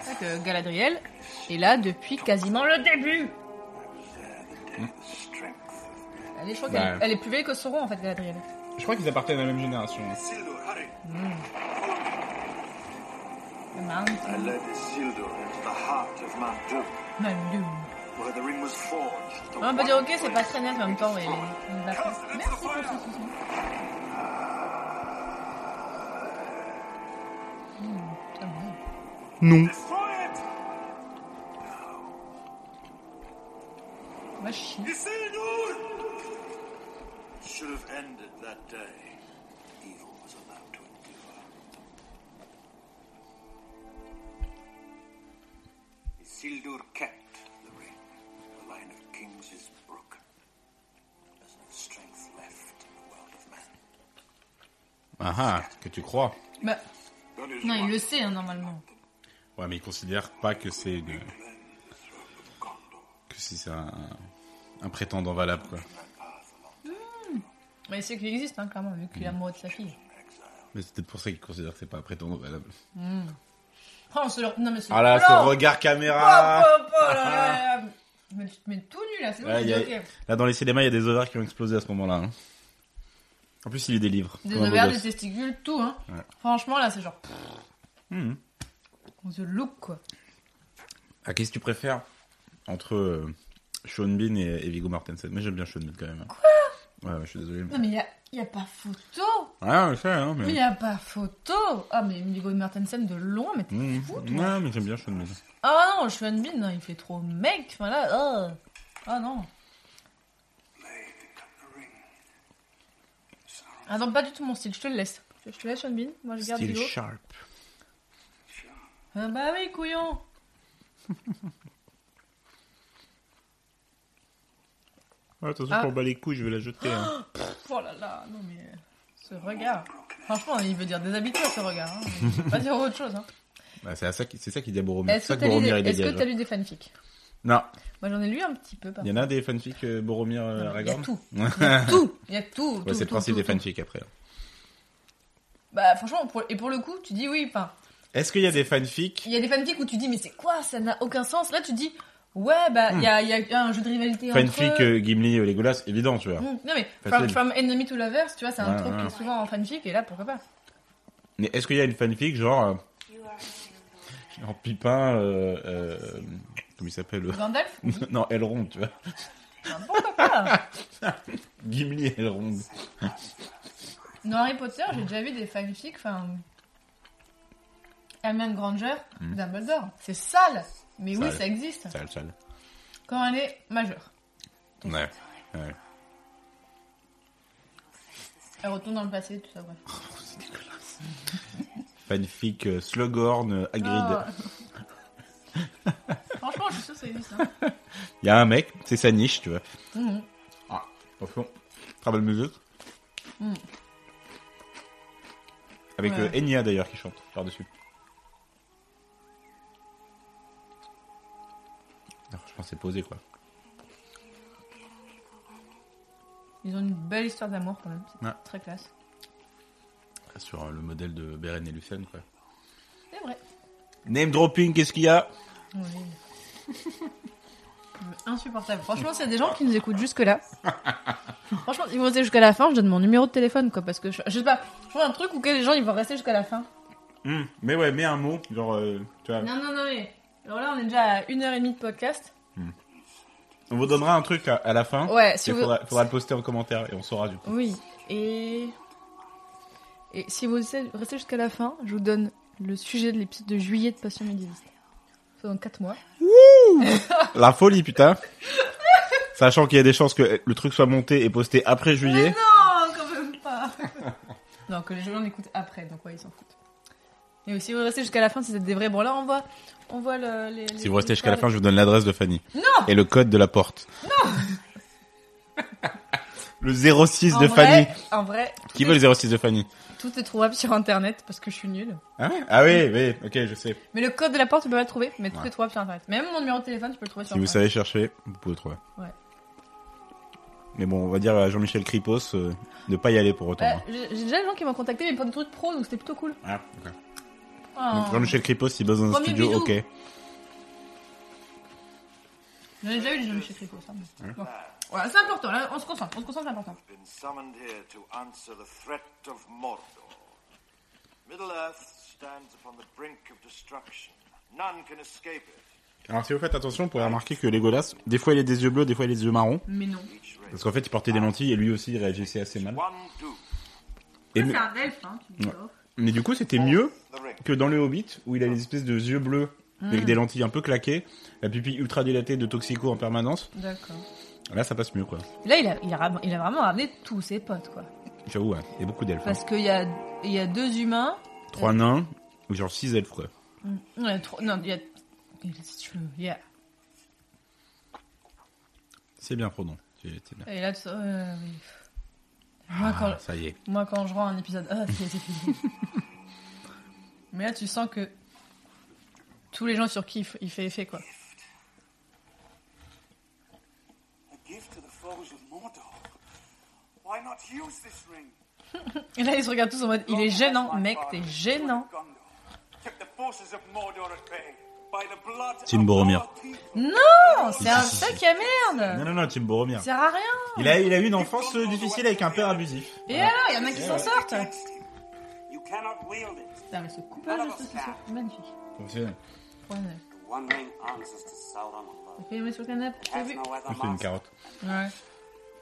A: C'est vrai que Galadriel est là depuis quasiment le début. Elle est, je crois
B: Bah.
A: qu'elle- elle est plus vieille que Sauron en fait Galadriel.
B: Je crois qu'ils appartiennent à la même génération. hein.
A: Le Mount.
E: I led Isildur into the heart of Mount Doom,
A: Malou.
E: where the ring was forged. The
A: Ouais, On peut dire
E: one
A: ok, c'est pas très net, mais en même temps, oui. il va faire. Merci pour ce souci. Mmh, putain, bon.
E: Destroy it!
A: Va chier.
E: Isildur! It should have ended that day. Evil was allowed to endure. Isildur kept the ring. The line of kings is broken. There's no strength left in the world of men.
B: Ah ah, que tu crois.
A: Bah,
E: That is
A: non, il le sait hein, normalement.
B: Ouais, mais ils considèrent pas que c'est une- que si c'est un, un prétendant valable, quoi.
E: path along
A: Mais c'est qu'il existe, hein, clairement, vu qu'il est amoureux de sa fille.
B: Mais c'est peut-être pour ça qu'il considère que c'est pas après ton valable.
A: Oh, ce... Non, mais c'est.
B: Ah là, ce
A: Oh,
B: regard
A: oh,
B: caméra
A: oh, oh, là, là, là. Mais tu te mets tout nu là, c'est bon,
B: Ouais,
A: tu
B: y a-
A: dis, ok.
B: Là, dans les cinémas, il y a des ovaires qui ont explosé à ce moment-là. hein. En plus, il lit des livres.
A: Des
B: comme un beau
A: ovaires, des
B: gosse.
A: testicules, tout, hein.
B: Ouais.
A: Franchement, là, c'est genre.
B: Mhm.
A: On se look, quoi.
B: Ah, qu'est-ce que tu préfères entre euh, Sean Bean et, et Viggo Mortensen Mais j'aime bien Sean Bean quand même. Quoi ouais, ouais, je suis désolé.
A: Non, mais il y a, y a pas photo.
B: Ah, je sais, hein, mais.
A: Il y a pas photo. Ah, mais Hugo Mortensen de loin, mais. t'es-
B: Mhm. Ouais, mais j'aime bien Sean Bean.
A: Ah non, Sean Bean, il fait trop mec. Enfin là, ah. Ah non. Ah non, pas du tout mon style, je te le laisse. Je te laisse, Sean Bean. Moi, je garde
B: Style
A: Hugo.
B: sharp.
A: Ah bah oui, couillon.
H: Ouais, attention,
A: Ah.
H: pour bas les couilles, je vais la jeter. hein.
A: Oh là là, non mais euh, ce regard. Franchement, il veut dire déshabitué ce regard. Hein. Il veut pas dire autre chose. Hein.
B: Bah, c'est à ça qui- c'est ça qui dit à Boromir. C'est
A: Est-ce
B: ça
A: que
B: que
A: t'as lu,
B: Boromir il
A: des- est-ce que
B: dégage.
A: t'as lu des fanfics
B: Non,
A: Moi, j'en ai lu un petit peu. Par...
B: il y en a des fanfics euh, Boromir euh,
A: Il y a
B: Aragorn
A: tout.
B: Ouais,
A: Tout. Il y a tout. tout,
B: c'est
A: tout,
B: le principe
A: tout,
B: des
A: tout.
B: fanfics après.
A: Bah franchement, pour- et pour le coup, tu dis oui. Enfin,
B: Est-ce qu'il y a des fanfics
A: il y a des fanfics où tu dis mais c'est quoi Ça n'a aucun sens. Là, tu dis ouais bah il y, a, il y a un jeu de rivalité
B: Fanfic
A: entre. eux.
B: euh, Gimli et Legolas, évident, tu vois.
A: Mm. Non mais from,
B: Facile.
A: from enemy to lovers, tu vois, c'est un
B: Ouais,
A: truc
B: ouais.
A: qui est souvent en fanfic et là pourquoi pas
B: Mais est-ce qu'il y a une fanfic genre. euh, genre Pipin. euh, euh, comment il s'appelle euh,
A: Gandalf Oui.
B: Non, Elrond, tu vois.
A: Enfin, Pourquoi pas
B: Gimli et Elrond.
A: Dans Harry Potter, j'ai déjà vu des fanfics, enfin. Hermione Granger, Dumbledore. C'est sale Mais oui,
B: Hmm. Sale.
A: ça existe.
B: Sale, sale.
A: Quand elle est majeure.
B: Ouais. ouais.
A: Elle retourne dans le passé, tout ça, bref.
B: Fanfic euh, Slughorn, euh, Hagrid.
A: Oh. Ah. Franchement, je suis sûre que ça existe. hein.
B: Il y a un mec, c'est sa niche, tu vois.
A: Mhm.
B: Ah, au fond. Travail musique.
A: Mm.
B: Avec
A: Ouais.
B: euh, Enya d'ailleurs qui chante par-dessus. Alors, je pensais poser quoi.
A: Ils ont une belle histoire d'amour quand même. C'est
B: Ouais.
A: très classe.
B: Sur euh, le modèle de Beren et Lucen quoi.
A: C'est vrai.
B: Name dropping, qu'est-ce qu'il y a
A: Oui. Mais Insupportable. Franchement, s'il y a des gens qui nous écoutent jusque-là, franchement, ils vont rester jusqu'à la fin, je donne mon numéro de téléphone, quoi, parce que je, je sais pas, je vois un truc où que les gens ils vont rester jusqu'à la fin.
B: Hmm, Mais ouais, mets un mot, genre euh, tu vois,
A: Non, non, non, mais. Alors là, on est déjà à une heure et demie de podcast.
B: on vous donnera un truc à, à la fin.
A: Ouais, si
B: Il
A: vous-
B: faudra, faudra le poster en commentaire et on saura du coup.
F: Oui.
A: Et. Et si vous restez jusqu'à la fin, je vous donne le sujet de l'épisode de juillet de Passion médiéviste. C'est dans 4 mois.
B: La folie, putain. Sachant qu'il y a des chances que le truc soit monté et posté après juillet.
A: Ah Non, quand même pas Non, que les gens l'écoutent après, donc ouais, ils s'en foutent. Et si vous restez jusqu'à la fin, si vous êtes des vrais. Bon, là, on voit, on voit le, les.
B: Si vous restez jusqu'à la fin, je vous donne l'adresse de Fanny.
A: Non
B: Et le code de la porte. Le 06
A: En
B: de
A: vrai-
B: Fanny.
A: En vrai,
B: Qui veut le 06 de Fanny
A: tout est trouvable sur internet parce que je suis nulle.
B: Ah ouais Ah oui, oui, ok, je sais.
A: Mais le code de la porte, tu peux pas le trouver, mais tout
B: Ouais.
A: est trouvable sur internet. Même mon numéro de téléphone, tu peux le trouver sur
B: Si vous
A: internet.
B: savez chercher, vous pouvez trouver.
A: hein. Ouais.
B: Mais bon, on va dire à Jean-Michel Kripos euh, de pas y aller pour autant.
A: Bah,
B: hein.
A: j'ai j'ai déjà des gens qui m'ont contacté, mais pour des trucs pro, donc c'était plutôt cool.
B: Ah, ok.
A: Ah.
B: Donc, hein. Jean-Michel Kripos, s'il bosse dans un
A: Premier
B: studio,
A: bisou.
B: ok.
A: J'en ai déjà eu des gens chez Tricot, ça. mais-
B: Hein
A: Bon. Voilà, c'est important, là, on se concentre, on se concentre, c'est important.
E: been summoned here to answer the threat of Mordor. Middle Earth stands upon the brink of destruction. None can escape it.
B: Alors si vous faites attention, vous pourrez remarquer que Legolas, des fois il a des yeux bleus, des fois il a des yeux marrons.
A: Mais non.
E: Each race
B: Parce qu'en fait, il portait des
A: Ah.
B: lentilles et lui aussi il réagissait assez mal.
E: one doom.
B: Et
A: C'est
B: mais,
A: un elfe, hein, qui dit ça. Mm.
B: mais du coup, c'était mieux
E: Oh, The ring.
B: que dans le Hobbit, où il a des espèces de yeux bleus avec des lentilles un peu claquées, la pupille ultra dilatée de Toxico en permanence.
A: D'accord.
B: Là, ça passe mieux, quoi.
A: Là, il a, il, a, ram- il a vraiment ramené tous ses potes, quoi.
B: J'avoue, ouais. Il y a beaucoup d'elfes. hein.
A: Parce qu'il y a, il y a deux humains.
B: Trois nains, ou genre six elfes, quoi.
A: Il y a trois- non, il y a. il y a- si tu veux, il y a-
B: C'est bien, pronom. C'est- c'est bien.
A: Et là, tu- euh, oui. Moi, quand,
B: Ah, ça y est.
A: Moi, quand je rends un épisode, ah, c'est c'est fini. Mais là, tu sens que tous les gens sur qui il f- il fait effet, quoi.
G: A gift to the foes of Mordor? Why
E: not use this ring?
A: Et là, ils se regardent tous en mode Il est gênant, mec, t'es gênant.
B: Tim Boromir.
A: Non, c'est un
B: Si, si, si.
A: sac à merde
B: Ah. Non, non, non, Tim Boromir.
A: Ça sert à rien
B: Il a, il a eu une enfance euh, difficile avec un père abusif.
A: Et alors, il y en a qui s'en sortent
E: You cannot wield it.
A: Putain, mais ce coupage de saucisson, magnifique.
B: Fonctionnel.
A: Ouais, ouais.
E: One ring answers to Sauron alone.
A: T'as fait aimer sur le canapé,
B: Ah,
A: t'as
E: Has
A: vu
E: no other
B: Je fais une
E: master.
B: carotte.
A: Ouais.
E: What a range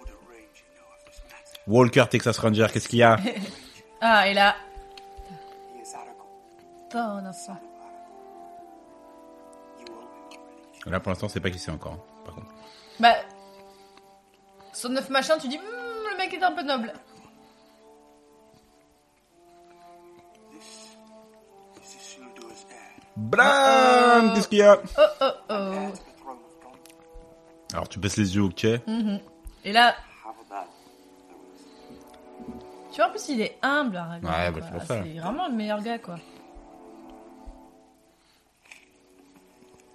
E: you know of this matter.
B: Walker, Texas Ranger, qu'est-ce qu'il y a
A: Ah, et là,
E: He is Aragorn.
A: pas un instant.
E: You owe him already.
B: Là, pour l'instant, c'est pas qui c'est encore. hein, Par contre.
A: Bah, sur neuf machin, tu dis Hmm, le mec est un peu noble.
E: This is Isildur's heir.
B: Blam Ah, Qu'est-ce qu'il y a
A: Oh oh oh.
E: Heir to the throne of Gondor.
B: Alors, tu baisses les yeux, ok
A: Et là,
E: Have about
A: tu vois, en plus, il est humble, Aragorn.
B: Ouais,
A: quoi.
B: bah, c'est pour
A: Ah,
B: ça.
A: C'est vraiment le meilleur gars, quoi.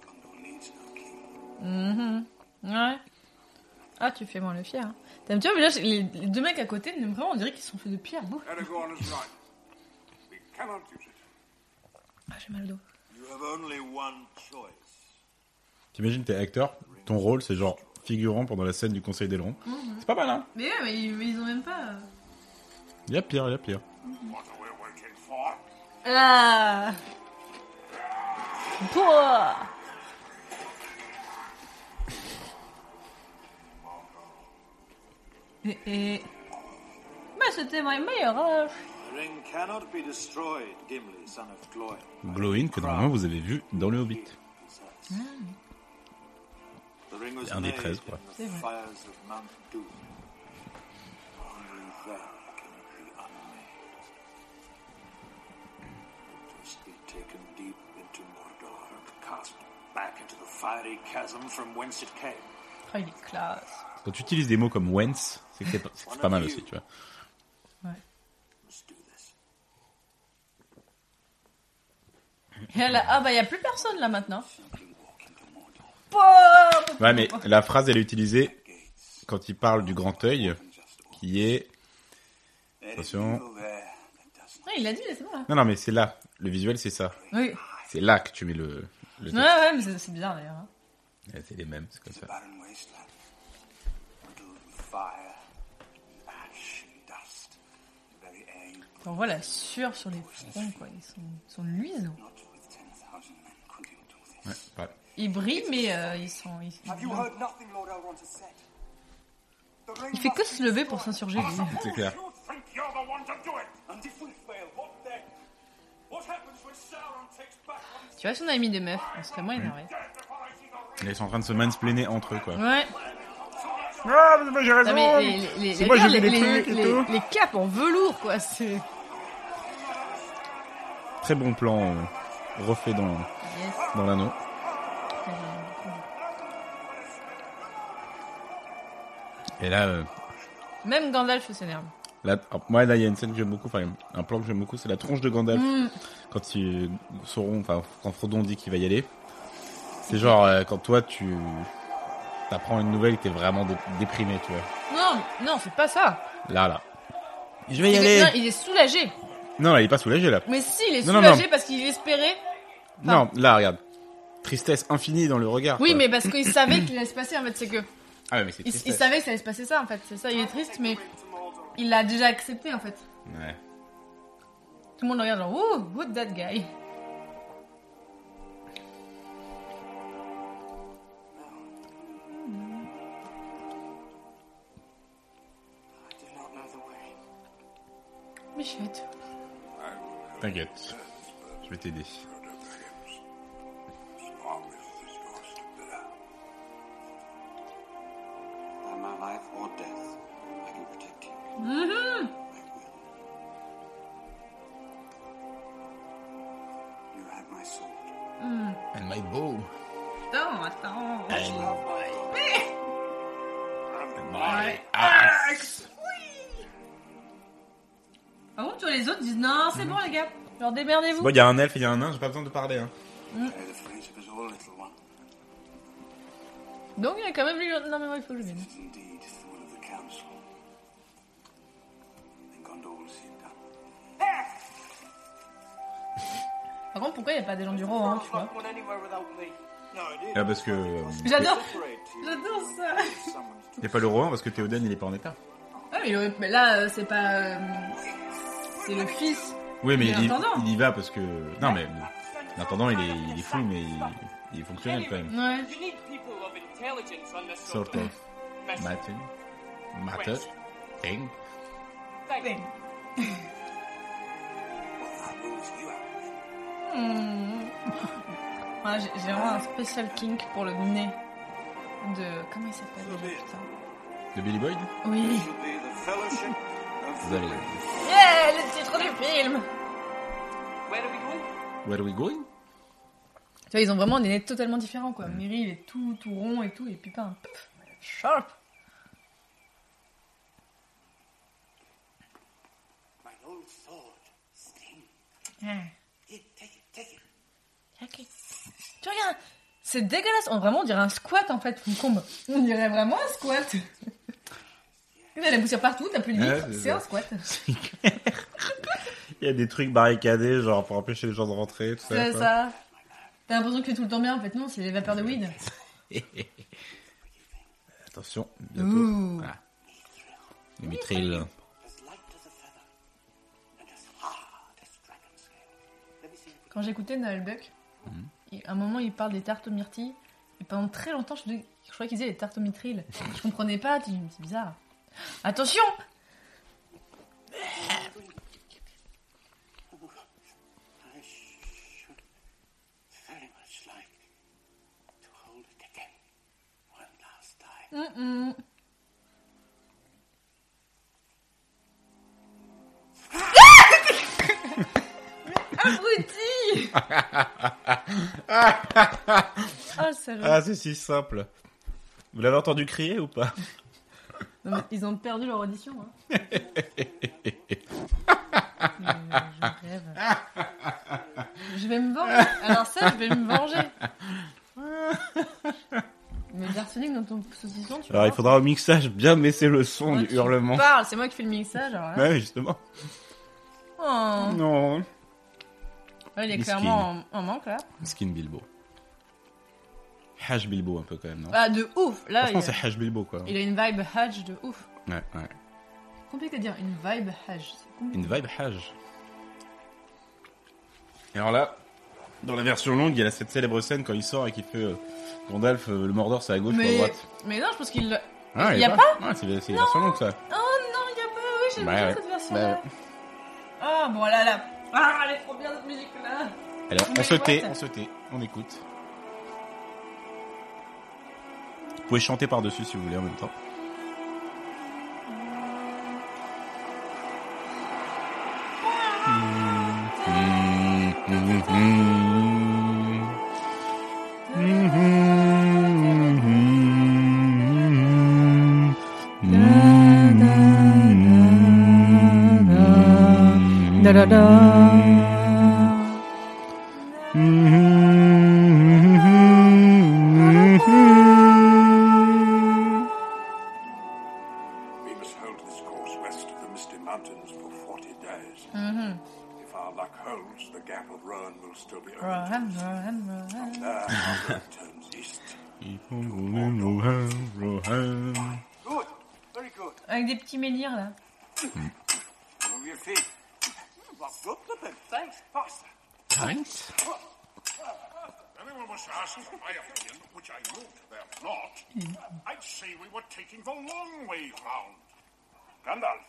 E: Gondor needs no king.
A: Mm-hmm. Ouais. Ah, tu fais moins le fier. hein. T'as- Tu vois, mais là, les, les deux mecs à côté, vraiment, on dirait qu'ils sont faits de pierre. Bouh.
D: Aragorn is right. We cannot use it.
A: Ah, j'ai mal au dos.
D: You have only one choice.
B: T'imagines, t'es acteur, ton rôle, c'est genre figurant pendant la scène du Conseil des Longs. C'est pas mal, hein
A: Mais ouais, mais ils, mais ils ont même pas. euh.
B: Il y a pire, il y a pire.
D: What are we waiting for?
A: Ah euh. Pouah Eh, eh. Bah, c'était ma meilleure euh, âge.
D: The ring cannot be destroyed, Gimli, son of Gloin.
B: Glowin, que normalement, vous avez vu dans le Hobbit.
D: The ring was
B: Un des
D: made
B: treize, quoi.
D: in the fires of Mount Doom. Only there can it be unmade. It must be taken deep into Mordor and cast back into the fiery chasm from whence it came.
A: Ah, il est classe.
B: Quand tu utilises des mots comme whence, c'est que c'est pas, c'est que c'est pas mal aussi, tu vois.
D: Must do this.
A: Et là, ah bah, y a plus personne là maintenant.
B: Ouais, mais la phrase, elle est utilisée quand il parle du grand œil, qui est. Attention.
A: Ouais, il l'a dit, c'est bon là.
B: Non, non, mais c'est là. Le visuel, c'est ça.
A: Oui.
B: C'est là que tu mets le. le
A: Ouais, ouais, mais c'est- c'est bizarre d'ailleurs. hein.
B: Ouais, C'est les mêmes, c'est comme ça.
E: Barren wasteland. Riddled with fire, ash, and dust. The very air you
A: On voit la sueur sur les fronts, quoi. Ils sont, ils sont luisants.
E: not with 10,000 men could you do this.
B: Ouais, pareil.
A: Ils brillent, mais euh, ils sont. Ils,
E: Have you heard nothing Lord Elrond has said? The ring
A: il fait que
E: must
A: se lever pour s'insurger. lui.
B: Ah, C'est clair.
D: You think you're the one to do it?
E: And if we fail, what then? What happens when Sauron takes back what is
A: Tu vois, si on avait mis des meufs, on serait moins énervés.
D: Dead before I see the ring.
B: Ils sont en train de se mansplainer entre eux, quoi.
A: Ouais.
H: Ah, mais moi j'ai raison
A: Non, mais les, les, les,
H: C'est
A: les-
H: moi, j'ai
A: les-
H: vu les
A: les-
H: trucs et
A: les-
H: tout.
A: les capes en velours, quoi. C'est.
B: Très bon plan euh, refait dans,
A: Yes.
B: dans l'anneau. Et là, euh,
A: Même Gandalf s'énerve.
B: la- alors, moi, là, il y a une scène que j'aime beaucoup, enfin, un plan que j'aime beaucoup, c'est la tronche de Gandalf.
A: Mm.
B: Quand il, Sauron, enfin, quand Frodon dit qu'il va y aller. C'est genre, euh, quand toi, tu, t'apprends une nouvelle, t'es vraiment dé- déprimé, tu vois.
A: Non, non, c'est pas ça.
B: Là, là. Je vais y
A: Il est, non,
B: aller!
A: il est soulagé.
B: Non, là, il est pas soulagé, là.
A: Mais si, il est
B: Non, non,
A: soulagé
B: non.
A: parce qu'il espérait.
B: Non, là, regarde. Tristesse infinie dans le regard.
A: Oui,
B: quoi.
A: mais parce qu'il savait qu'il allait se passer, en fait, c'est que.
B: Ah, ouais, mais c'est
A: Il, il
B: tristesse.
A: savait que ça allait se passer ça, en fait. C'est ça, il est triste, mais il l'a déjà accepté, en fait.
B: Ouais.
A: Tout le monde le regarde genre, ouh, who's that guy?
E: I do not know the way.
A: Mais je vais être-
B: T'inquiète. Je vais t'aider.
E: By my life or death, I can protect you. I will. You had my sword.
B: And my bow.
A: Attends, attends.
B: Ah.
A: Par contre, tu vois, les autres disent, non, c'est bon, les gars. Genre, démerdez-vous.
B: Bon, il y a un elfe, il y a un nain, j'ai pas besoin de parler. Hein.
E: Bear the fate of us all, little one.
A: Donc, il y a quand même lui. Non, mais moi, il faut que je vienne.
E: It is indeed thought of the council.
D: Andolsita.
A: Par contre, pourquoi il n'y a pas des gens du Roi, hein, tu vois
G: Not anywhere without me.
B: Ah, parce que euh,
A: J'adore J'adore ça
B: t'es pas le roi parce que Théoden il est pas en état.
A: Ah, mais, il aurait- mais là, euh, c'est pas. euh, c'est le fils.
B: Oui, mais
A: Mais
B: il,
A: attendant.
B: il y va parce que non mais en attendant il est il est fou mais il, il est fonctionnel quand même.
A: Ouais.
G: You need people of intelligence on this
B: Sort of Martin, Martin, Eng.
A: Ouais, Hmm. Ah, j'ai j'ai vraiment un spécial kink pour le nez de. Comment il s'appelle déjà, putain
B: de Billy Boyd.
A: Oui
D: Be the fellowship of
B: Vous avez
A: Yeah Le titre du film
G: Where are we going?
B: Where we going?
A: Tu vois, ils ont vraiment des nez totalement différents, quoi. Miri, il est tout, tout rond et tout, et putain, pff, sharp
E: My old sword sting.
A: Ouais.
E: Here, take it, take it.
A: Ok. Tu regardes C'est dégueulasse On, Vraiment, on dirait un squat, en fait, Funcombe. On dirait vraiment un squat T'as la poussière partout, t'as plus de
B: Ouais,
A: vitre,
B: c'est
A: c'est
B: ça.
A: un squat.
B: Il y a des trucs barricadés Ah, genre pour empêcher les gens de rentrer tout
A: C'est ça. T'as l'impression que tu es tout le temps bien, en fait, non, c'est les vapeurs de weed.
B: Attention bientôt. Voilà. Le mitril.
E: As light as a feather and as hard as dragon scale. Let me see if we
A: Quand j'écoutais Noël Buck, il- à un moment il parle des tartes aux myrtilles, et pendant très longtemps je, je croyais qu'il disait les tartes au mithril. je comprenais pas, tu- c'est bizarre. Attention
E: I should very much like to hold it again one last time.
A: Mm, mm. Ah Abruti Ah, sérieux.
B: Ah c'est si simple. Vous l'avez entendu crier ou pas?
A: Non, mais ils ont perdu leur audition. Hein. Mais je rêve. Je vais me venger. Alors ça, je vais me venger. Mais Darsenic dans ton saucisson, tu
B: Alors il
A: vois,
B: faudra au mixage bien baisser le son
A: Moi
B: du
A: qui
B: hurlement.
A: Parle, c'est moi qui fais le mixage. Alors, là.
B: Ouais justement.
A: Oh.
B: Non.
A: Ouais, il est
B: Miskin.
A: clairement en, en manque là.
B: Skin Bilbo. Hash Bilbo un peu quand même, non
A: Ah, de ouf. Là, il
B: Franchement,
A: a,
B: c'est Hash Bilbo quoi.
A: il a une vibe Hajj de ouf.
B: Ouais, ouais.
A: Compliqué de dire une vibe Hajj. c'est compliqué.
B: Une vibe Hash. Et alors là, dans la version longue, il y a cette célèbre scène quand il sort et qu'il fait euh, Gandalf, euh, le Mordor, c'est à gauche ou à
A: Mais,
B: droite.
A: mais non, je pense qu'il.
B: Ah,
A: y a
B: Ouais, c'est c'est la version longue ça.
A: Oh non, il y a pas, oui, j'aime
B: Bah
A: bien
B: ouais.
A: cette version-là. Ah bon, là, là. Ah, elle est trop bien cette musique-là.
B: Alors, on
A: Mais
B: se tait,
A: what
B: on se tait, on écoute. Vous pouvez chanter par-dessus si vous voulez en même temps.
D: We must hold this course west of the Misty Mountains for 40 days.
A: Mm-hmm.
D: If our luck holds, the Gap of Rohan will still be open.
A: Rohan, Rohan, Rohan.
D: There, our road turns east.
E: Good, very good.
A: Avec des petits menhirs, là.
E: Move your feet. Well, good looking. Thanks, Pastor.
D: Anyone was asked for my opinion, which I know they're
A: Mm.
D: not, I'd say we were taking the long way round. Gandalf,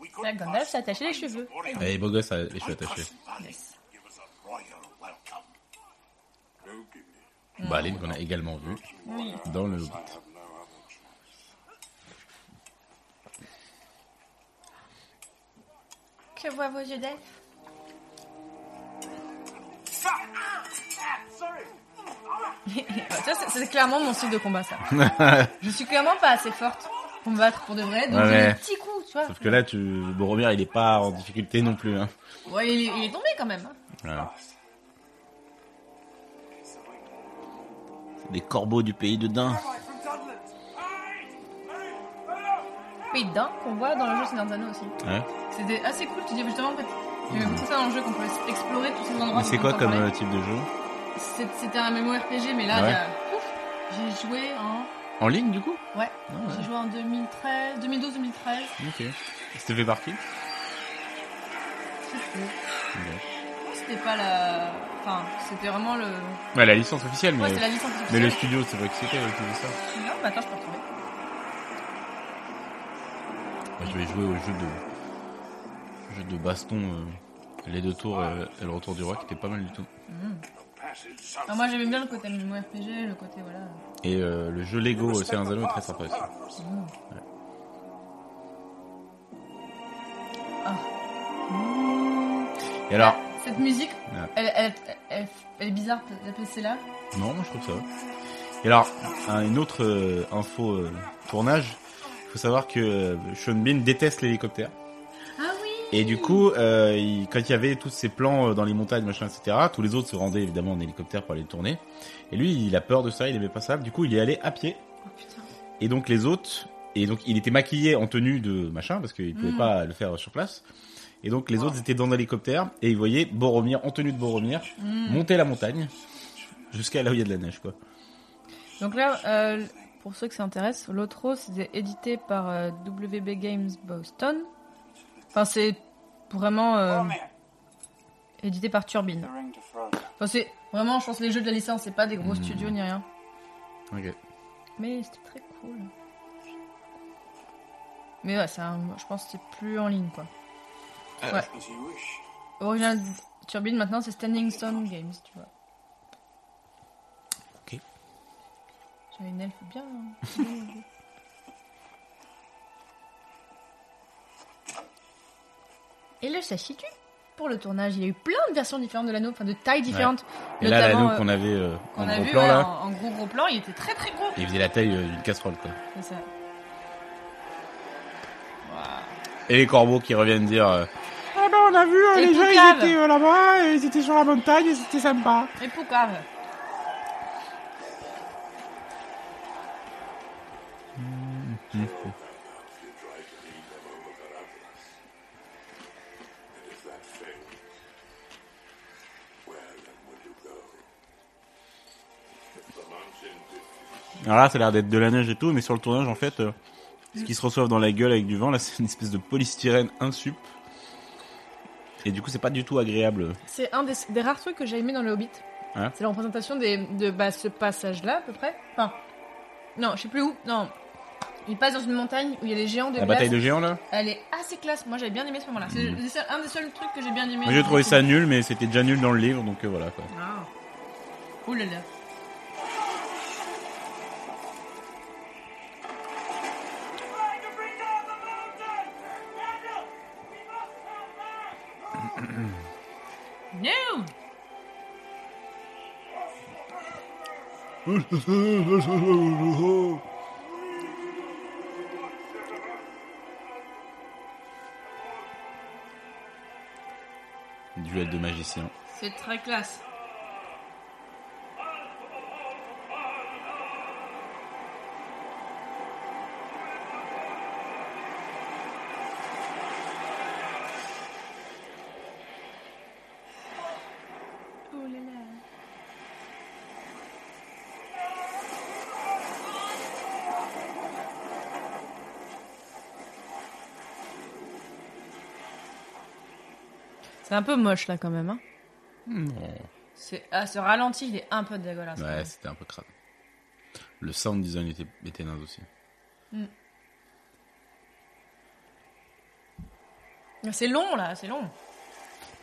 D: we could
A: Là, Gandalf s'est attaché les cheveux.
B: Allez, Eh, beau gosse, les cheveux attachés.
D: Give us a royal welcome. No, give me.
B: Balin Bah, qu'on a également vu dans le Hobbit.
D: I have no other choice.
A: Que voient vos yeux d'elfe Ça, c'est- c'est clairement mon style de combat, ça. je suis clairement pas assez forte pour me battre pour de vrai, donc
B: Ouais,
A: j'ai
B: mais-
A: des petits coups, tu vois.
B: Sauf que là, tu... Boromir, il est pas en difficulté non plus. Hein.
A: Ouais, il, est- il est tombé quand même. hein.
B: Voilà. Des corbeaux du pays de Dain.
E: Right from Dunland.
D: Hey! Hey! Hey!
A: pays de Dain qu'on voit dans le jeu Seigneur des Anneaux aussi.
B: Ouais.
A: C'était assez cool, tu dis justement en fait. Tu veux tout ça dans le jeu qu'on peut explorer tous ces endroits.
B: Mais c'est
A: dont
B: quoi
A: on
B: comme
A: parlait.
B: euh, type de jeu
A: C'est- C'était un MMORPG, mais là,
B: Ouais.
A: il y a- Ouf, j'ai joué en.
B: En ligne, du coup
A: Ouais.
B: Ah
A: J'ai joué en 2013, 2012-2013.
B: Ok. C'était fait partie
A: Je sais plus. C'était pas la. Enfin, c'était vraiment le.
B: Ouais, la licence officielle, mais,
A: Ouais, c'est la licence officielle.
B: mais le studio, c'est vrai que c'était avec tout ça.
A: Non, bah attends, je peux retrouver.
B: Moi, Bah, je vais jouer au jeu de, jeu de baston, euh, les deux tours euh, et le retour du roi, qui était pas mal du tout.
A: Non, moi j'aimais bien le côté MMORPG, le côté voilà.
B: Et euh, le jeu Lego euh, Seigneur des Anneaux est très sympa aussi. Et alors
A: Cette musique,
B: Ah. Ouais.
A: elle, elle, elle- elle est bizarre, d'appeler celle-là.
B: Non, moi je trouve ça va. Et alors, un- une autre euh, info euh, tournage, il faut savoir que euh, Sean Bean déteste l'hélicoptère.
A: Ah oui
B: Et du coup, euh, il- quand il y avait tous ces plans euh, dans les montagnes, machin, etc., tous les autres se rendaient évidemment en hélicoptère pour aller le tourner. Et lui, il a peur de ça, il aimait pas ça. Du coup, il est allé à pied.
A: Oh putain.
B: Et donc les autres, et donc il était maquillé en tenue de machin parce qu'il pouvait pas le faire sur place. Et donc les autres étaient dans l'hélicoptère et ils voyaient Boromir en tenue de Boromir monter la montagne jusqu'à là où il y a de la neige quoi.
A: Donc là, euh, pour ceux que ça intéresse, l'autre rose, c'était édité par euh, WB Games Boston. Enfin, c'est vraiment
C: Oh,
A: euh, édité par Turbine. Enfin, c'est vraiment, je pense, les jeux de la licence, c'est pas des gros studios ni rien. Mais c'était très cool. Mais ouais, c'est un- je pense que c'est plus en ligne quoi. Ouais. Original Turbine maintenant c'est Standing Stone Games, tu vois.
B: Ok.
A: J'avais une elfe bien. hein. Et le sachis-tu Pour le tournage, il y a eu plein de versions différentes de l'anneau, enfin de tailles différentes.
B: Et là l'anneau
A: euh,
B: qu'on avait euh, en
A: qu'on a
B: gros
A: vu
B: plan
A: ouais,
B: là,
A: En, en gros gros plan, il était très très gros.
B: il faisait la taille euh, d'une casserole quoi.
A: C'est ça.
B: Et les corbeaux qui reviennent dire euh,
A: Et poucave.
I: euh, là-bas et ils étaient sur la montagne et c'était sympa.
A: Et poucave.
B: alors là ça a l'air d'être de la neige et tout, mais sur le tournage en fait, euh, ce qu'ils se reçoivent dans la gueule avec du vent là, c'est une espèce de polystyrène insup. Et du coup c'est pas du tout agréable.
A: C'est un des, des rares trucs que j'ai aimé dans le Hobbit.
B: Hein
A: c'est la représentation des, de bah, ce passage-là, à peu près. Enfin, non, je sais plus où. Non, il passe dans une montagne où il y a des géants de
B: La
A: glace.
B: bataille de géants là.
A: Elle est assez classe. Moi, j'avais bien aimé ce moment-là. C'est le- c'est un des seuls trucs que j'ai bien aimé.
B: Moi j'ai trouvé ça nul, mais c'était déjà nul dans le livre, donc euh, voilà quoi.
A: Ah. Ouh là là. No!
B: Duel de magiciens.
A: C'est très classe. C'est un peu moche là quand même. Hein
B: Non.
A: c'est, ah, ce ralenti, il est un peu dégueulasse. quand
B: Ouais,
A: même.
B: c'était un peu crade. Le sound design était, était naze aussi.
A: C'est long là, c'est long.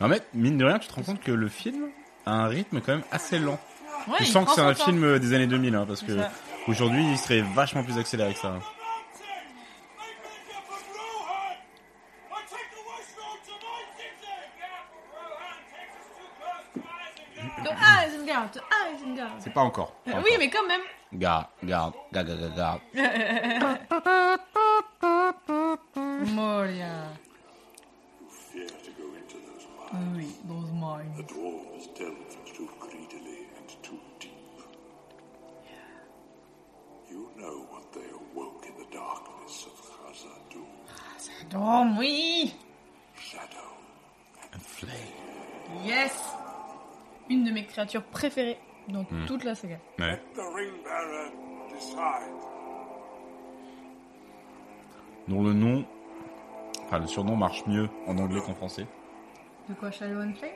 B: Non mais, mine de rien, tu te rends compte que le film a un rythme quand même assez lent.
A: Ouais,
B: tu
A: il
B: sens que
A: prend
B: c'est
A: son
B: un
A: temps.
B: film euh, des années 2000, hein, parce
A: C'est
B: que
A: ça.
B: aujourd'hui, il serait vachement plus accéléré que ça. hein.
A: De A à Isengard, de A à Isengard.
B: C'est pas encore. Pas
A: Oui,
B: encore.
A: mais quand même.
B: Garde, garde, garde, garde, garde.
A: Moria.
D: Fear to go into those mines.
A: Oui, those mines.
D: The dwarves delved too greedily and too deep. You know what they awoke in the darkness of Khazad-dûm.
A: Oh oui
D: Shadow.
A: Yes Une de mes créatures préférées dans toute la saga.
B: Ouais.
D: The ring bearer decide.
B: Dont le nom, enfin le surnom marche mieux en anglais qu'en français.
A: De quoi Shadow and Flame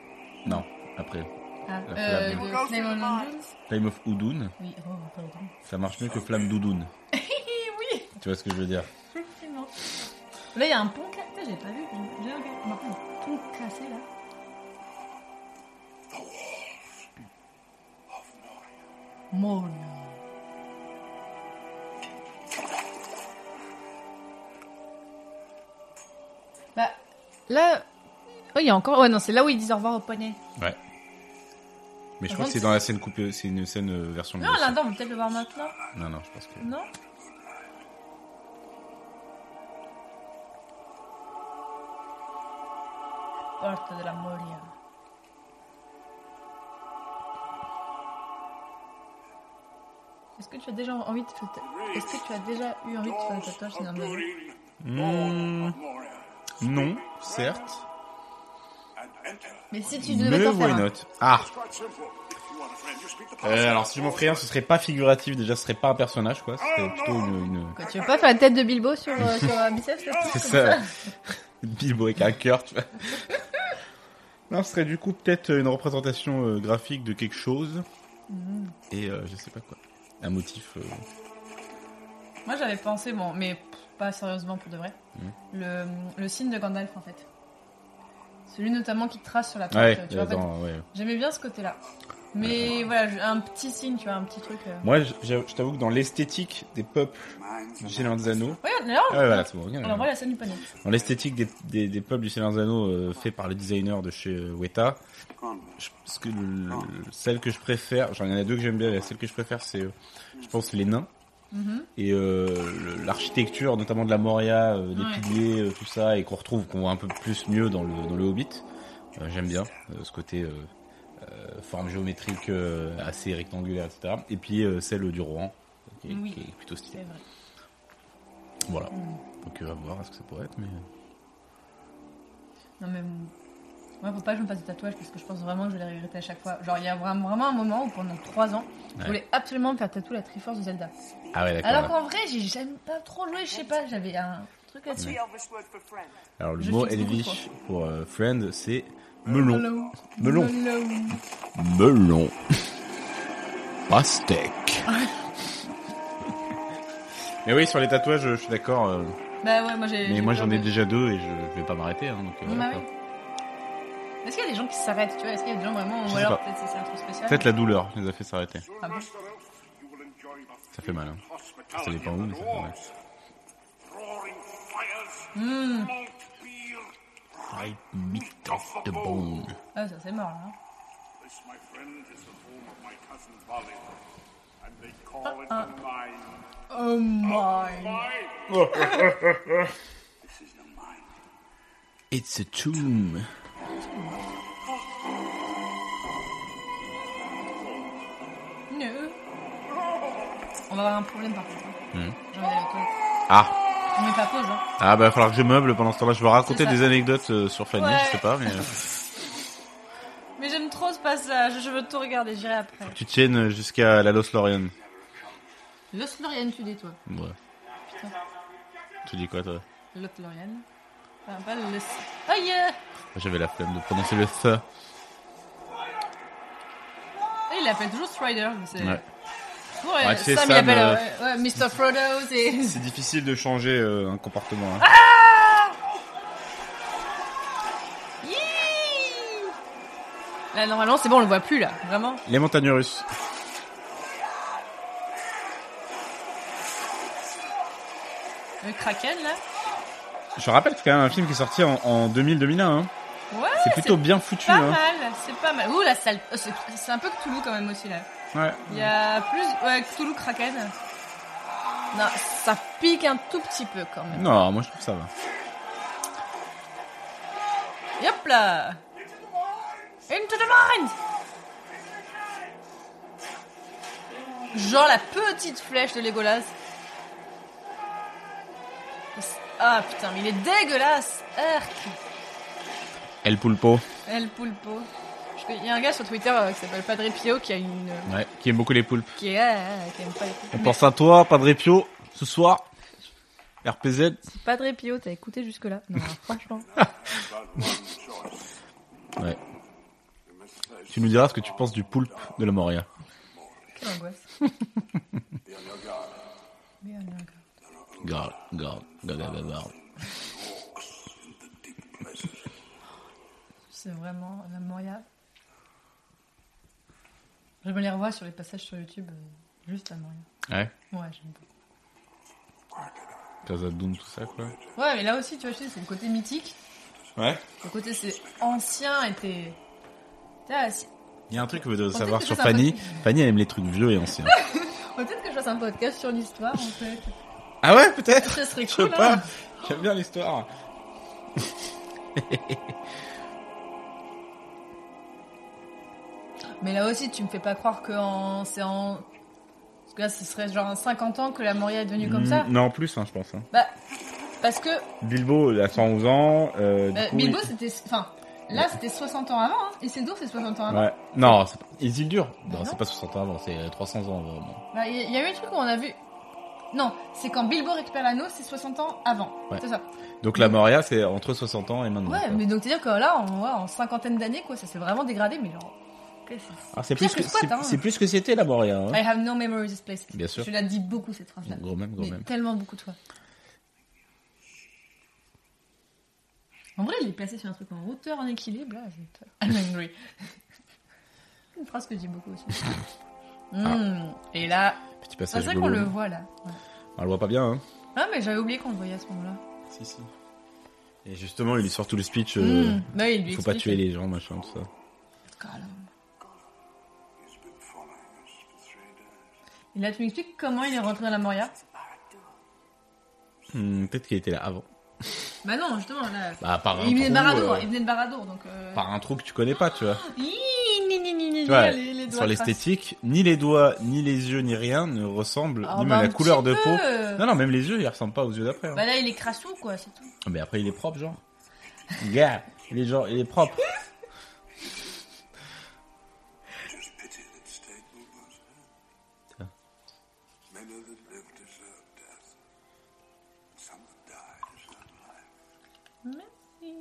B: Non, après.
A: Ah,
B: La
A: euh,
B: flamme.
A: de Flame and Angels
B: Time of Udun,
A: Oui, oh, pardon.
B: ça marche mieux que Flamme Doudoun.
A: oui
B: Tu vois ce que je veux dire
A: Effectivement. Là, il y a un pont cassé. Putain, J'ai pas vu. J'ai regardé. On m'a fait un pont cassé là. Moria. Bah, là. Oh, il y a encore. Ouais, non, c'est là où ils disent au revoir au poney.
B: Ouais. Mais je
A: Par
B: crois que c'est
A: contre-
B: dans la scène coupée, c'est une scène euh, version.
A: Non,
B: BBC.
A: là, on va peut-être le voir maintenant.
B: non, non, je pense que.
A: Non Porte de la Moria. Est-ce que tu as déjà envie de faire ta- Est-ce que tu as déjà eu envie de faire un tatouage c'est normal.
D: Durin,
B: Hmm,
D: of Moria,
B: non, certes.
D: and enter.
A: Mais si tu devais
B: Mais
A: t'en faire
B: why
A: un,
B: not Ah.
D: It's quite simple. If you want a friend, you speak the
B: Euh,
D: past.
B: alors si je m'en ferais un, ce serait pas figuratif. Déjà, ce serait pas un personnage, quoi. Ce serait plutôt une. une-
A: quoi, tu veux pas faire la tête de Bilbo sur, euh, sur un biceps là,
B: C'est
A: comme
B: ça. Bilbo avec un cœur, tu vois. Non, ce serait du coup peut-être une représentation euh, graphique de quelque chose.
A: Mm.
B: Et euh, je sais pas quoi. Un motif. euh,
A: Moi j'avais pensé, bon, mais pff, pas sérieusement pour de vrai,
B: Mmh.
A: le, le signe de Gandalf en fait. Celui notamment qui trace sur la porte.
B: Ouais,
A: Ah, tu vois, en fait,
B: dans- ouais.
A: J'aimais bien ce côté-là. Mais voilà, je- un petit signe, tu vois, un petit truc. euh.
B: Moi, je, je- je t'avoue que dans l'esthétique des peuples du Seigneur des Anneaux.
A: Regarde, là, on,
B: Ah, ouais, voilà, c'est bon, regarde,
A: on
B: regarde.
A: envoie la scène du panneau.
B: Dans l'esthétique des, des, des peuples du Seigneur des Anneaux euh, fait par le designer de chez euh, Weta, je- ce que le- le- celle que je préfère, j'en ai deux que j'aime bien, mais celle que je préfère c'est, euh, je pense, les nains.
A: Mhm.
B: Et euh, le- l'architecture, notamment de la Moria, euh, les
A: Ouais.
B: piliers, euh, tout ça, et qu'on retrouve, qu'on voit un peu plus mieux dans le, dans le Hobbit. Euh, J'aime bien euh, ce côté euh, euh, forme géométrique euh, assez rectangulaire, etc. Et puis euh, celle du Rohan, qui est,
A: Oui.
B: qui est plutôt stylée.
A: C'est vrai.
B: Voilà. Donc euh, à voir ce que ça pourrait être, mais. euh.
A: Non, mais. bon, Moi, faut pas que je me fasse des tatouages parce que je pense vraiment que je vais les regretter à chaque fois. Genre, il y a vra- vraiment un moment où pendant 3 ans, je
B: Ouais.
A: voulais absolument me faire tatouer la Triforce de Zelda.
B: Ah ouais, d'accord.
A: Alors
B: là.
A: qu'en vrai, j'ai jamais pas trop joué, je sais pas, j'avais un truc là-dessus.
G: The Elvish word for friend.
B: Alors le
A: Je
B: mot
A: fixe beaucoup,
B: Elvish pour euh, friend, c'est melon.
A: Euh, Melon.
B: Melon. Melon. Pastèque. Mais oui, sur les tatouages, je suis d'accord. euh,
A: Bah ouais, moi j'ai.
B: mais
A: j'ai
B: moi,
A: peur
B: j'en ai
A: de-
B: déjà deux et je vais pas m'arrêter. Hein, donc, euh,
A: Bah
B: voilà,
A: oui.
B: quoi.
A: Est-ce qu'il y a des gens qui s'arrêtent, tu vois Est-ce qu'il y a des gens vraiment.
B: Je
A: Ou
B: sais
A: alors
B: pas.
A: peut-être c'est un truc spécial.
B: Peut-être la douleur les a fait s'arrêter.
A: Ah bon
D: You will enjoy the
B: Ça fait mal. Hein.
D: hospitality
B: Ça dépend
D: of
B: où,
D: the
B: mais ça fait mal.
D: dwarves. Roaring fires, malt beer.
B: Right meat of the bone.
A: Ah, ça c'est mort là. hein.
D: This, my friend, is the home of my cousin Balin, and they call it mine.
A: Oh my.
D: Mine. this is the mine.
B: It's a tomb.
A: Non. On va avoir un problème par contre. hein.
B: Hmm.
A: J'ai envie d'aller aux toilettes.
B: Ah,
A: On met pas pause, hein.
B: ah bah, va falloir que je meuble pendant ce temps-là. Je vais raconter
A: C'est ça.
B: des anecdotes euh, sur Fanny,
A: Ouais.
B: je sais pas, mais euh,
A: Mais j'aime trop ce passage, je veux tout regarder, j'irai après.
B: tu tiennes jusqu'à la Los Lorian.
A: L'os Lorian, tu dis toi.
B: Ouais. Tu dis quoi, toi
A: L'os Lorian. Enfin, pas Oh, le. Aïe
B: J'avais la flemme de prononcer le th.
A: Et Oh, Il l'appelle toujours Strider, mais c'est.
B: Ouais.
A: Ouais,
B: Ouais, tu sais,
A: Sam, il
B: Sam,
A: appelle
B: euh,
A: euh, ouais, Mr. Frodo, c'est.
B: C'est difficile de changer euh, un comportement. hein.
A: Yee Là, normalement, c'est bon, on le voit plus là, vraiment.
B: Les montagnes russes.
A: Le Kraken là.
B: Je rappelle que c'est quand même un film qui est sorti en, en 2000-2001. hein.
A: Ouais,
B: C'est plutôt bien foutu.
A: Pas
B: hein.
A: mal, c'est pas mal. Ouh, la salle. oh, c'est- c'est un peu Cthulhu quand même aussi là.
B: Ouais.
A: Il y a plus. Ouais, Cthulhu Kraken. Non, ça pique un tout petit peu quand même.
B: Non, moi je trouve ça va.
A: Et hop là Into the mind Genre la petite flèche de Legolas. Ah putain, mais il est dégueulasse Erk
B: El Pulpo,
A: El Pulpo. Je- Il y a un gars sur Twitter euh, qui s'appelle Padre Pio qui a une... euh,
B: ouais, qui aime beaucoup les poulpes.
A: qui est... ah, qui aime pas les
B: On
A: Mais
B: pense à toi, Padre Pio, ce soir. RPZ.
A: si Padre Pio, t'as écouté jusque-là Non, franchement.
B: Ouais. Tu nous diras ce que tu penses du poulpe de la Moria.
A: Quelle angoisse. Mais alors,
B: Garde, garde, garde, garde, garde.
A: C'est vraiment la Moria. Je me les revois sur les passages sur YouTube. euh, Juste la Moria.
B: Ouais.
A: Ouais, j'aime beaucoup.
B: Casa Doom, tout ça, quoi.
A: Ouais, mais là aussi, tu vois, je te dis, c'est le côté mythique.
B: Ouais.
A: Le côté c'est ancien et t'es... Putain, si-
B: Il y a un truc que vous devez
A: Peut-être
B: savoir
A: que
B: sur
A: c'est un
B: Fanny.
A: peu-
B: Fanny, elle aime les trucs vieux et anciens.
A: Peut-être que je fasse un podcast sur l'histoire en fait.
B: ah ouais, peut-être
A: Ça serait
B: Je sais
A: cool.
B: pas.
A: hein.
B: J'aime bien l'histoire.
A: Mais là aussi, tu me fais pas croire que en... c'est en. Parce que là, ce serait genre en 50 ans que la Moria est devenue comme ça.
B: Non, en plus, hein, je pense. hein.
A: Bah, parce que
B: Bilbo, il a 111 ans. Euh, du
A: euh,
B: coup,
A: Bilbo,
B: il-
A: c'était. Enfin, là, c'était 60 ans avant. Hein. Et c'est c'est 60 ans avant.
B: Ouais. Non, c'est pas... Isildur.
A: Bah
B: non, c'est
A: non.
B: pas 60 ans avant, c'est euh, 300 ans avant. bon.
A: Bah, Il y, y a eu un truc où on a vu. Non, c'est quand Bilbo récupère l'anneau, c'est 60 ans avant.
B: Ouais.
A: C'est ça.
B: Donc euh, la Moria, c'est entre 60 ans et maintenant.
A: Mm. Ouais,
B: quoi.
A: mais donc, c'est-à-dire que là, on voit en cinquantaine d'années, quoi, ça s'est vraiment dégradé, mais genre. qu'est-ce que c'est
B: Ah, c'est
A: pire
B: plus
A: que
B: que,
A: squat,
B: c'est-
A: hein.
B: c'est plus que c'était la Moria. Hein.
A: I have no memory of this place.
B: Bien sûr.
A: Tu l'as dit beaucoup, cette phrase-là.
B: Gros même, gros
A: Mais
B: même.
A: tellement beaucoup de fois. En vrai, il est placé sur un truc en hauteur, en équilibre. Là, j'ai peur. I'm angry. Une phrase que je dis beaucoup aussi.
B: Ah.
A: Hmm, Et là,
B: Petit
A: c'est
B: passage.
A: vrai qu'on
B: boulot.
A: le voit là. Ouais.
B: On le voit pas bien. Hein.
A: Ah, mais j'avais oublié qu'on le voyait à ce moment-là.
B: Si, si. Et justement, il lui sort tout le speech. euh,
A: Hmm. Bah, il lui
B: Faut pas
A: explique.
B: tuer les gens, machin, tout ça.
A: Colin. Et là, tu m'expliques comment il est rentré dans la Moria
B: Hmm, Peut-être qu'il était là avant.
A: Bah non, justement, là.
B: Bah, par un
A: il venait de
B: trou,
A: Baradour,
B: euh,
A: il venait de Baradour, donc. euh,
B: Par un trou que tu connais pas, tu vois.
A: Hi, ni, ni, ni, ni,
B: Tu vois,
A: les- les doigts
B: sur
A: tracés.
B: l'esthétique, ni les doigts, ni les yeux, ni rien ne ressemblent,
A: Ah,
B: ni
A: bah,
B: même
A: un
B: la
A: petit
B: couleur de
A: peu.
B: peau. Non, non, même les yeux, ils ressemblent pas aux yeux d'après. hein.
A: Bah là, il est crassou, quoi, c'est tout.
B: Mais après, il est propre, genre. Gars, il est genre, il est propre.
D: Just pity that stayed with us.
B: Yeah.
D: Many that live deserve death. Some that die deserve life.
A: Merci.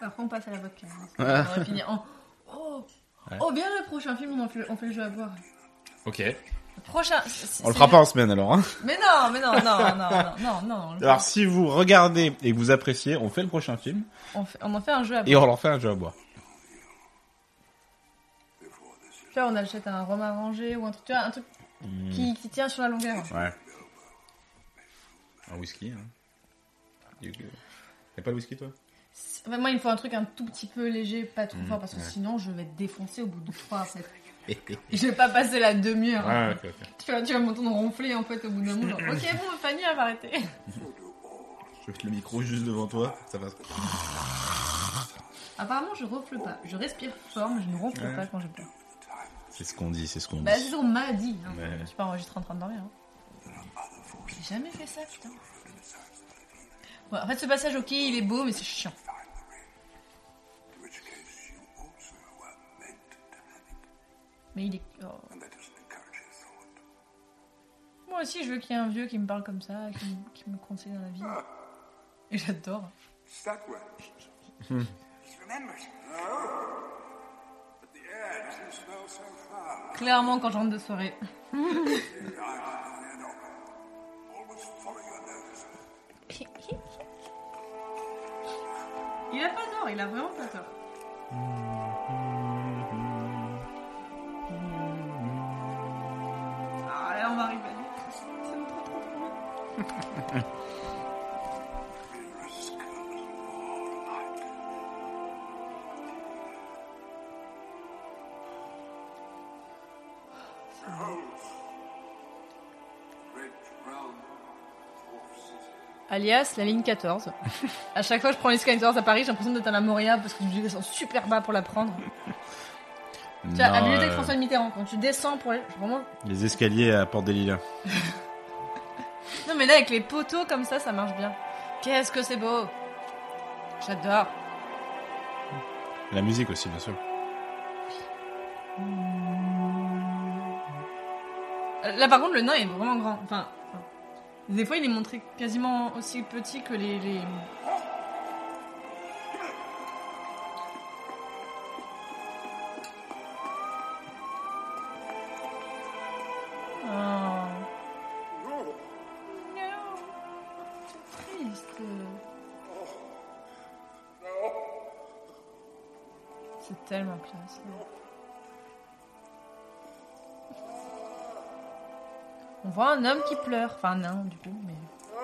A: Après, on passe à la vodka. hein.
B: Ah.
A: On va finir en... Oh
B: Ouais.
A: Oh, bien le prochain film, on en fait, on fait le jeu à boire.
B: Ok.
A: Le prochain... c'est-
B: On le
A: c'est-
B: fera pas en semaine alors. Hein.
A: Mais non, mais non, non, non, non, non, non.
B: Alors si vous regardez et que vous appréciez, on fait le prochain film
A: On, fait- on en fait un jeu à boire.
B: et on leur fait un jeu à boire.
A: Tu vois, on achète un rhum arrangé ou un truc, tu vois, un truc
B: Hmm.
A: qui, qui tient sur la longueur.
B: Ouais. Un whisky. Hein. Du coup, T'as pas le whisky toi
A: C'est- enfin, moi, il me faut un truc un tout petit peu léger, pas
B: Hmm,
A: trop fort, parce que sinon, je vais être défoncé au bout de trois. en fait. Je vais pas passer la demi-heure. hein.
B: Ah, Ouais, ok, ok.
A: Tu vois, tu vas m'entendre ronfler, en fait, au bout d'un moment. genre, ok, bon, Fanny, elle va arrêter.
B: Je vais te le micro juste devant toi, ça passe.
A: Apparemment, je ronfle pas. Je respire fort, mais je ne ronfle pas quand je pleure.
B: C'est ce qu'on dit, c'est ce qu'on
A: Bah, c'est
B: dit.
A: ce qu'on m'a dit. Hein.
B: Ouais.
A: Je suis pas enregistrée en train de dormir. Hein. J'ai jamais fait ça, putain. Ouais, en fait, ce passage, ok, il est beau, mais c'est chiant.
D: In which case you also were meant to have it.
A: Mais il est. oh.
D: And that is an encouraging thought.
A: Moi aussi, je veux qu'il y ait un vieux qui me parle comme ça, qui, me- qui me conseille dans la vie. Et j'adore.
D: It's that way.
E: He's remembered.
D: But the air doesn't smell so foul.
A: Clairement, quand je rentre de soirée.
D: The island of the Enoch. Always follow your nose.
A: Il a pas tort, il a vraiment pas tort. Ah là, on va arriver. C'est trop trop trop bien. Alias la ligne 14. à chaque fois que je prends les 14 à Paris, j'ai l'impression d'être à la Moria parce que je descends super bas pour la prendre. Tu vois, à
B: Non,
A: bibliothèque
B: euh,
A: François Mitterrand, quand tu descends pour aller. Vraiment.
B: Les escaliers à Port des Lilas.
A: Non, mais là, avec les poteaux comme ça, ça marche bien. Qu'est-ce que c'est beau J'adore.
B: La musique aussi, bien sûr.
A: Euh, Là, par contre, le nain est vraiment grand. Enfin. enfin, Des fois, il est montré quasiment aussi petit que les. les... Oh. C'est triste. C'est tellement classe. On voit un homme qui pleure. Enfin, un nain, du coup, mais.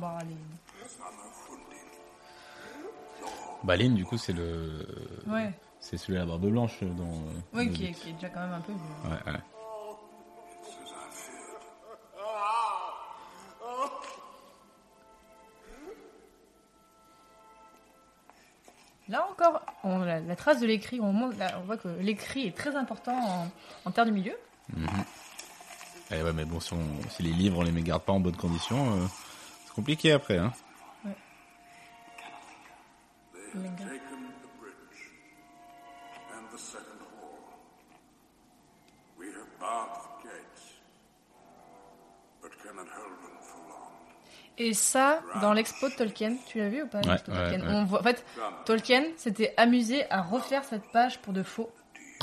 A: Bon, allez.
B: Baline, du coup, c'est le.
A: Ouais.
B: C'est celui à la barbe blanche euh, dans.
A: Oui,
B: dans-
A: qui est, qui est déjà quand même un peu vieux.
B: Ouais, ouais.
A: Là encore, on, la, la trace de l'écrit, on, montre- là, on voit que l'écrit est très important en, en terre du milieu.
B: Eh ouais, mais bon, si, on- si les livres, on les met- garde pas en bonne condition, euh, c'est compliqué après, hein.
D: Taken the bridge and the second hall. We have barred the gates, but cannot hold them for long.
A: Et ça, dans l'expo de Tolkien, tu l'as vu ou pas
B: Ouais,
A: l'expo de Tolkien
B: ouais, ouais.
A: On voit, En fait, Tolkien s'était amusé à refaire cette page pour de faux.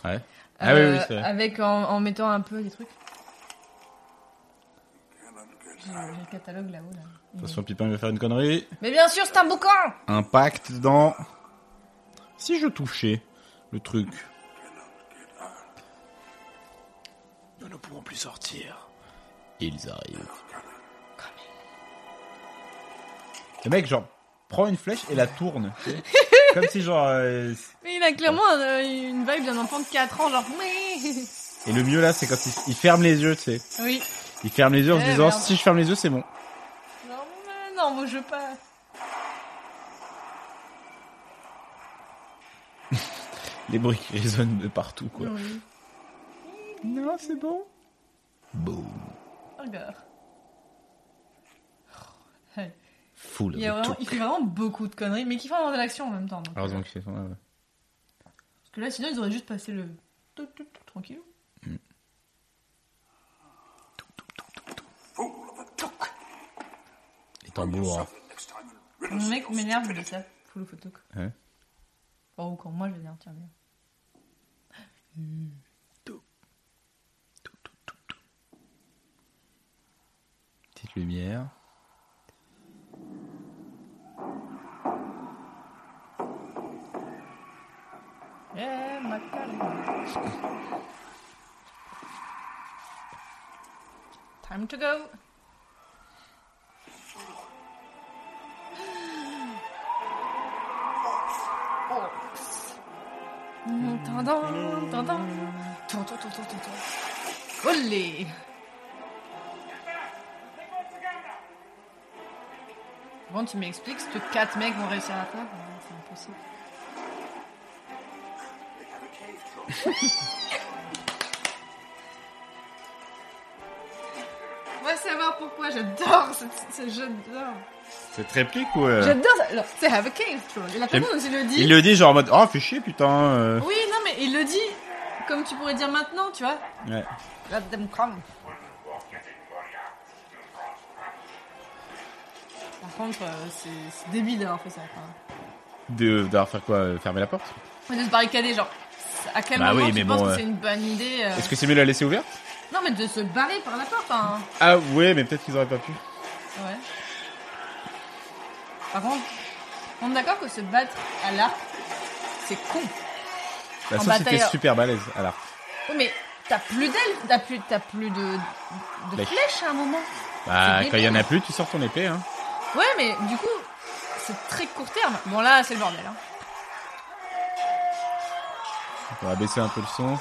B: Ouais. Ah
A: Euh,
B: oui, oui, c'est vrai.
A: Avec en, en mettant un peu des trucs.
D: Cannot get
A: J'ai j'ai le catalogue là-haut. Là.
B: Attention, Pipin va faire une connerie.
A: Mais bien sûr, c'est un bouquin
B: Impact dans. Si je touchais le truc. Nous ne pourrons plus sortir. Ils arrivent. Le mec, genre, prend une flèche et la tourne. tu sais. Comme si, genre. euh,
A: Mais il a clairement euh, une vibe d'un enfant de 4 ans, genre. Oui
B: Et le mieux là, c'est quand il, il ferme les yeux, tu sais.
A: Oui.
B: Il ferme les yeux en se
A: Eh,
B: disant
A: merde.
B: si je ferme les yeux, c'est bon.
A: Non, mais non, moi je veux pas.
B: Les bruits qui résonnent de partout, quoi.
A: Oui.
B: Non, c'est bon. Boum.
A: Regarde.
B: Full
A: Il, y a
B: of
A: vraiment-
B: tout.
A: il fait vraiment beaucoup de conneries, mais qui font avoir de l'action en même temps. donc.
B: Heureusement qu'il fait ça. ouais, ouais.
A: Parce que là, sinon, ils auraient juste passé le. tout, tout, tout, Tranquille.
B: Les tambours. hein.
A: Mon mec m'énerve, il dit ça. Full of photo.
B: Ouais.
A: Oh, ou quand moi je vais dire, tiens, bien.
B: Petite lumière.
A: Eh, Macarena. Time to go. Mm, tendant, tendant. Ton, ton, ton, ton, ton, ton. Olé. Bon, tu m'expliques ce que quatre mecs vont réussir à faire Non, C'est impossible. On va savoir pourquoi j'adore ce, ce- j'adore.
B: Cette réplique, ouais.
A: J'adore ça. Alors, c'est have a cave troll. Et la façon dont il le dit.
B: Euh. Il le dit genre en mode Oh, fais chier, putain. euh.
A: Oui, non, mais il le dit comme tu pourrais dire maintenant, tu vois.
B: Ouais.
A: Let them come. Par contre, euh, c'est c'est débile d'avoir fait ça. quoi.
B: De, d'avoir faire quoi euh, Fermer la porte
A: De se barricader, genre. À quel
B: Bah
A: moment
B: oui,
A: tu
B: mais
A: penses
B: bon,
A: que
B: euh,
A: c'est une bonne idée euh,
B: Est-ce que c'est mieux de la laisser ouverte
A: Non, mais de se barrer par la porte, hein.
B: Ah, ouais, mais peut-être qu'ils auraient pas pu.
A: Ouais. Par contre, on est d'accord que se battre à l'arc, c'est con.
B: La
A: En
B: sauce était
A: bataille, euh,
B: Bah, super balèze. Alors,
A: Oui, Oh, mais t'as plus d'ailes, t'as plus, t'as plus de, de
B: Flèche.
A: flèches à un moment.
B: bah,
A: c'est
B: quand il y en a plus, tu sors ton épée. Hein.
A: Ouais, mais du coup, c'est très court terme. Bon, là, c'est le bordel. Hein.
B: On va baisser un peu le son.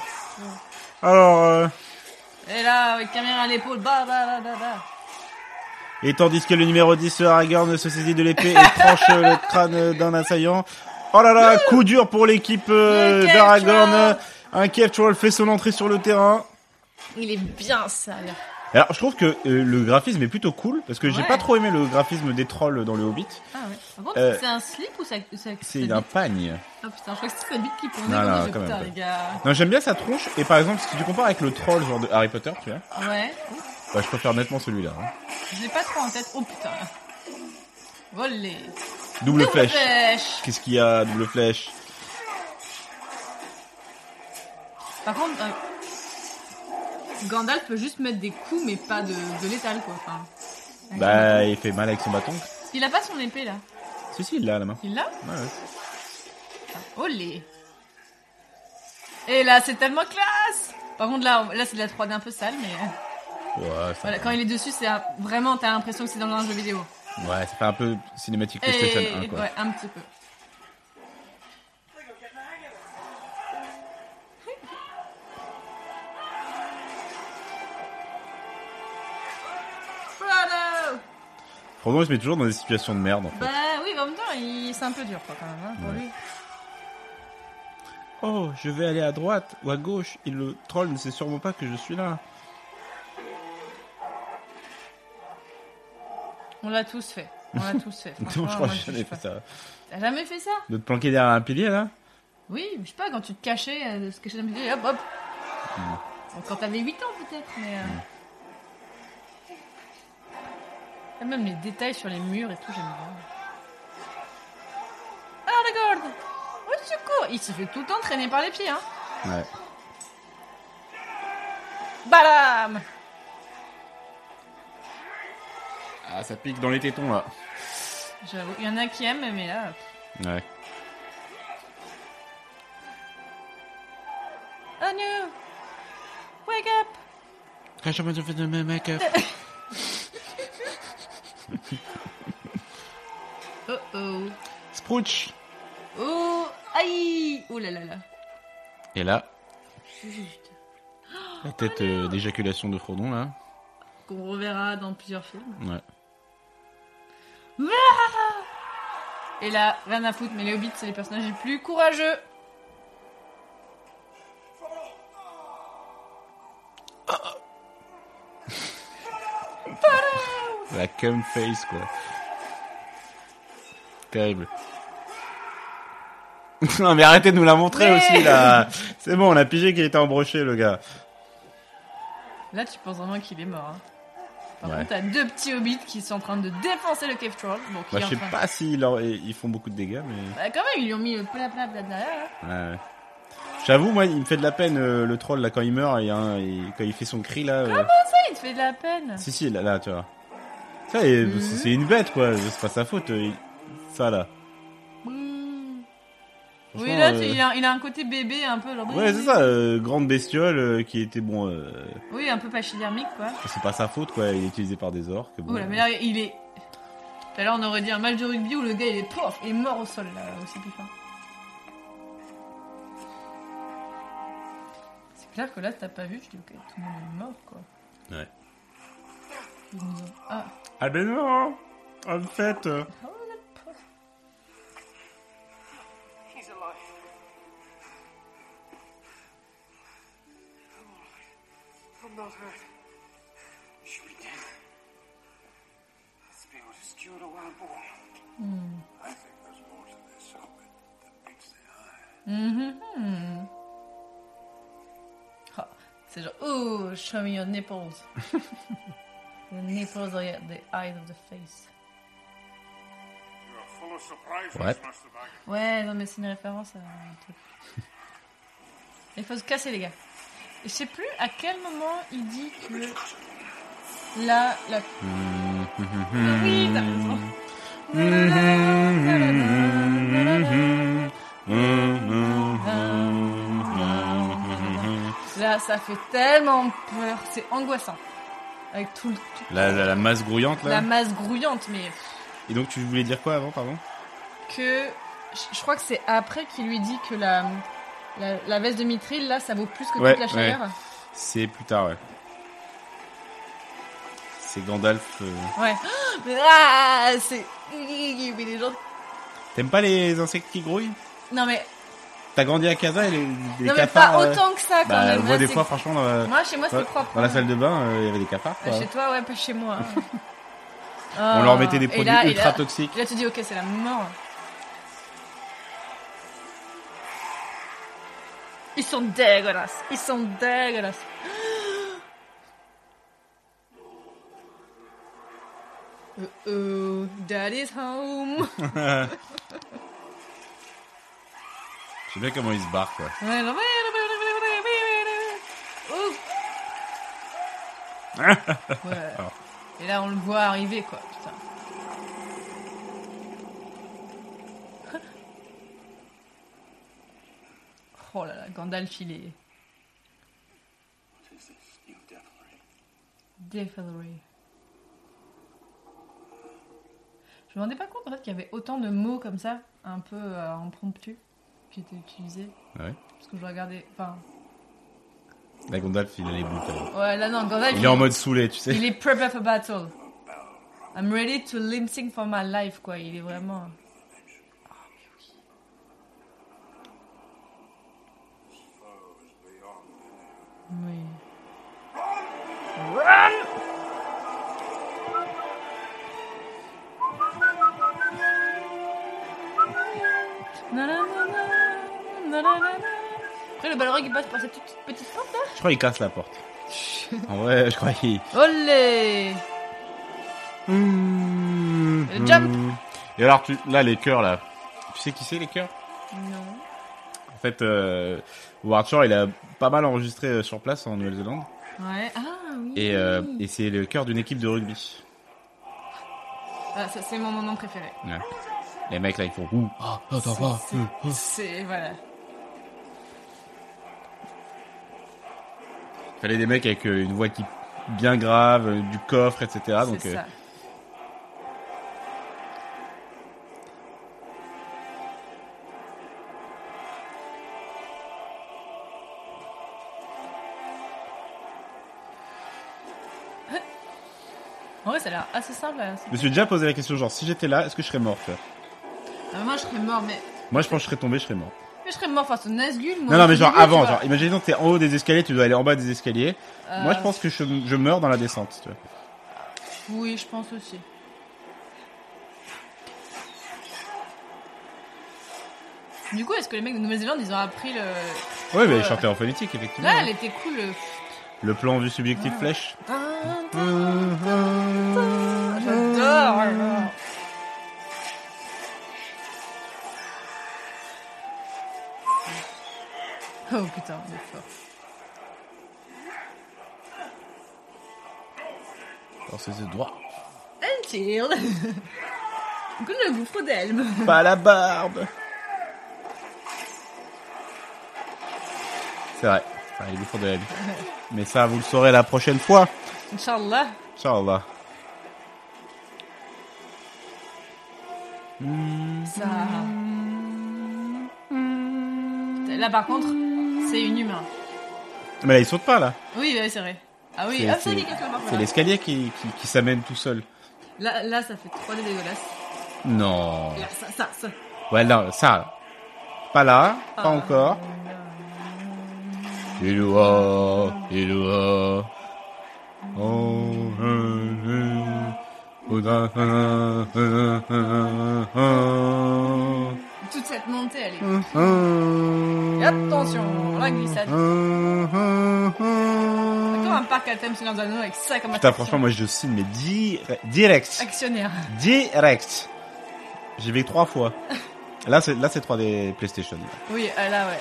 B: Alors, euh,
A: Et là, avec caméra à l'épaule, bah, bah, bah, bah, bah.
B: et tandis que le numéro 10, Aragorn, se saisit de l'épée et tranche le crâne d'un assaillant, Oh là là, coup dur pour l'équipe euh,
A: Le hein.
B: d'Aragorn. Un Kevchwal fait son entrée sur le terrain.
A: Il est bien sale.
B: Alors, je trouve que euh, le graphisme est plutôt cool parce que j'ai
A: Ouais.
B: pas trop aimé le graphisme des trolls dans le Hobbit.
A: Ah ouais. Par contre,
B: Euh,
A: c'est un slip ou ça ça- ça
B: C'est
A: bite
B: un pagne.
A: Ah putain, je crois que c'est sa bite qui pendait.
B: Non, non,
A: Non,
B: quand
A: putain,
B: même
A: les gars.
B: Non, j'aime bien sa tronche. Et par exemple, si tu compares avec le troll genre de Harry Potter, tu vois,
A: Ouais.
B: bah, je préfère nettement celui-là. hein.
A: J'ai pas trop en tête. Oh putain. Volé.
B: Double, flèche.
A: flèche.
B: Qu'est-ce qu'il y a, double flèche
A: Par contre, euh, Gandalf peut juste mettre des coups, mais pas de, de létal quoi. Enfin, avec son bâton.
B: Bah, il fait mal avec son bâton.
A: Il a pas son épée là.
B: Si, si, il l'a à la main.
A: Il l'a
B: Ouais, ouais.
A: Olé. Et là, c'est tellement classe. Par contre, là, on- là c'est de la 3D un peu sale, mais euh,
B: Ouais, ça,
A: voilà, quand il est dessus, c'est un- vraiment, t'as l'impression que c'est dans un jeu vidéo.
B: ouais, ça fait un peu cinématique
A: Et-
B: PlayStation 1, hein, quoi.
A: ouais, un petit peu. Frodo
B: Frodo, il se met toujours dans des situations de merde, en fait.
A: Bah oui, mais en même temps, il- c'est un peu dur quoi, quand même, hein, pour
B: Ouais.
A: lui.
B: Oh, je vais aller à droite ou à gauche, et le troll ne sait sûrement pas que je suis là.
A: On l'a tous fait. On l'a tous fait.
B: Donc,
A: franchement,
B: je crois
A: Ah, moi,
B: que
A: je
B: j'en ai
A: juge
B: fait
A: pas.
B: ça.
A: T'as jamais fait ça
B: De te planquer derrière un pilier, là
A: Oui, je sais pas, quand tu te cachais, euh, de se cacher dans le milieu, et hop hop. Bon, Quand t'avais 8 ans peut-être, mais. euh, et Même les détails sur les murs et tout, j'aime bien. Ah, regarde Au secours Il se fait tout le temps traîner par les pieds, hein
B: Ouais.
A: Balam
B: Ah, ça pique dans les tétons, là.
A: J'avoue, il y en a qui aiment, mais là. pff.
B: Ouais.
A: Oh no Wake up Oh oh
B: Sprouch
A: Oh Aïe Oh là là là
B: Et là,
A: Juste.
B: la tête euh, d'éjaculation de Frodon, là.
A: Qu'on reverra dans plusieurs films.
B: Ouais.
A: Et là, rien à foutre, mais les hobbits, c'est les personnages les plus courageux.
B: La cum face, quoi. Terrible. non, mais arrêtez de nous la montrer
A: Mais-
B: aussi, là. C'est bon, on a pigé qu'il était embroché, le gars.
A: Là, tu penses vraiment qu'il est mort. hein. Par
B: Ouais.
A: contre, t'as deux petits hobbits qui sont en train de défoncer le cave troll. Bon, qui
B: Bah,
A: est
B: je
A: en
B: sais
A: train-
B: pas s'ils leur- ils font beaucoup de dégâts, mais.
A: Bah, quand même, ils lui ont mis le plat plat plat derrière. hein.
B: Ouais, ouais. J'avoue, moi, il me fait de la peine, euh, le troll, là, quand il meurt, et, hein, il- quand il fait son cri, là. euh,
A: Ah, il te fait de la peine.
B: Si, si, là, là, tu vois. Ça, il-
A: Mm.
B: c'est c'est une bête, quoi. C'est pas sa faute. euh, il- Ça, là.
A: Mmh.
B: Franchement,
A: Oui, là, tu-
B: euh,
A: il, a, il a un côté bébé un peu. genre-
B: Ouais, c'est ça. euh, grande bestiole euh, qui était, bon, euh,
A: Oui, un peu pachydermique, quoi.
B: c'est pas sa faute, quoi. Il est utilisé par des orques. Bon,
A: Oula, mais Oh là, il est. Tout à l'heure, on aurait dit un match de rugby où le gars, il est pof, il est mort au sol, là, aussi plus C'est clair que là, t'as pas vu, je dis, ok, tout le monde est mort, quoi.
B: Ouais.
A: Ils nous ont- Ah,
H: Ah ben non En fait, euh,
G: He's alive. I'm all right. I'm not hurt.
C: You should be dead. Must be able to steward a wild boar.
D: I think there's more to this hobbit than meets the eye.
A: ah. c'est genre, oh, show me your nipples. the nipples are yet the eyes of the face.
D: You are full of surprises,
B: What?
D: Master Baggett.
A: Ouais, non, mais c'est une référence à un truc. Il faut se casser, les gars. Et je sais plus à quel moment il dit que. Là, la. Oui, t'as raison. Là, ça fait tellement peur, c'est angoissant. Avec tout le. tout-
B: La, la- la masse grouillante, là.
A: la masse grouillante, mais.
B: Et donc, tu voulais dire quoi avant, pardon
A: que je- je crois que c'est après qu'il lui dit que la, la, la veste de mitril là ça vaut plus que
B: Ouais,
A: toute la chaleur.
B: C'est plus tard, ouais. C'est Gandalf. euh.
A: Ouais. Mais, Ah, c'est. Oui, des gens.
B: T'aimes pas les insectes qui grouillent
A: Non mais,
B: T'as grandi à Casa et les, les
A: non, mais
B: cafards.
A: pas
B: euh,
A: autant que ça quand
B: bah,
A: même.
B: on
A: Là,
B: voit des
A: c'est-
B: fois, franchement, dans la,
A: Moi chez moi c'est
B: dans-
A: propre. hein.
B: dans la salle de bain, euh, il y avait des cafards.
A: Ah,
B: quoi.
A: Chez toi ouais pas chez moi. hein.
B: On leur mettait des
A: Et
B: produits
A: là, et
B: ultra
A: là-
B: toxiques.
A: Là tu dis ok c'est la mort. Ils sont dégueulasses. Ils sont dégueulasses. Uh oh, daddy's home.
B: Je sais bien comment ils se barrent, quoi.
A: Ouh. Ouais. Et là, on le voit arriver, quoi. Putain. Oh là là, Gandalf, il est
D: What is this new devilry?
A: défavorisé. Je me rendais pas compte en fait qu'il y avait autant de mots comme ça, un peu euh, impromptus, qui étaient utilisés.
B: Ah ouais
A: Parce que je regardais. Enfin,
B: La Gandalf, il a les bouts. euh.
A: ouais, là, non, Gandalf,
B: Il est en mode saoulé, tu sais.
A: Il est prepare for battle. I'm ready to limp sync for my life, quoi. Il est vraiment. Oui. Na, na, na, na, na, na, na. Après le balrog il passe par cette toute petite porte là.
B: Je crois qu'il casse la porte. En vrai, je crois qu'il.
A: Olé Le jump
B: Et alors, tu... là, les cœurs, là. Tu sais qui c'est, les cœurs
A: Non.
B: En fait, euh, Howard Shore, il a pas mal enregistré euh, sur place en Nouvelle-Zélande.
A: Ouais. Ah oui.
B: Et, euh, et c'est le cœur d'une équipe de rugby.
A: Ah, ça, c'est mon moment préféré.
B: Ouais. Les mecs, là, ils font ouh. Ah, ah, t'en vas.
A: C'est- C'est voilà.
B: Fallait des mecs avec euh, une voix qui bien grave, euh, du coffre, etc.
A: c'est
B: Donc, euh,
A: ça. En vrai, ça a l'air assez simple. hein, là.
B: je me suis déjà posé la question, genre, si j'étais là, est-ce que je serais mort tu vois
A: Ah, moi, je serais mort, mais,
B: Moi, je pense que je serais tombé, je serais mort.
A: mais je serais mort face au Nazgûl. moi,
B: non, non, mais
A: au
B: genre
A: début, tu
B: avant,
A: vois.
B: genre, imaginons que t'es en haut des escaliers, tu dois aller en bas des escaliers.
A: Euh,
B: Moi, je pense que je, je meurs dans la descente, tu vois.
A: Oui, je pense aussi. Du coup, est-ce que les mecs de Nouvelle-Zélande, ils ont appris le.
B: Ouais, mais
A: Ouais.
B: chanter en phonétique, effectivement.
A: Là, elle était cool. le-
B: Le plan vue subjectif flèche.
A: J'adore. Oh putain, il est fort.
B: Dans ses yeux droits.
A: Until. Comme le gouffre d'Elme.
B: Pas la barbe C'est vrai. Enfin, il est fort de la vie. Mais ça, vous le saurez la prochaine fois.
A: Inch'Allah.
B: Inch'Allah.
A: Ça. Putain, Là par contre, c'est inhumain.
B: Mais là, il saute pas, là.
A: Oui, oui, c'est vrai. Ah oui,
B: C'est-
A: ah, ça
B: c'est-
A: y est, quelqu'un par
B: C'est
A: contre.
B: l'escalier qui, qui, qui s'amène tout seul.
A: Là, là, ça fait 3D dégueulasse.
B: Non.
A: Là, ça, ça, ça.
B: Ouais, non, ça. Pas là, pas
A: Ah.
B: encore. Il ou a, il ou a. Oh, euh, euh, oh, da, da, da, da, da, da.
A: Toute cette montée, elle est.
B: Et
A: Et attention, la glissade. Comme un parc à thème Seigneur des Anneaux avec ça comme
B: Putain,
A: attraction.
B: franchement, moi je signe, mais di- direct.
A: Actionnaire.
B: Direct. J'y vais trois fois. Là, c'est là, c'est 3D PlayStation.
A: Oui, euh, là, ouais.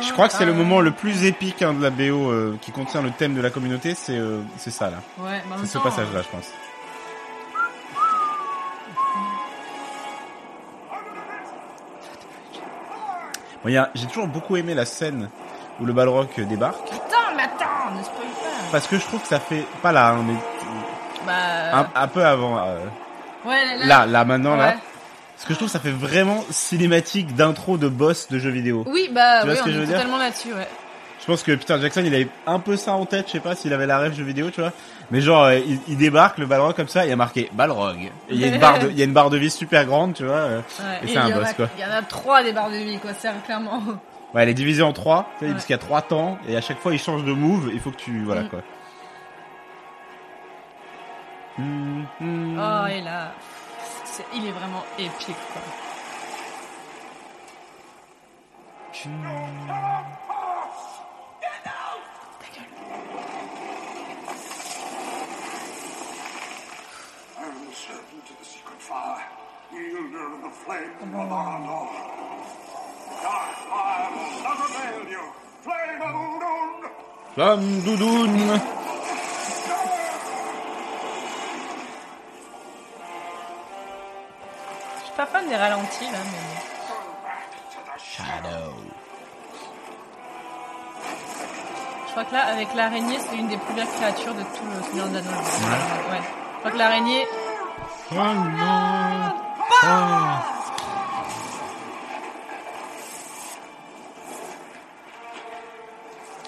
B: Je crois que c'est le moment le plus épique hein, de la BO euh, qui contient le thème de la communauté, c'est euh, c'est ça là.
A: Ouais, mais en
B: C'est
A: même
B: ce
A: temps,
B: passage-là, je pense. Bon, il y a- J'ai toujours beaucoup aimé la scène où le Balrog euh, débarque
A: Attends, mais attends, ne spoil pas.
B: parce que je trouve que ça fait pas là, hein, mais
A: Bah.
B: un, un peu avant. euh,
A: Ouais, là.
B: là, là, maintenant, là.
A: Ouais.
B: Parce que je trouve que ça fait vraiment cinématique d'intro de boss de jeu vidéo.
A: Oui, bah,
B: Tu vois
A: oui,
B: ce
A: on
B: que je veux
A: est
B: dire
A: totalement là-dessus, ouais.
B: Je pense que Peter Jackson, il avait un peu ça en tête, je sais pas s'il avait la rêve jeu vidéo, tu vois. Mais genre, euh, il, il débarque, le Balrog comme ça, il y a marqué Balrog. Et il y a une barre de, il y a une barre de vie super grande, tu vois. euh.
A: Ouais,
B: Et
A: et
B: c'est un
A: il y en
B: boss,
A: a-
B: quoi.
A: Il y en a trois des barres de vie, quoi, c'est clairement.
B: Ouais, elle est divisée en trois, tu sais,
A: Ouais.
B: parce qu'il y a trois temps, et à chaque fois, il change de move, il faut que tu, voilà,
A: Mm.
B: quoi. Mm, mm.
A: Oh, et là, c'est- il est vraiment épique, quoi.
D: I am the servant of the secret fire, wielder of the flame of Arnor. Dark fire will not avail you. Flame of Udun!
B: Flamme doudoune.
A: Je suis pas fan des ralentis, là, mais. Je crois que là, avec l'araignée, c'est une des premières créatures de tout le Seigneur des Anneaux. Ouais. Je crois que l'araignée.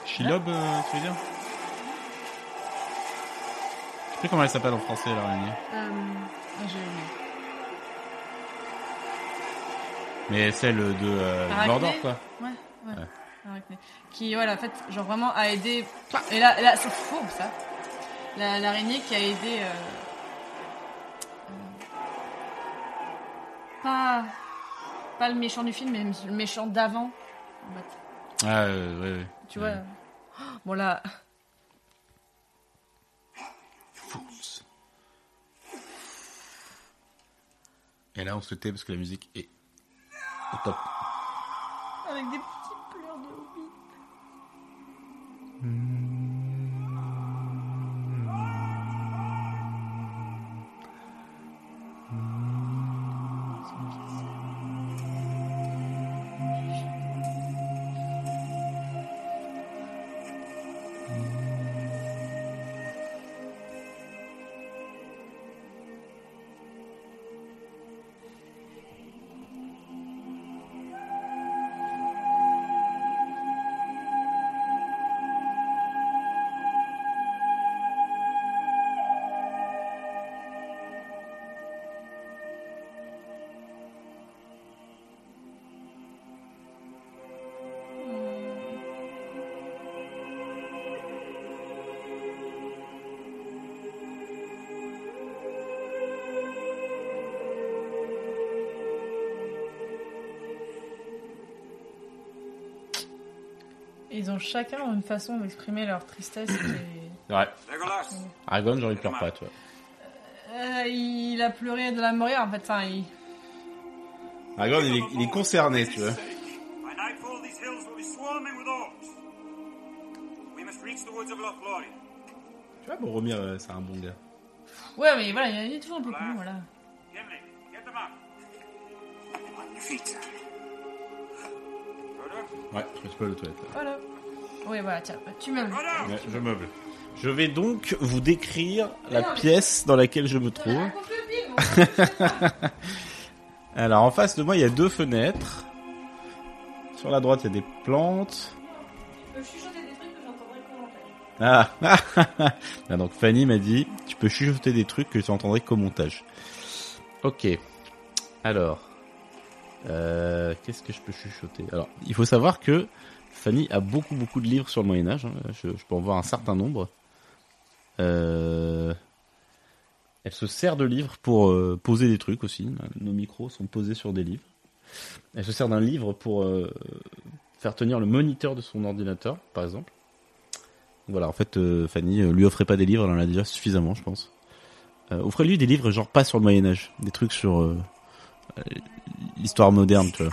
B: Shilob, euh, tu veux dire Je sais plus comment elle s'appelle en français, l'araignée.
A: Ah, j'ai oublié.
B: Mais celle de euh,
A: Arachné
B: Mordor, quoi.
A: Ouais, ouais. Arachné. Qui, voilà, en fait, genre vraiment a aidé. Et là, là c'est fourbe ça. La- L'araignée qui a aidé. euh, euh, Pas. Pas le méchant du film, mais le méchant d'avant. en fait.
B: Ah, euh, ouais, ouais.
A: Tu vois. euh, Bon, là.
B: Et là, on se tait parce que la musique est au top.
A: Avec des petites pleurs de hobbit. Ils ont chacun une façon d'exprimer leur tristesse. qui
B: Ouais.
D: Legolas!
B: Aragorn, genre, il pleure pas, tu vois.
A: est- Euh, il a pleuré de la mort, en fait. Enfin, il.
B: Aragorn, il est, il est concerné, tu vois.
D: By nightfall, these hills will be swarming with orcs. We must reach the woods of Lothlorien.
B: Tu vois, Boromir, euh, c'est un bon gars.
A: Ouais, mais voilà, il est toujours un peu con, voilà.
D: Gimli, get them up.
C: On your feet, sir.
D: Frodo,
B: Ouais, je suis pas le toilette. là.
A: Voilà. Oui, voilà, tiens, tu m'aimes.
D: Frodo!
B: Ouais, je meuble. Je vais donc vous décrire la
A: non, mais-
B: pièce dans laquelle je me trouve. Alors en face de moi il y a deux fenêtres. Sur la droite il y a des plantes. Ah, Ah, donc Fanny m'a dit tu peux chuchoter des trucs que tu entendrais qu'au montage. Ok. Alors euh, qu'est-ce que je peux chuchoter Alors il faut savoir que Fanny a beaucoup beaucoup de livres sur le Moyen Âge. hein. Je, je peux en voir un certain nombre. Euh, elle se sert de livres pour euh, poser des trucs aussi. Nos micros sont posés sur des livres. Elle se sert d'un livre pour euh, faire tenir le moniteur de son ordinateur, par exemple. Voilà, en fait, euh, Fanny euh, lui offrait pas des livres, elle en a déjà suffisamment, je pense. Euh, Offrez-lui des livres genre pas sur le Moyen Âge, des trucs sur euh, euh, l'histoire moderne, tu vois.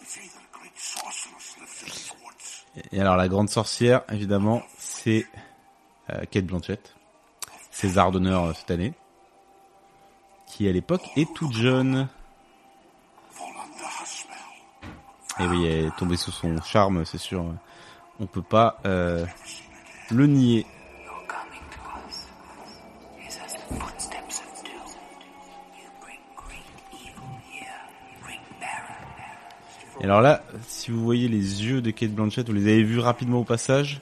D: It's either a great sorceress lives in these woods,
B: Et alors la grande sorcière, évidemment, c'est euh, Kate Blanchett, César d'honneur euh, cette année, qui à l'époque est toute jeune.
D: fall under her spell.
B: Et oui, elle est tombée sous son charme, c'est sûr. On peut pas euh, le nier.
C: You're coming to us. Is as the footsteps of doom. You bring great evil here. Ring bearer.
B: Et alors là, si vous voyez les yeux de Kate Blanchett, vous les avez vus rapidement au passage.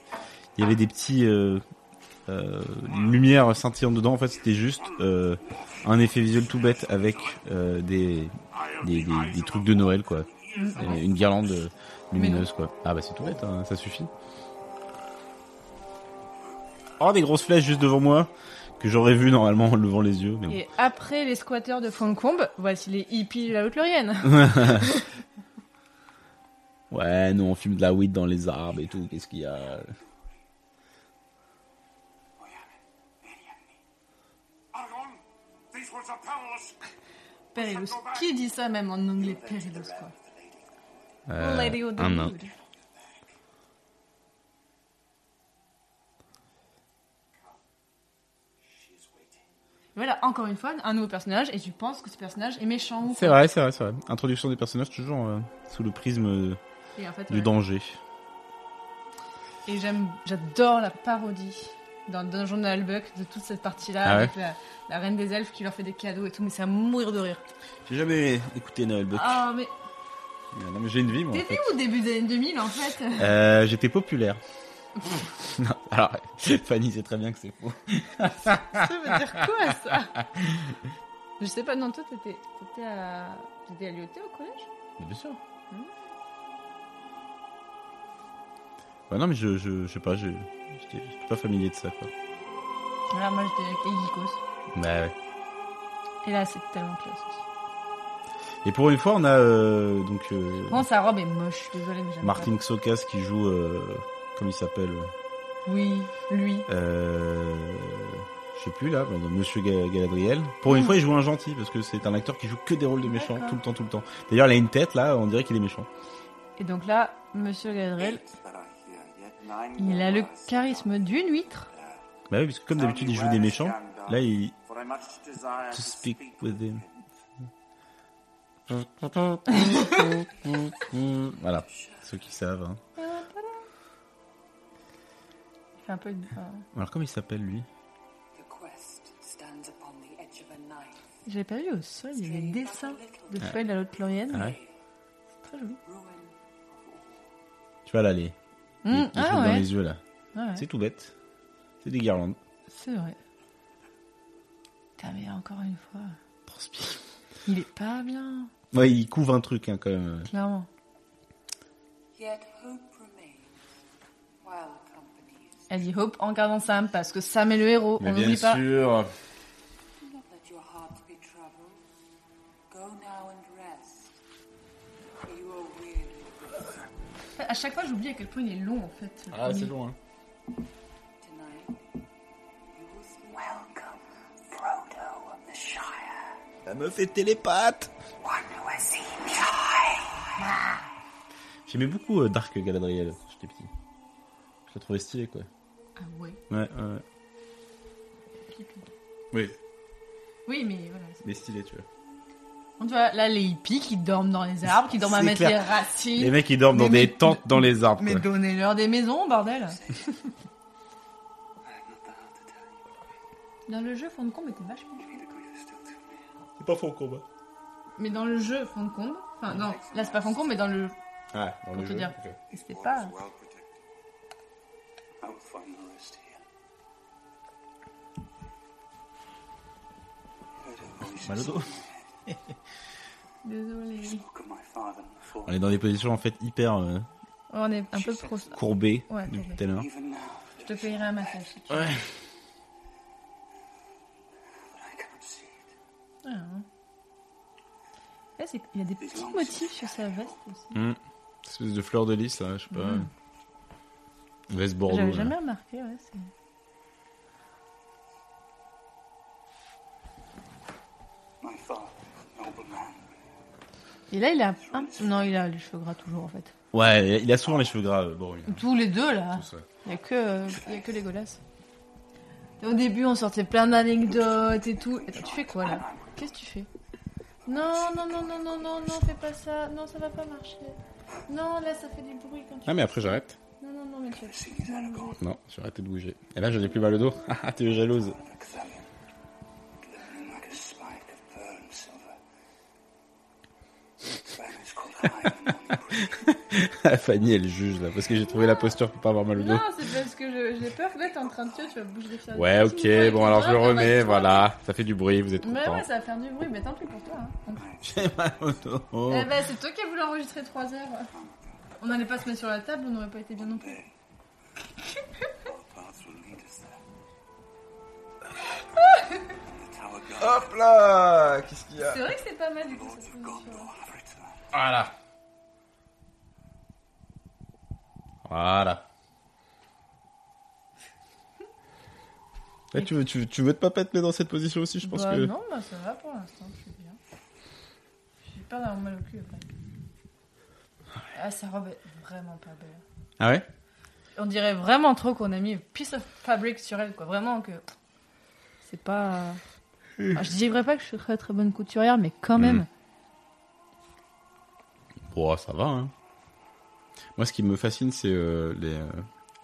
B: Il y avait des petits euh, euh, lumières scintillantes dedans. En fait, c'était juste euh, un effet visuel tout bête avec euh, des, des, des- des trucs de Noël, quoi. Et Une guirlande euh, lumineuse, quoi. Ah bah c'est tout bête, hein, ça suffit. Oh, des grosses flèches juste devant moi que j'aurais vu normalement en levant les yeux. Mais bon.
A: Et après les squatteurs de Foncombe, voici les hippies de la haute
B: Ouais, nous on fume de la weed dans les arbres et tout. Qu'est-ce qu'il y a
D: Argon, these ones are powerless.
A: Perilous. Qui dit ça même en anglais Perilous quoi
B: Euh,
A: Lady of the
B: un nain.
A: Wood. Voilà, encore une fois, un nouveau personnage, et tu penses que ce personnage est méchant ou
B: C'est vrai, c'est vrai, c'est vrai. Introduction des personnages toujours euh, sous le prisme euh,
A: Et en fait,
B: du
A: ouais.
B: danger.
A: Et j'aime, j'adore la parodie dans Dungeon de Halbuck de toute cette partie-là
B: Ah ouais
A: avec la, la reine des elfes qui leur fait des cadeaux et tout, mais c'est à mourir de rire.
B: J'ai jamais écouté Noël Buck.
A: Ah mais
B: Non, mais j'ai une vie, moi. en
A: t'étais
B: fait.
A: au début des années 2000 en fait
B: Euh, J'étais populaire. non, alors, Fanny sait très bien que c'est faux.
A: Ça veut dire quoi ça Je sais pas, non, toi t'étais, t'étais à, t'étais à l'IOT au collège
B: Mais bien sûr.
A: Hmm.
B: Ouais, non, mais je, je, je sais pas, je- j'étais j'étais pas familier de ça, quoi.
A: Voilà, Ah, moi j'étais avec les geekos.
B: Bah ouais.
A: Et là c'est tellement classe aussi.
B: Et pour une fois, on a euh, donc euh,
A: Bon, sa robe est moche, je suis désolée, mais j'aime
B: Martin Xokas qui joue, euh, comme il s'appelle,
A: pas. Oui, lui.
B: euh, je sais plus là, pardon, Monsieur Ga- Galadriel. Pour
A: Mm.
B: une fois, il joue un gentil parce que c'est un acteur qui joue que des rôles de méchants tout le temps, tout le temps. D'ailleurs, il a une tête là, on dirait qu'il est méchant.
A: Et donc là, monsieur Galadriel,
C: that are here, yet nine
A: il a
C: more
A: le
C: are stuck
A: charisme d'une huître.
B: Bah oui, parce
A: Ah,
B: que comme d'habitude, il joue des méchants. Là, il
C: For I much desire
B: to speak with him. Voilà, ceux qui savent. hein.
A: Il fait un peu une- enfin,
B: Alors comment il s'appelle lui
C: The quest stands upon the edge of a knife.
A: J'avais pas vu au sol, il y a des dessins de feuilles de la haute Laurienne.
B: Ah ouais.
A: C'est très joli.
B: Tu vas l'aller.
A: Mmh, ah
B: dans
A: ouais.
B: les yeux là.
A: Ah ouais,
B: C'est tout bête. C'est des guirlandes.
A: c'est vrai. Putain, mais encore une fois,
B: Transpire.
A: il est pas bien,
B: Ouais, il couvre un truc hein, quand même.
A: clairement.
C: Yet hope remains while companies.
A: Elle dit Hope en gardant Sam parce que Sam est le héros, on n'oublie pas.
B: sûr.
C: Not let your hearts be troubled. Go now and rest. For you are weary.
A: À chaque fois, j'oublie à quel point il est long en fait. le
B: Ah, c'est
A: premier.
B: long. Hein.
C: Tonight, you will see. Welcome, Frodo of the Shire.
B: La meuf est télépathe.
C: One who has seen the eye.
B: J'aimais beaucoup euh, Dark Galadriel. quand J'étais petit. Je la trouvais stylée quoi.
A: Ah ouais.
B: Ouais, ouais. ouais. Oui,
A: Oui, mais voilà. c'est-
B: mais stylée tu vois.
A: On voit là les hippies qui dorment dans les arbres, qui dorment à
B: C'est
A: mettre
B: clair.
A: les racines.
B: Les mecs ils dorment dans
A: Mais-
B: des tentes dans les arbres.
A: Mais
B: quoi.
A: donnez-leur des maisons, bordel Dans le jeu, Fondcombe était vachement chouette.
B: C'est pas faux combat.
A: Mais dans le jeu, Fondcombe... Enfin, non, là, c'est pas Fondcombe, mais dans le...
B: Ah, dans
A: Pour
B: le
A: te
B: jeu.
A: dire.
B: ok.
A: Et C'était pas...
D: well protected. I will find the rest here. Heard her voices
B: Mal au dos.
A: Désolé.
D: Look at my father before.
B: On est dans des positions en fait hyper euh,
A: On est un peu trop...
B: courbées
A: Ouais,
B: depuis
A: ouais.
B: tout à l'heure.
D: Even now,
A: Je te payerai un massage. si tu veux.
D: I can't see it.
A: Ah, hein. Là, c'est- il y a des petits motifs sur sa veste aussi.
B: Espèce de fleur de lys là, je sais pas. Veste Bordeaux.
A: J'avais
B: là.
A: jamais remarqué, ouais. c'est-
D: My father, noble man.
A: Et là, il a... un- Non, il a les cheveux gras toujours, en fait.
B: Ouais, il a souvent les cheveux gras, euh, Bordeaux.
A: Tous les deux, là
B: Tous, ouais.
A: Il n'y a, que, euh, y a que les golasses. Et au début, on sortait plein d'anecdotes et tout. Attends, tu fais quoi là Qu'est-ce que tu fais Non, non, non, non, non, non, non, fais pas ça. Non, ça va pas marcher. Non, là, ça fait du bruit quand tu.
B: Ah mais après j'arrête.
A: Non, non, non, mais tu.
B: Non, j'ai arrêté de bouger. Et là j'avais plus mal au dos. Ah, t'es jalouse.
D: Vexalion, glittering like a spike of pearl and silver. Its back is called
B: Ah, Fanny, elle juge là, parce que j'ai trouvé la posture pour pas avoir mal au dos.
A: Non, c'est parce que je- j'ai peur que là, t'es en train de tuer, tu vas bouger les fiers.
B: Ouais, ok, bon, alors je le remets, voilà. Ça fait du bruit, vous êtes
A: Mais
B: contents.
A: ouais, ça va faire du bruit, mais tant pis pour toi. hein.
B: J'ai mal au dos.
A: Eh ben, c'est toi qui as voulu enregistrer 3 heures. On n'allait pas se mettre sur la table, on n'aurait pas été bien non plus.
D: Paths will lead us there.
B: Hop là Qu'est-ce qu'il y a
A: C'est vrai que c'est pas mal du coup cette position.
B: Voilà. Voilà. Là, Eh, tu, veux, tu, veux- tu veux te pas te mettre dans cette position aussi, je pense
A: Bah
B: que...
A: non, bah ça va pour l'instant, je suis bien. J'ai peur d'avoir mal au cul après. Ah, sa robe est vraiment pas belle.
B: Ah ouais
A: On dirait vraiment trop qu'on a mis une piece of fabric sur elle, quoi. Vraiment que. C'est pas. Ah, je dirais pas que je suis très très bonne couturière, mais quand même.
B: Mhm. Bon, ça va, hein. Moi, ce qui me fascine, c'est euh, les, euh,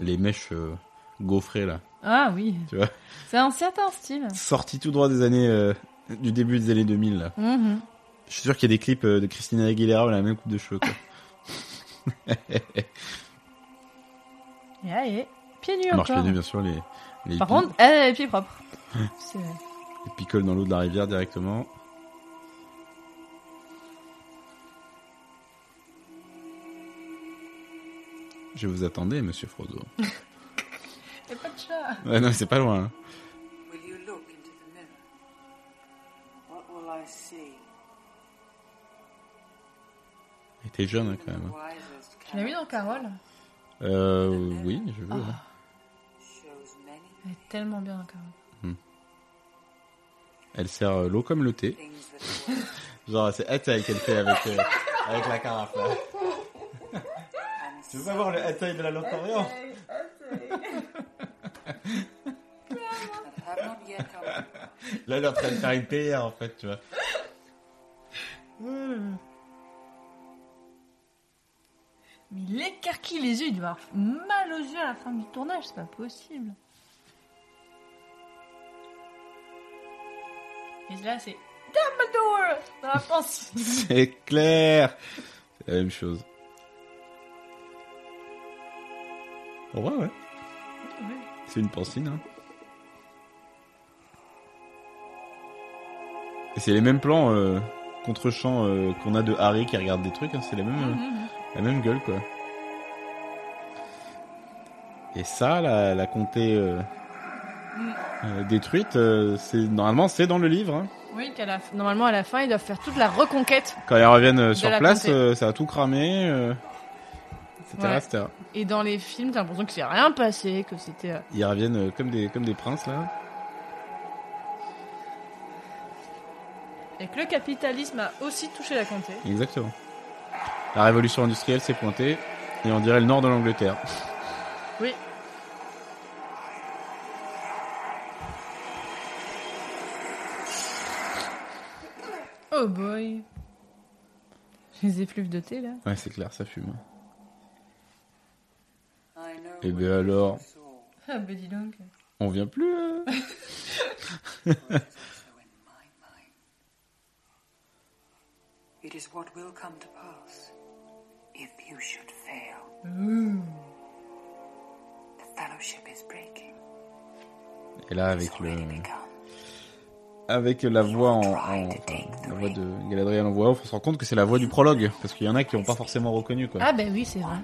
B: les mèches euh, gaufrées, là.
A: Ah oui.
B: Tu vois
A: C'est un certain style.
B: Sorti tout droit des années... euh, du début des années 2000, là.
A: Mhm.
B: Je suis sûr qu'il y a des clips euh, de Christina Aguilera ou la même coupe de cheveux, quoi.
A: Et allez, pieds nus
B: Marche les
A: encore.
B: deux, bien sûr, les... les
A: Par
B: pi-
A: contre, elle a les pieds propres. C'est-
B: les picoles dans l'eau de la rivière directement. Je vous attendais, monsieur Frodo.
A: Y a pas de chat.
B: Ouais, non, c'est pas loin. hein.
C: Will you look into the mirror?
G: What will I see?
B: Il était jeune, hein, quand même.
G: Wisest
A: Tu l'as vu dans Carole
B: Euh, oui, je veux.
A: Ah.
B: ouais.
C: Shows many
A: Elle est tellement bien, Carole.
B: Elle sert euh, l'eau comme le thé.
C: things that the world
B: Genre, c'est Hatay qu'elle fait avec, euh, avec la carafe, là.
C: and
B: Tu veux pas voir le Hatay de la Lotarion
C: some have not yet come.
B: Là, elle est en train de faire une théière, en fait, tu vois.
A: Mais il écarquille les yeux, il doit avoir mal aux yeux à la fin du tournage, c'est pas possible. Et là, c'est Dumbledore dans la France.
B: C'est clair. C'est la même chose. Ouais, ouais. C'est une pancine. Hein. Et c'est les mêmes plans euh, contre-champ euh, qu'on a de Harry qui regarde des trucs. hein. C'est la même,
A: Mhm.
B: euh, la même gueule, quoi. Et ça, la, la comté euh, euh, détruite, euh, c'est normalement c'est dans le livre. hein.
A: oui, qu'à la f- normalement à la fin, ils doivent faire toute la reconquête.
B: Quand ils reviennent euh, sur
A: la
B: place,
A: comté.
B: euh, ça a tout cramé, euh, etc.,
A: Ouais.
B: etc.
A: Et dans les films, t'as l'impression qu'il s'est rien passé, que c'était. euh,
B: Ils reviennent euh, comme des, comme des princes, là.
A: Et que le capitalisme a aussi touché la comté.
B: Exactement. La révolution industrielle s'est pointée, et on dirait le nord de l'Angleterre.
A: Oui. Oh boy. Les effluves de thé là.
B: Ouais, c'est clair, ça fume.
C: I know
B: Et
C: what
B: ben alors,
C: you saw
A: Ah bah dis donc.
B: on vient plus, hein
C: is also in my mind. It is what will come to pass if you should fail. The fellowship is breaking.
B: Et là, avec
C: It's
B: le...
C: already begun.
B: Avec la voix en... en- enfin, la voix de Galadriel en voix off, on se rend compte que c'est la voix du prologue, parce qu'il y en a qui n'ont pas forcément reconnu, quoi.
A: Ah bah oui c'est vrai.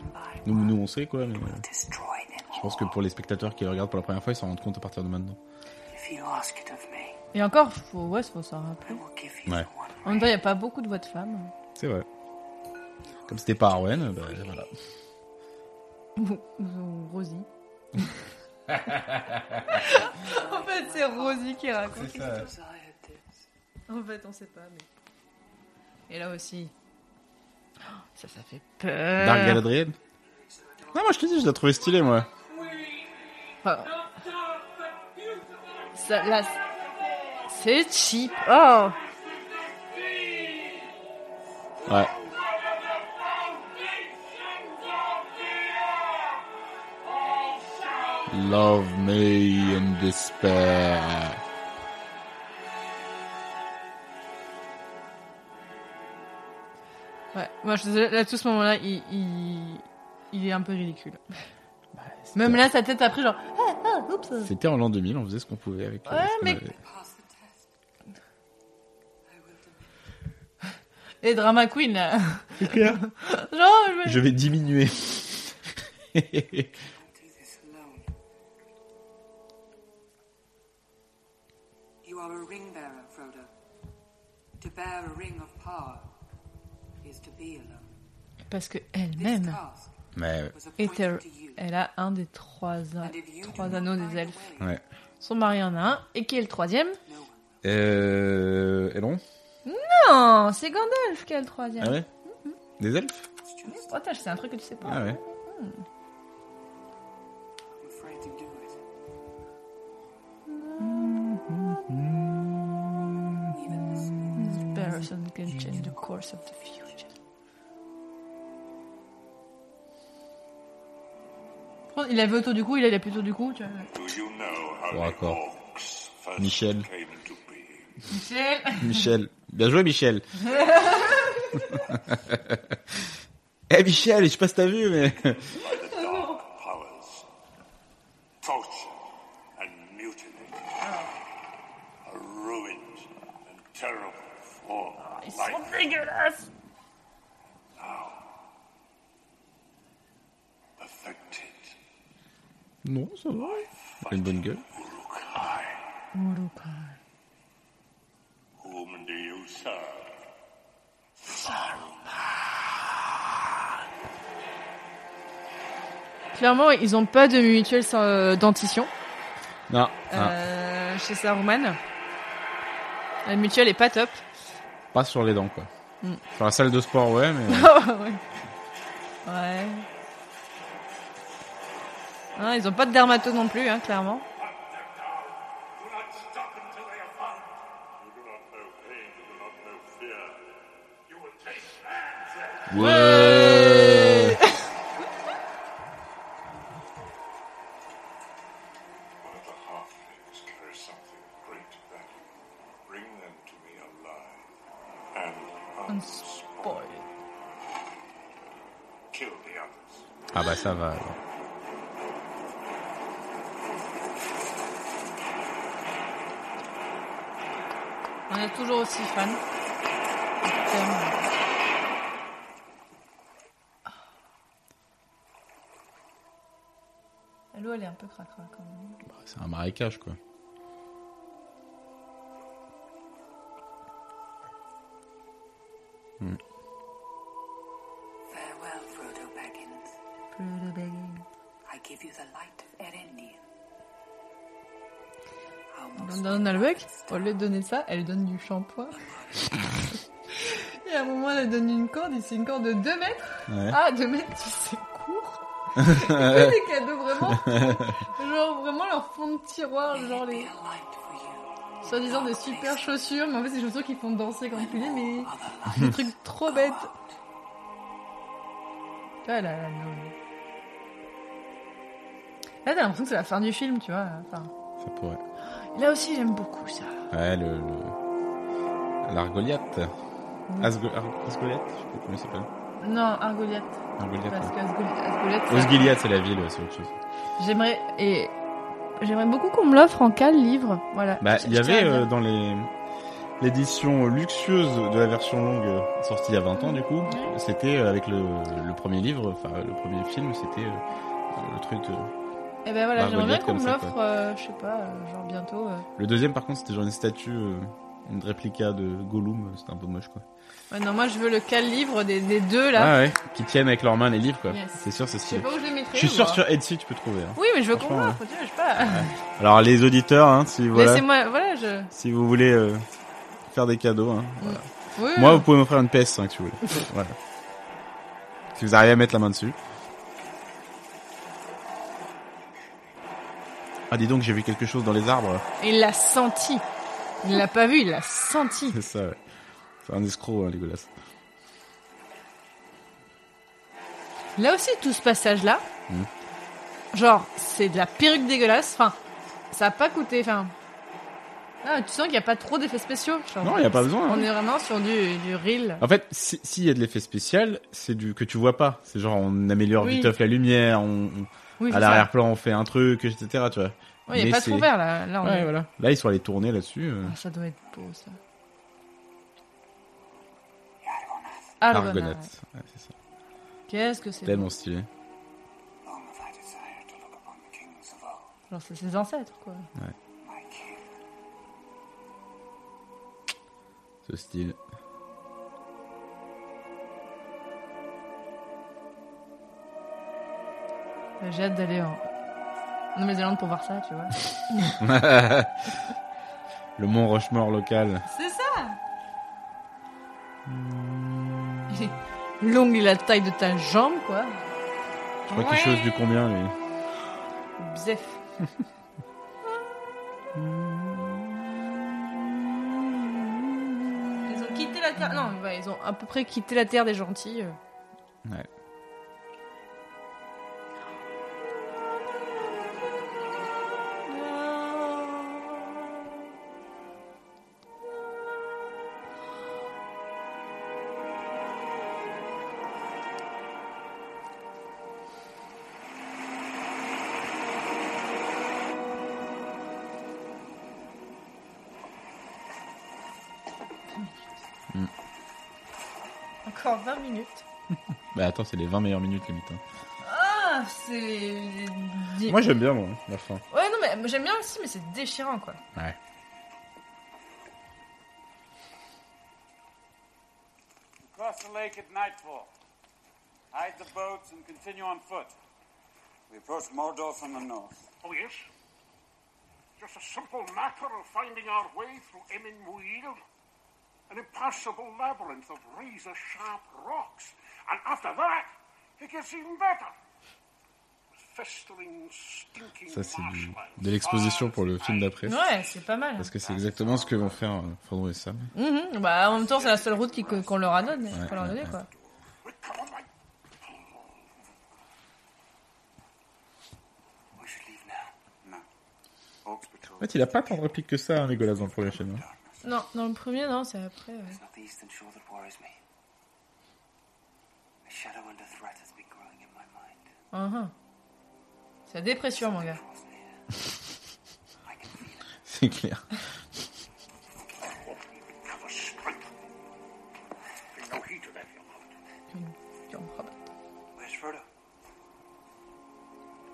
B: Nous, nous, on sait, quoi, mais... euh,
C: Destroy them
B: Je
C: all.
B: pense que pour les spectateurs qui le regardent pour la première fois, ils s'en rendent compte à partir de maintenant.
C: If you ask it of me,
A: Et encore, faut, ouais, faut s'en
C: I
A: rappeler.
C: will give you
B: Ouais.
C: the one.
A: En même temps, il n'y a pas beaucoup de voix de femmes.
B: C'est vrai. Comme c'était pas Arwen, bah, voilà.
A: Ou- ou Rosie. en fait, c'est Rosie qui raconte.
C: Desire this.
A: En fait, on sait pas. Mais... Et là aussi. Oh, Ça, ça fait peur.
B: Dark Galadriel Non, moi je te dis, je la trouvais stylée, moi.
A: Enfin, ça, là, c'est cheap. Oh,
B: Ouais. Love me in despair.
A: Ouais. Moi, je suis désolée, là, tout ce moment-là, il, il, il est un peu ridicule.
B: Bah,
A: Même là, sa tête après, genre. Ah, ah, oups.
B: C'était en l'an 2000, on faisait ce qu'on pouvait avec. euh,
A: Ouais,
B: ce qu'on
A: mais-
B: avait.
A: Et drama queen, là. Genre, je...
B: Je vais diminuer.
C: do this alone. You are a ring bearer, Frodo. To bear a ring of power is to be alone.
A: Parce que
C: This
A: elle-même
C: task
B: Mais
C: was
A: est
C: appointed to you.
A: Elle a un des trois, a-
C: And if you do
A: trois
C: not
A: anneaux
C: find
A: des
C: a
A: elfes.
C: way,
B: ouais.
A: Son mari en a un. Et qui est le troisième
C: no one.
B: Euh. Elrond
A: Non, c'est Gandalf qui est le troisième.
B: Ah ouais
A: Mm-hmm.
B: Des elfes
C: It's just
A: Oh, tâche, c'est un truc que tu sais pas.
B: Ah ouais.
C: I'm afraid to do it. Even the smallest
A: Person can change the course of the future. Je pense Il avait autour du cou, il allait plutôt du cou, tu vois.
D: Do you know how
B: Bon,
D: the
B: d'accord.
D: orcs first
B: Michel.
D: came to be?
A: Michel.
B: Michel. Bien joué, Michel. Eh Michel, je sais pas si t'as vu, mais.
D: By the dark powers. Tortured and mutilated. A ruined and terrible form of
A: Ils sont
D: life.
A: dégueulasses.
D: Perfected.
B: Non, ça va. T'as Une bonne gueule.
D: Urukai. Whom do you serve?
A: Clairement, ils n'ont pas de mutuelle euh, dentition
B: Non. Ah,
A: euh, chez Saruman. La mutuelle est pas top.
B: pas sur les dents, quoi.
A: Mm.
B: Sur la salle de sport, ouais, mais.
A: Oh, ouais. Ouais. Hein, ils ont pas de dermato non plus, hein, clairement.
B: Ouais.
D: One of the halflings carries something of great value. Bring them to me alive and unspoiled. Kill the others.
B: Ah bah ça va. alors.
A: On est toujours aussi fan. Putain. Ah. L'eau, elle est un peu cracra quand même.
B: C'est un marécage, quoi.
C: farewell, Frodo Baggins. I give you the light of Erendir. How most
A: Dans Nalbeck, au lieu de donner ça, elle donne du shampoing. Et à un moment, elle donne une corde, et c'est une corde de 2 mètres.
B: Ouais.
A: Ah, 2 mètres, tu sais, court. C'est que des cadeaux vraiment. Genre, vraiment leur fond de tiroir, genre
C: be
A: les
C: a light for you.
A: soi-disant des super chaussures, mais en fait, c'est des chaussures qui font danser quand tu les mets. Des trucs trop bêtes. Ah là là, non. Là, t'as l'impression que c'est la fin du film, tu vois. Enfin,
B: Ça pourrait.
A: là aussi, j'aime beaucoup ça.
B: Ouais, le. le- L'argoliath. Asgo- Ar- Asgoliath, je sais pas comment il s'appelle.
A: Non, Argoliath.
B: Argoliath.
A: Parce
B: ouais.
A: que Asgul- Asgulette, ça-
B: Osgiliath, c'est la ville, ouais, c'est autre chose.
A: j'aimerais et j'aimerais beaucoup qu'on me l'offre en cas livre. Voilà.
B: Bah,
A: Je-
B: il y
A: je tiens à
B: avait
A: dire.
B: euh, dans les l'édition luxueuse de la version longue euh, sortie il y a 20 ans du coup, c'était euh, avec le, le premier livre, enfin le premier film, c'était euh, le truc. euh.
A: Eh ben voilà, j'aimerais bien
B: Margoliath
A: qu'on
B: comme
A: me
B: ça,
A: l'offre, euh, je sais pas, euh, genre bientôt. euh.
B: Le deuxième par contre, c'était genre une statue, euh, une réplica de Gollum, euh, c'était un peu moche quoi.
A: Ouais, non, moi je veux le cas livre des, des deux là.
B: Ah ouais, qui tiennent avec leurs mains les livres quoi.
A: Yes.
B: C'est sûr, c'est
A: Je sais
B: stylé.
A: pas où je les mettrai.
B: Je suis sûr
A: moi.
B: sur Etsy tu peux trouver. hein.
A: Oui, mais je veux qu'on me
B: Franchement,
A: l'offre, tu vois, je sais pas.
B: Alors les auditeurs, hein, si voilà,
A: Laissez-moi, voilà, je.
B: si vous voulez euh, faire des cadeaux, hein,
A: Mm.
B: voilà.
A: Oui,
B: moi
A: oui.
B: vous pouvez m'offrir une PS5 si vous voulez. voilà. Si vous arrivez à mettre la main dessus. Ah dis donc j'ai vu quelque chose dans les arbres.
A: il l'a senti. Il l'a pas vu, il l'a senti.
B: C'est ça. ouais. C'est un escroc hein, Legolas.
A: Là aussi, tout ce passage-là, genre, c'est de la perruque dégueulasse. Enfin, ça a pas coûté. Enfin, Ah, tu sens qu'il n'y a pas trop d'effets spéciaux. genre.
B: Non, il n'y a pas besoin. hein. Ah,
A: On est vraiment sur du, du reel.
B: En fait, si- s'il y a de l'effet spécial, c'est du que tu vois pas. C'est genre on améliore
A: Oui.
B: vite off la lumière, on, on-
A: Oui,
B: à
A: c'est
B: l'arrière-plan on fait un truc, etc. Tu vois.
A: ça. Ouais, il
B: Mais
A: n'y a pas
B: c'est-
A: trop vert là. Là, on
B: Ouais,
A: est-
B: voilà. Là, ils sont allés tourner là-dessus. euh.
A: Ah, ça doit être beau ça.
B: Argonaut.
A: Argonaut.
B: Ouais, c'est ça.
A: Ah, Qu'est-ce que c'est
B: Tellement stylé.
J: Long have I desired to look upon the kings of old,
A: Genre, c'est ses ancêtres quoi.
J: my kin.
B: Ce style.
A: J'ai hâte d'aller en Nouvelle-Zélande pour voir ça, tu vois.
B: Le Mont Rochemort local.
A: C'est ça L'ongle est la taille de ta jambe, quoi.
B: Je crois qu'il chose du combien lui.
A: Bzef. ils ont quitté la terre. Non, bah, ils ont à peu près quitté la terre des gentils. euh.
B: Ouais.
A: Hmm. Encore 20 minutes.
B: Bah attends, c'est les 20 meilleures minutes limite. hein.
A: Ah, c'est. les- les-
B: Moi j'aime bien moi, la fin.
A: Ouais, non, mais j'aime bien aussi, mais c'est déchirant, quoi.
B: Ouais.
D: Cross the lake at nightfall. Hide the boats and continue on foot.
J: We approach Mordor from the north.
E: Oh, yes? Just a simple matter of finding our way through Emin Muir, an impassable labyrinth of razor sharp rocks. And after that, it gets even better. With festering, stinking
B: Ça c'est du-
E: marshlands,
B: de l'exposition pour le
E: fires
B: film
E: and
B: d'après.
A: Ouais, c'est pas mal.
B: Parce que c'est exactement ce que vont faire euh, Frodo et Sam.
A: Mhm, Bah, en même temps, c'est la seule route qui- que- qu'on leur a donnée,
B: Ouais,
A: qu'on leur a
B: ouais,
A: donnée,
B: ouais.
A: quoi.
E: ice. Come on, my
J: We should leave now. No. Orcs patrol.
B: En fait, il a pas tant de répliques que ça, hein, Legolas, dans le premier film. hein.
A: Non, dans le premier, non, c'est après. ouais.
J: It's not the eastern shore that worries me. A shadow under threat has been growing in my mind.
A: Mhm. C'est la dépression, mon gars.
J: Draws near. I can feel it.
B: C'est clair.
E: cover strength. Bring no heed to that, young lord.
J: Where's Frodo?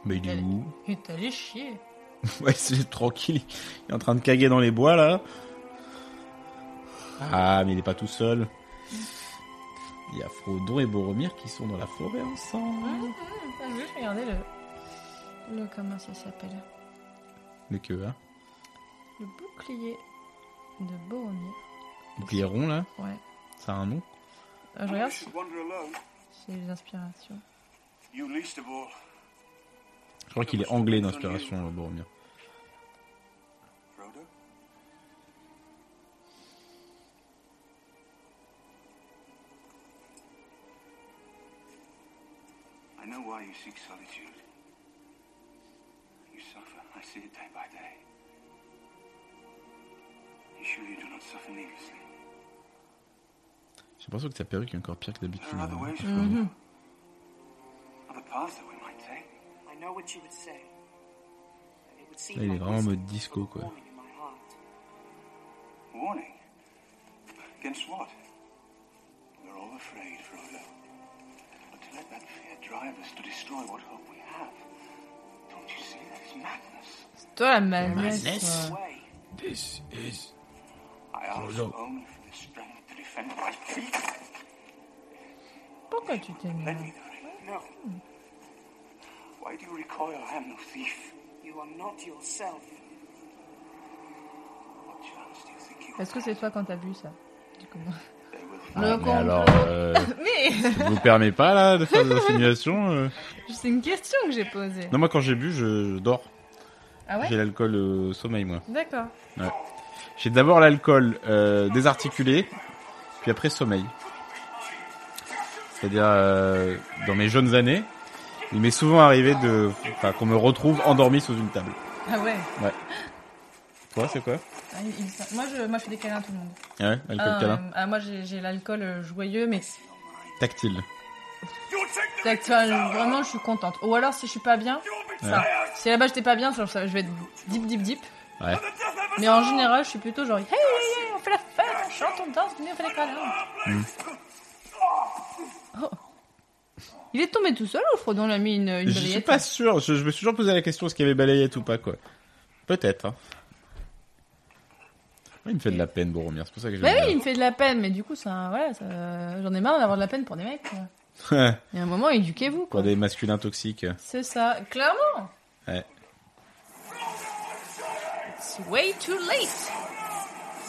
B: Mais il est
A: Elle-
B: où
A: Il est allé chier.
B: Ouais, c'est tranquille. Il est en train de caguer dans les bois là. Ah, mais il est pas tout seul. Il y a Frodon et Boromir qui sont dans la forêt ensemble.
A: Ah, je vais juste regarder le... le... Comment ça s'appelle
B: Le que, hein
A: Le bouclier de Boromir.
B: Bouclier rond là
A: Ouais.
B: Ça a un nom
A: Ah, je regarde
D: You
A: si
D: should wander alone.
A: j'ai des inspirations.
D: You least of all.
B: Je crois qu'il est
A: Ah,
B: anglais d'inspiration, euh, Boromir.
J: Frodo?
E: I know why you seek solitude. You suffer. I see it day by day. You sure you do not suffer needlessly?
B: J'ai l'impression que sa perruque est encore pire que d'habitude.
E: There
A: Ah,
E: are other
B: hein.
E: ways from other paths that we might take.
C: I know what you would say. It would seem
B: Là, il est
C: like
B: vraiment en mode
C: wisdom,
B: disco,
C: but a
B: quoi.
C: warning in my heart.
E: Warning. Against what? We're all afraid, Frodo. But to let that fear drive us to destroy what hope we have. Don't you see that is madness?
A: C'est toi la manesse. ouais.
E: Way. I ask only for the strength to defend my feet.
A: Pourquoi tu t'es mis
E: Lend me the ring. No. Why do you recoil? I am no thief.
C: You are not yourself.
E: What chance do you think you
A: Est-ce que c'est toi quand t'as bu ça Du coup, non.
E: They will
B: Ah,
E: find
A: Le
B: mais
A: complot.
B: alors, euh,
A: Mais
B: vous permet pas là de faire des insinuations euh
A: c'est une question que j'ai posée.
B: Non, moi quand j'ai bu, je, je dors.
A: Ah ouais
B: J'ai l'alcool euh, au sommeil, moi.
A: D'accord.
B: J'ai d'abord l'alcool euh, désarticulé, puis après sommeil. C'est-à-dire, euh, dans mes jeunes années, il m'est souvent arrivé de, enfin, qu'on me retrouve endormi sous une table.
A: Ah ouais.
B: Ouais. Quoi, c'est quoi
A: Ah, il- il- Moi, je, moi, je fais des câlins à tout le monde.
B: Ah Ouais, alcool
A: Ah,
B: câlin.
A: euh, ah, moi, j'ai j'ai l'alcool euh, joyeux, mais
B: Tactile.
A: tac- enfin, je- vraiment, je suis contente. Ou alors, si je suis pas bien, ça. Si là-bas, j'étais pas bien, genre, ça- je vais être deep, deep, deep.
B: Ouais.
A: Mais en général, je suis plutôt genre, hey, hey, hey, on fait la fête, on chante, on danse, venez, on fait les câlins.
B: Hmm.
A: Oh. Il est tombé tout seul ou Frodon lui a mis une, une
B: Je suis
A: balayette
B: pas sûr, je, je me suis toujours posé la question est-ce qu'il y avait balayette ou pas, quoi. Peut-être, hein. Il me fait de la peine, Boromir, c'est pour ça que je
A: Bah oui, il
B: l'aime
A: me fait de la peine, mais du coup, ça, voilà, ça- j'en ai marre d'avoir de la peine pour des mecs. quoi.
B: bien.
A: Il y a un moment, éduquez-vous.
B: Pour
A: quoi.
B: des masculins toxiques.
A: C'est ça, clairement.
B: Ouais.
A: It's way too late.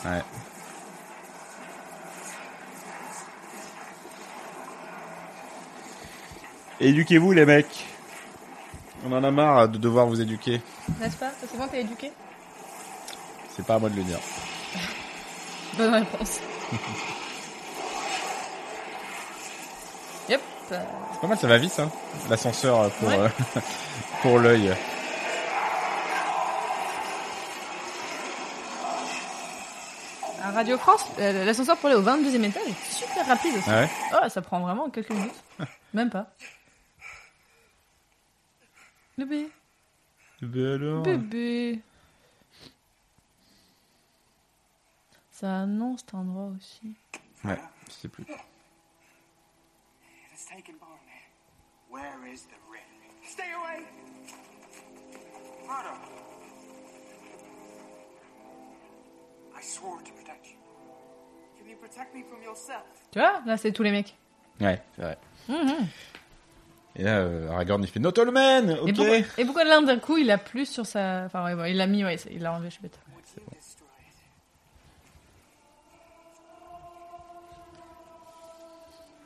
B: Ouais. Éduquez-vous, les mecs. On en a marre de devoir vous éduquer.
A: N'est-ce pas C'est bon, t'es éduqué
B: C'est pas à moi de le dire.
A: Bonne réponse. yep. euh,
B: C'est pas mal, ça va vite, hein. L'ascenseur euh, pour,
A: Ouais.
B: euh, pour l'œil.
A: À Radio France, euh, l'ascenseur pour aller au 22e étage est super rapide aussi.
B: Ah ouais
A: Oh, ça prend vraiment quelques minutes. Même pas. Bébé,
B: Ben alors.
A: bébé. Ça annonce cet endroit aussi.
B: Ouais, je sais plus.
E: It has taken Boromir. Where is the ring? Stay away! Frodo! I swore to protect you. Can you protect me from yourself?
A: Tu vois, là c'est tous les mecs.
B: Ouais, c'est vrai. Et là, euh, Aragorn, il fait Notolmen
A: Mhm. Et,
B: Ok
A: pourquoi, et pourquoi l'un d'un coup il a plus sur sa. Enfin, ouais, bon, il l'a mis, ouais, c'est- il l'a enlevé, je suis bête.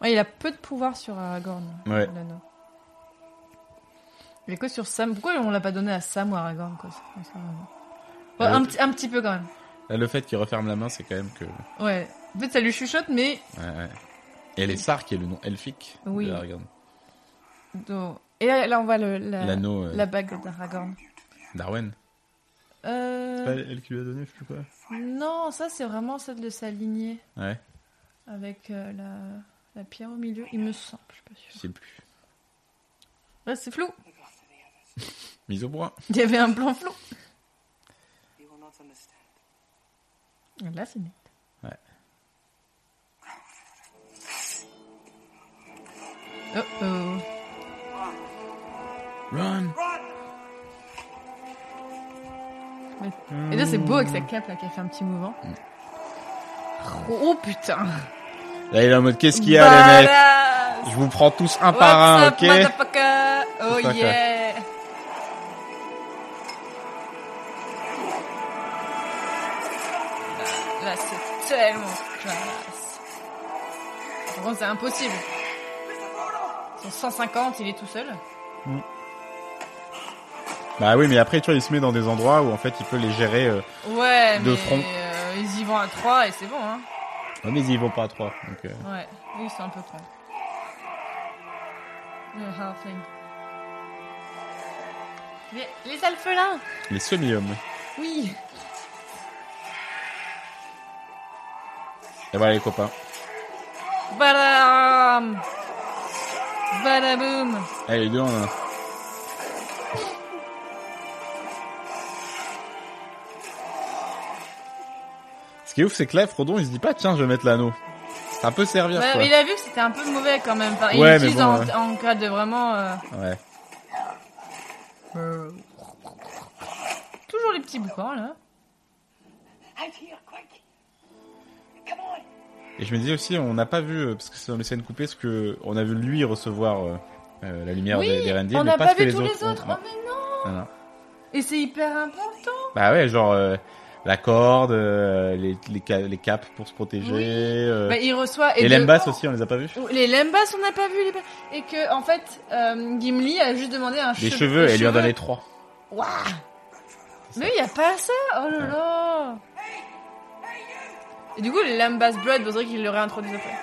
A: Ouais, il a peu de pouvoir sur euh, Aragorn.
B: Ouais.
A: l'anneau. Mais quoi sur Sam Pourquoi on l'a pas donné à Sam ou à Aragorn quoi c'est comme ça, vraiment. Ouais,
B: Euh,
A: un, petit- un petit peu quand même.
B: Là, le fait qu'il referme la main, c'est quand même que.
A: Ouais.
B: Ouais,
A: En fait, ça lui chuchote, mais.
B: ouais. Et les Sar, qui est le nom elfique
A: Oui.
B: de Aragorn.
A: Donc- Et là, là, on voit le, la,
B: L'anneau, euh,
A: la bague d'Aragorn.
B: Darwen.
A: Euh,
B: elle qui lui a donné, je sais pas.
A: Non, ça c'est vraiment celle de sa lignée.
B: Ouais,
A: Avec euh, la, la pierre au milieu, il me semble, je suis pas
B: je
A: sûre.
B: sais plus.
A: Là, c'est flou.
B: Mise au bois.
A: Il y avait un plan flou.
G: You will not understand.
A: Là, c'est net.
B: Ouais.
A: Oh oh.
B: Run
A: Mais- Et là, c'est beau avec
B: Hmm.
A: sa cape là qui a fait un petit mouvement. Oh, oh, putain.
B: Là, il Hmm. est en mode Qu'est-ce qu'il y a,
A: Bah,
B: les mecs Je vous prends tous un par un, ok
A: Oh
B: C'est ça, quoi.
A: yeah. Là, c'est tellement classe. Par contre, c'est impossible. Son 150, il est tout seul.
B: Bah oui, mais après, tu vois, il se met dans des endroits où en fait, il peut les gérer. euh.
A: Ouais,
B: De
A: mais
B: front.
A: euh, ils y vont à 3 et c'est bon, hein.
B: Ouais, mais ils y vont pas à trois. Donc, euh,
A: Ouais, oui, c'est un peu con. Le halfling. Les, les alphelins
B: Les semi-hommes.
A: Oui
B: Et voilà, les copains.
A: Badam Badaboum
B: Allez, les deux en un. Ce qui est ouf, c'est que là, Frodon, il se dit pas, tiens, je vais mettre l'anneau. Ça peut servir,
A: Bah,
B: quoi.
A: Il a vu que c'était un peu mauvais quand même. Enfin,
B: Ouais, mais
A: il l'utilise
B: bon,
A: en,
B: ouais.
A: en cas de vraiment... euh,
B: Ouais.
A: toujours les petits boucans, là.
C: Out here, quick! Come on!
B: Et je me dis aussi, on n'a pas vu, euh, parce que c'est dans les scènes coupées, ce que on a vu lui recevoir euh, euh, la lumière
A: oui,
B: des, des Rendil,
A: on
B: mais
A: n'a
B: pas,
A: pas
B: ce que
A: vu
B: les
A: tous
B: autres. hein.
A: les autres. Oh,
B: ont-
A: mais non
B: Non, non.
A: Et c'est hyper important
B: Bah ouais, genre euh, la corde, euh, les, les, ca- les capes pour se protéger.
A: Oui.
B: euh,
A: bah, Il reçoit...
B: et
A: de-
B: l'Embas aussi, on les a pas vus.
A: Les Lembas, on n'a pas vu les... Et que, en fait, euh, Gimli a juste demandé un
B: Des
A: cheveu-
B: cheveux,
A: des
B: et elle lui a
A: cheveux.
B: donné trois.
A: Waouh Mais il n'y a pas ça Oh là là Et du coup, le Lambas Blood, vous qu'il le réintroduit après.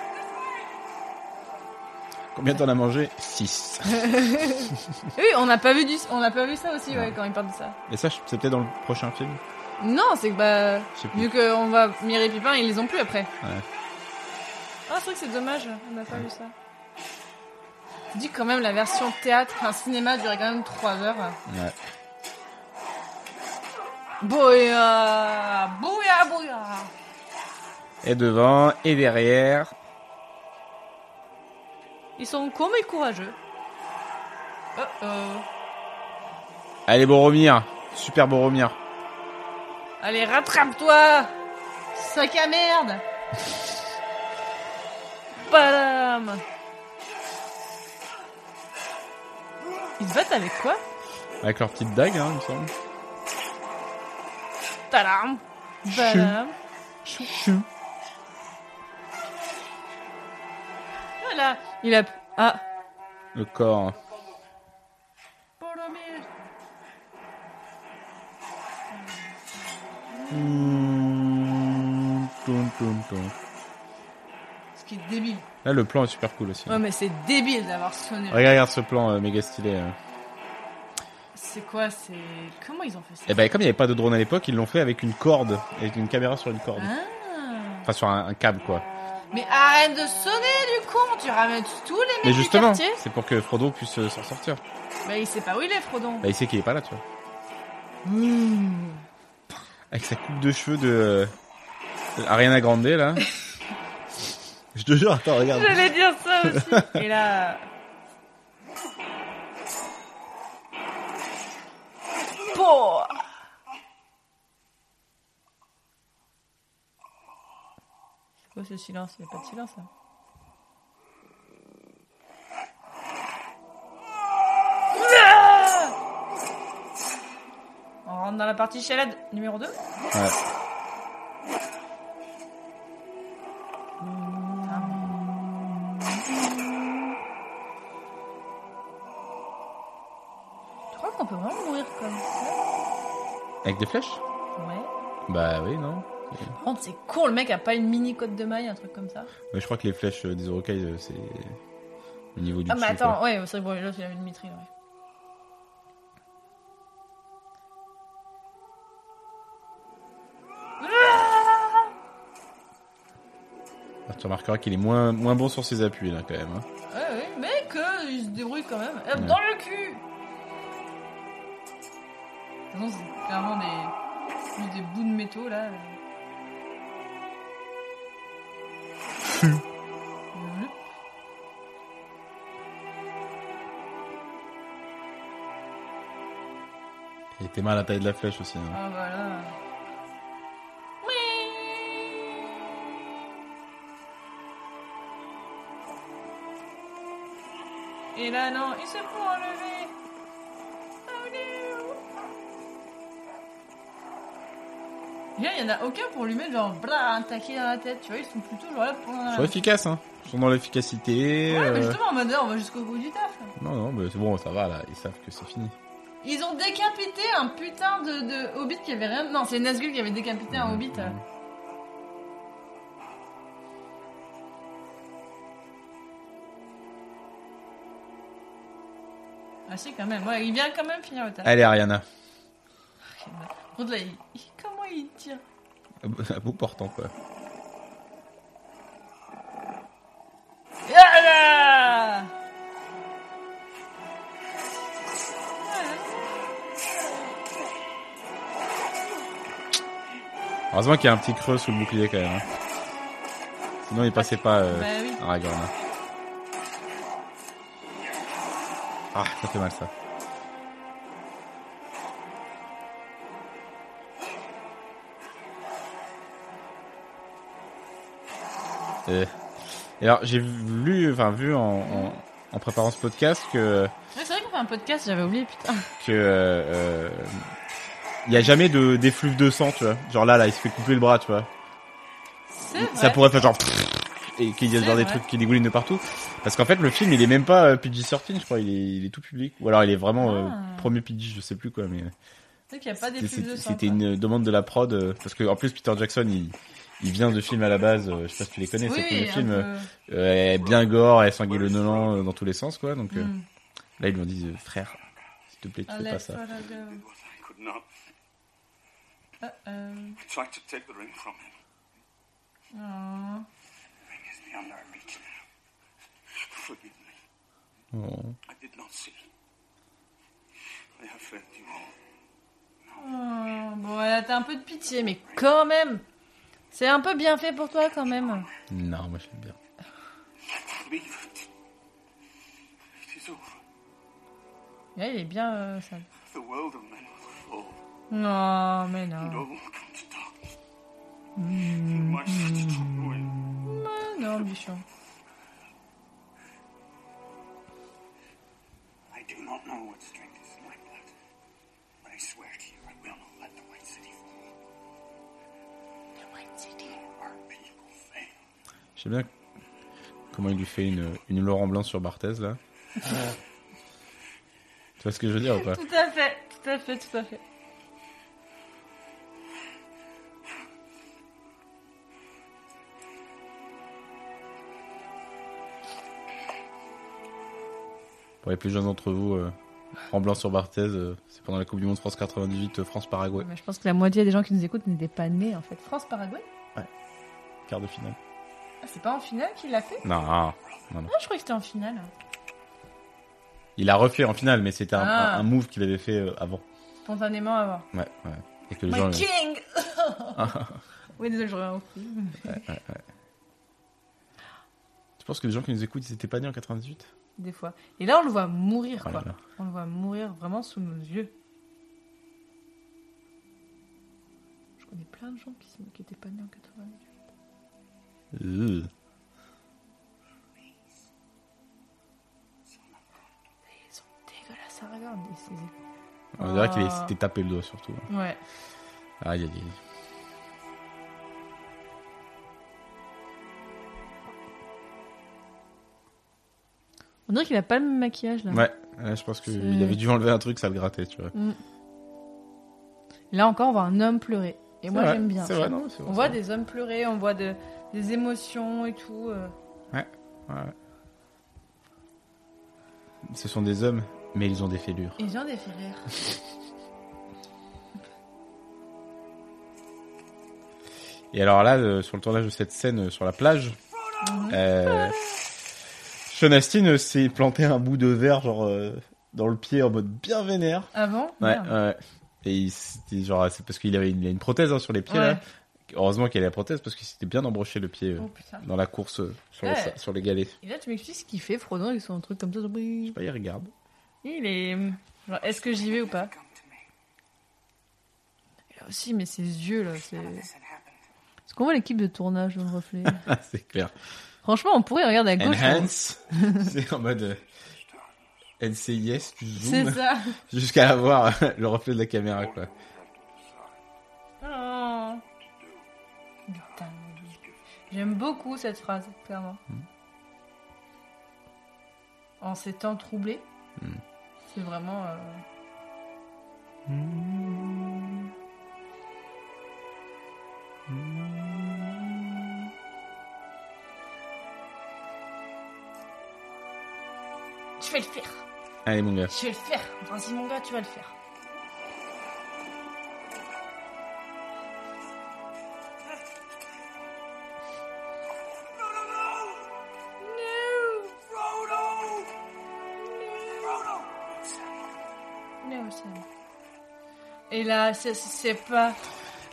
B: Combien t'en as mangé Six.
A: Oui, on n'a pas, vu du... on n'a pas vu ça aussi, ouais, quand il parle de ça.
B: Et ça, je- c'est peut-être dans le prochain film.
A: Non, c'est que bah.
B: Je sais plus.
A: Vu qu'on va. Mireille Pipin, ils les ont plus après.
B: Ouais.
A: Ah, c'est vrai que c'est dommage, on n'a pas vu ça. Je dis quand même, la version théâtre, enfin cinéma, durait quand même 3 heures.
B: Ouais.
A: Bouya Bouya Bouya
B: Et devant, et derrière.
A: Ils sont cons mais courageux. Oh oh.
B: Allez, Boromir. Super Boromir.
A: Allez, rattrape-toi Sac à merde Padam Ils se battent avec quoi
B: Avec leur petite dague, hein, il me semble.
A: Tadam Badam Voilà Il a... Ah
B: Le corps.
A: Boromir
B: Toum, toum, toum, toum.
A: Ce qui est débile.
B: Là, le plan est super cool aussi.
A: Ouais mais c'est débile d'avoir sonné.
B: Regarde, regarde ce plan euh, méga stylé. euh.
A: C'est quoi C'est... Comment ils ont fait ça
B: Et ben, comme il n'y avait pas de drone à l'époque, ils l'ont fait avec une corde, avec une caméra sur une corde.
A: Ah.
B: Enfin, sur un, un câble, quoi.
A: Mais arrête de sonner du con, tu ramènes tous les mecs
B: Mais justement,
A: du quartier.
B: c'est pour que Frodo puisse euh, s'en sortir.
A: Bah il sait pas où il est Frodon.
B: Bah, il sait qu'il est pas là, tu vois.
A: Hmm.
B: Avec sa coupe de cheveux de euh, Ariana Grande, là. Je te jure, attends, regarde.
A: J'allais dire ça aussi. Et là... Pouah. C'est quoi ce silence Il n'y a pas de silence là. Ah On rentre dans la partie chalade numéro 2
B: Ouais.
A: Je crois qu'on peut vraiment mourir comme ça.
B: Avec des flèches
A: Ouais.
B: Bah oui, non.
A: Par contre, c'est con, le mec a pas une mini cote de maille, un truc comme ça.
B: Mais je crois que les flèches euh, des Orokai, euh, c'est au niveau du
A: Ah, mais
B: dessus,
A: attends,
B: quoi.
A: ouais, c'est vrai, bon, l'autre il avait une mitrille, ouais.
B: Ah, Tu remarqueras qu'il est moins, moins bon sur ses appuis, là, quand même. hein.
A: Ouais, ouais, mais que il se débrouille quand même. Hop, dans le cul De toute façon, c'est clairement des, juste des bouts de métaux là. Mhm.
B: Il était mal à la taille de la flèche aussi. hein.
A: Ah, voilà. Oui. Et là, non, il se faut enlever. Oh, no. Là, il n'y en a aucun pour lui mettre genre bla, un taquet dans la tête, tu vois, ils sont plutôt genre là pour...
B: Ils sont efficaces, hein. Ils sont dans l'efficacité.
A: Ah. Ouais, mais
B: euh,
A: justement, en mode là, on va jusqu'au bout du taf.
B: Non, non, mais c'est bon, ça va, là. Ils savent que c'est fini.
A: Ils ont décapité un putain de, de hobbit qui avait rien. Non, c'est Nazgul qui avait décapité un hobbit. euh. Ah si, quand même. Ouais, il vient quand même finir le taf.
B: Allez, Ariana.
A: Par contre, là, il- il- comment il tire
B: À bout- À bout portant, quoi.
A: Ah là
B: Heureusement qu'il y a un petit creux sous le bouclier, quand même. hein. Sinon, il passait pas euh,
A: Bah oui.
B: Aragorn. hein. Ah, ça fait mal, ça. Euh, Et alors, j'ai lu, enfin, vu en, en, en préparant ce podcast que
A: Ouais, C'est vrai qu'on fait un podcast, j'avais oublié, putain.
B: que euh, il y a jamais de d'effluve de sang, tu vois. Genre là, là, il se fait couper le bras, tu vois.
A: C'est vrai.
B: Ça pourrait faire genre et qu'il y a
A: C'est
B: genre des
A: vrai.
B: trucs qui dégoulinent de partout. Parce qu'en fait, le film, il est même pas euh, PG-13, je crois. Il est, il est tout public. Ou alors, il est vraiment euh,
A: Ah.
B: premier PG, je sais plus quoi. Mais
A: C'est qu'il n'y a pas des
B: c'était-
A: plus de
B: c'était
A: sang.
B: c'était
A: quoi.
B: une demande de la prod euh, parce que en plus, Peter Jackson, il il vient de films à la base, euh, je sais pas si tu les connais,
A: Oui,
B: c'est que le
A: un
B: film euh,
A: peu.
B: est bien gore, est sanguinolent euh, dans tous les sens, quoi. Donc euh,
A: Hmm.
B: là, ils lui ont
A: Ah,
B: dit, euh, frère, s'il te plaît, tu fais pas
A: Alex,
B: ça.
A: voilà, go.
D: Could not.
A: Ah
D: He tried to take the ring from him. The ring is beyond our reach now. Forgive me.
B: Oh.
D: I did not see it. I have failed you all.
A: Hum, Bon, elle a t'as un peu de pitié, mais quand même. C'est un peu bien fait pour toi, quand même.
B: Non, moi j'aime bien.
D: Leave it. It is over.
A: Là, il est bien, euh, ça.
D: The world of men will fall.
A: Non, mais non.
D: And all
E: Oh,
D: will come to darkness. And my city to ruin.
A: Ah, Non, Bichon.
D: I do not know what strength is in my blood, but I swear to you, I will not let the White City fall. The White City? Our people fail.
B: J'aime bien comment il lui fait une, une Laurent Blanc sur Barthez, là. tu vois ce que je veux dire ou pas
A: Tout à fait, tout à fait, tout à fait.
B: Pour les plus jeunes d'entre vous, euh, Laurent Blanc sur Barthez, euh, c'est pendant la Coupe du Monde France 98, euh, France-Paraguay,
A: Mais je pense que la moitié des gens qui nous écoutent n'étaient pas nés, en fait. France-Paraguay
B: quart de finale.
A: Ah, C'est pas en finale qu'il l'a fait
B: Non, non, non.
A: Ah, je crois que c'était en finale.
B: Il a refait en finale, mais c'était un,
A: Ah.
B: un- un move qu'il avait fait euh, avant.
A: Spontanément avant.
B: Ouais, ouais. Et que les
A: My
B: gens. euh,
A: king Oui, désolé, je reviens au coup.
B: Tu penses que les gens qui nous écoutent, ils étaient pas nés en 98
A: Des fois. Et là, on le voit mourir,
B: Oh là
A: quoi.
B: là.
A: On le voit mourir vraiment sous nos yeux. Je connais plein de gens qui sont- qui étaient pas nés en 98.
B: Euh.
A: Ils sont dégueulasses à regarder. ils- ils-
B: On dirait qu'il
A: Ah.
B: s'était tapé le doigt surtout.
A: Ouais.
B: Aïe aïe aïe.
A: On dirait qu'il a pas le même maquillage, là.
B: Ouais, ouais, je pense qu'il avait dû enlever un truc, ça le grattait, tu vois.
A: Là encore, on voit un homme pleurer. Et moi,
B: C'est vrai,
A: j'aime bien.
B: C'est
A: ça.
B: vrai, non, c'est
A: On
B: vrai.
A: voit des hommes pleurer, on voit de- des émotions et tout. euh.
B: Ouais. Ce sont des hommes, mais ils ont des fêlures.
A: Et j'ai des fait rire.
B: Et alors là, euh, sur le tournage de cette scène euh, sur la plage, euh, Sean Astin euh, s'est planté un bout de verre genre euh, dans le pied en mode bien vénère.
A: Avant
B: Ouais,
A: Merde.
B: ouais. Et il s'était genre, euh, c'est parce qu'il avait une, il a une prothèse hein, sur les pieds.
A: Ouais.
B: Là. Heureusement qu'il a la prothèse parce qu'il s'était bien embroché le pied euh,
A: Oh putain.
B: dans la course euh, sur, les,
A: Ouais.
B: sa- sur les galets.
A: Et là, tu m'expliques ce qu'il fait, Frodon, avec son truc comme ça. genre,
B: Je sais pas, il regarde.
A: Il est. Genre, est-ce que j'y vais ou pas
C: Come to me.
A: Là aussi, mais ses yeux, là, c'est.
C: None of this had happened.
A: Est-ce qu'on voit l'équipe de tournage dans le reflet
B: Ah, c'est clair.
A: Franchement, on pourrait regarder à gauche. hein.
B: Enhance, c'est en mode euh, NCIS, tu
A: C'est
B: zoomes
A: ça.
B: jusqu'à avoir le reflet de la caméra. Quoi.
A: Oh. Putain. J'aime beaucoup cette phrase, clairement. En ces temps troublés, c'est vraiment. euh, Tu vas le faire,
B: Allez mon gars,
A: je vais le faire. Enfin, si mon gars, tu vas le faire. Mais oui, c'est- Et là, c'est- c'est c'est pas.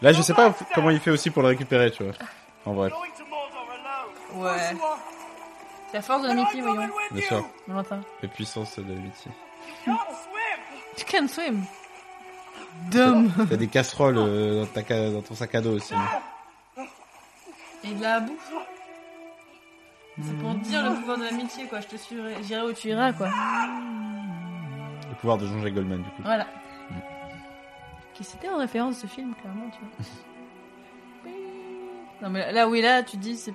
B: là je sais pas comment il fait aussi pour le récupérer, tu vois. En vrai,
D: Oh,
E: Going to Mordor alone.
A: Ouais. C'est la force de
E: I'm
A: l'amitié,
E: coming
A: voyons.
E: with
B: bien
E: you.
B: sûr,
A: On l'entend.
B: la puissance de l'amitié.
E: Can't swim.
A: Tu can swim. Dumb.
B: T'as des casseroles euh, dans, ta ca- dans ton sac à dos aussi. hein. non
A: Et de la boue. C'est pour dire le pouvoir de l'amitié, quoi. Je te suivrai, j'irai où tu iras, quoi.
B: Le pouvoir de Jean-Jacques Goldman, du coup.
A: Voilà. Qui c'était en référence ce film, clairement, tu vois. Oui. non, mais là, oui, là, tu te dis, c'est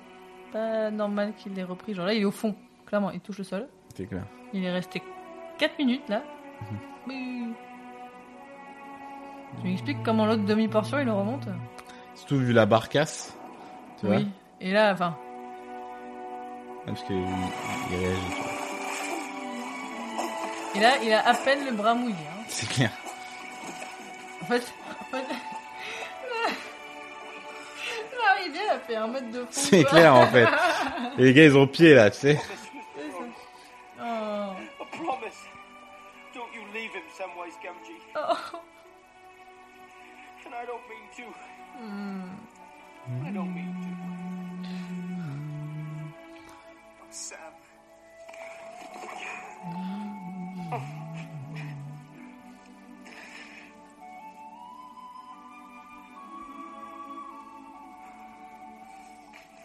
A: pas normal qu'il l'ait repris. Genre là, il est au fond, clairement, il touche le sol.
B: C'est clair.
A: Il est resté 4 minutes, là. Oui. Tu m'expliques comment l'autre demi-portion, il le remonte
B: Surtout vu la barcasse. Tu vois
A: Oui. Et là, enfin,
B: Ah, Parce que il, il réagit. tu vois.
A: et là, il a à peine le bras mouillé. hein.
B: C'est clair.
A: En fait, en fait, là, ça fait un mètre de fond.
B: C'est
A: quoi.
B: clair, en fait. Et les gars, ils ont pied, là, tu sais.
A: Oh.
G: A promise. Don't you leave him some ways, Gamgee.
A: Oh.
G: And I don't mean to. I don't mean to. Oh, Sam.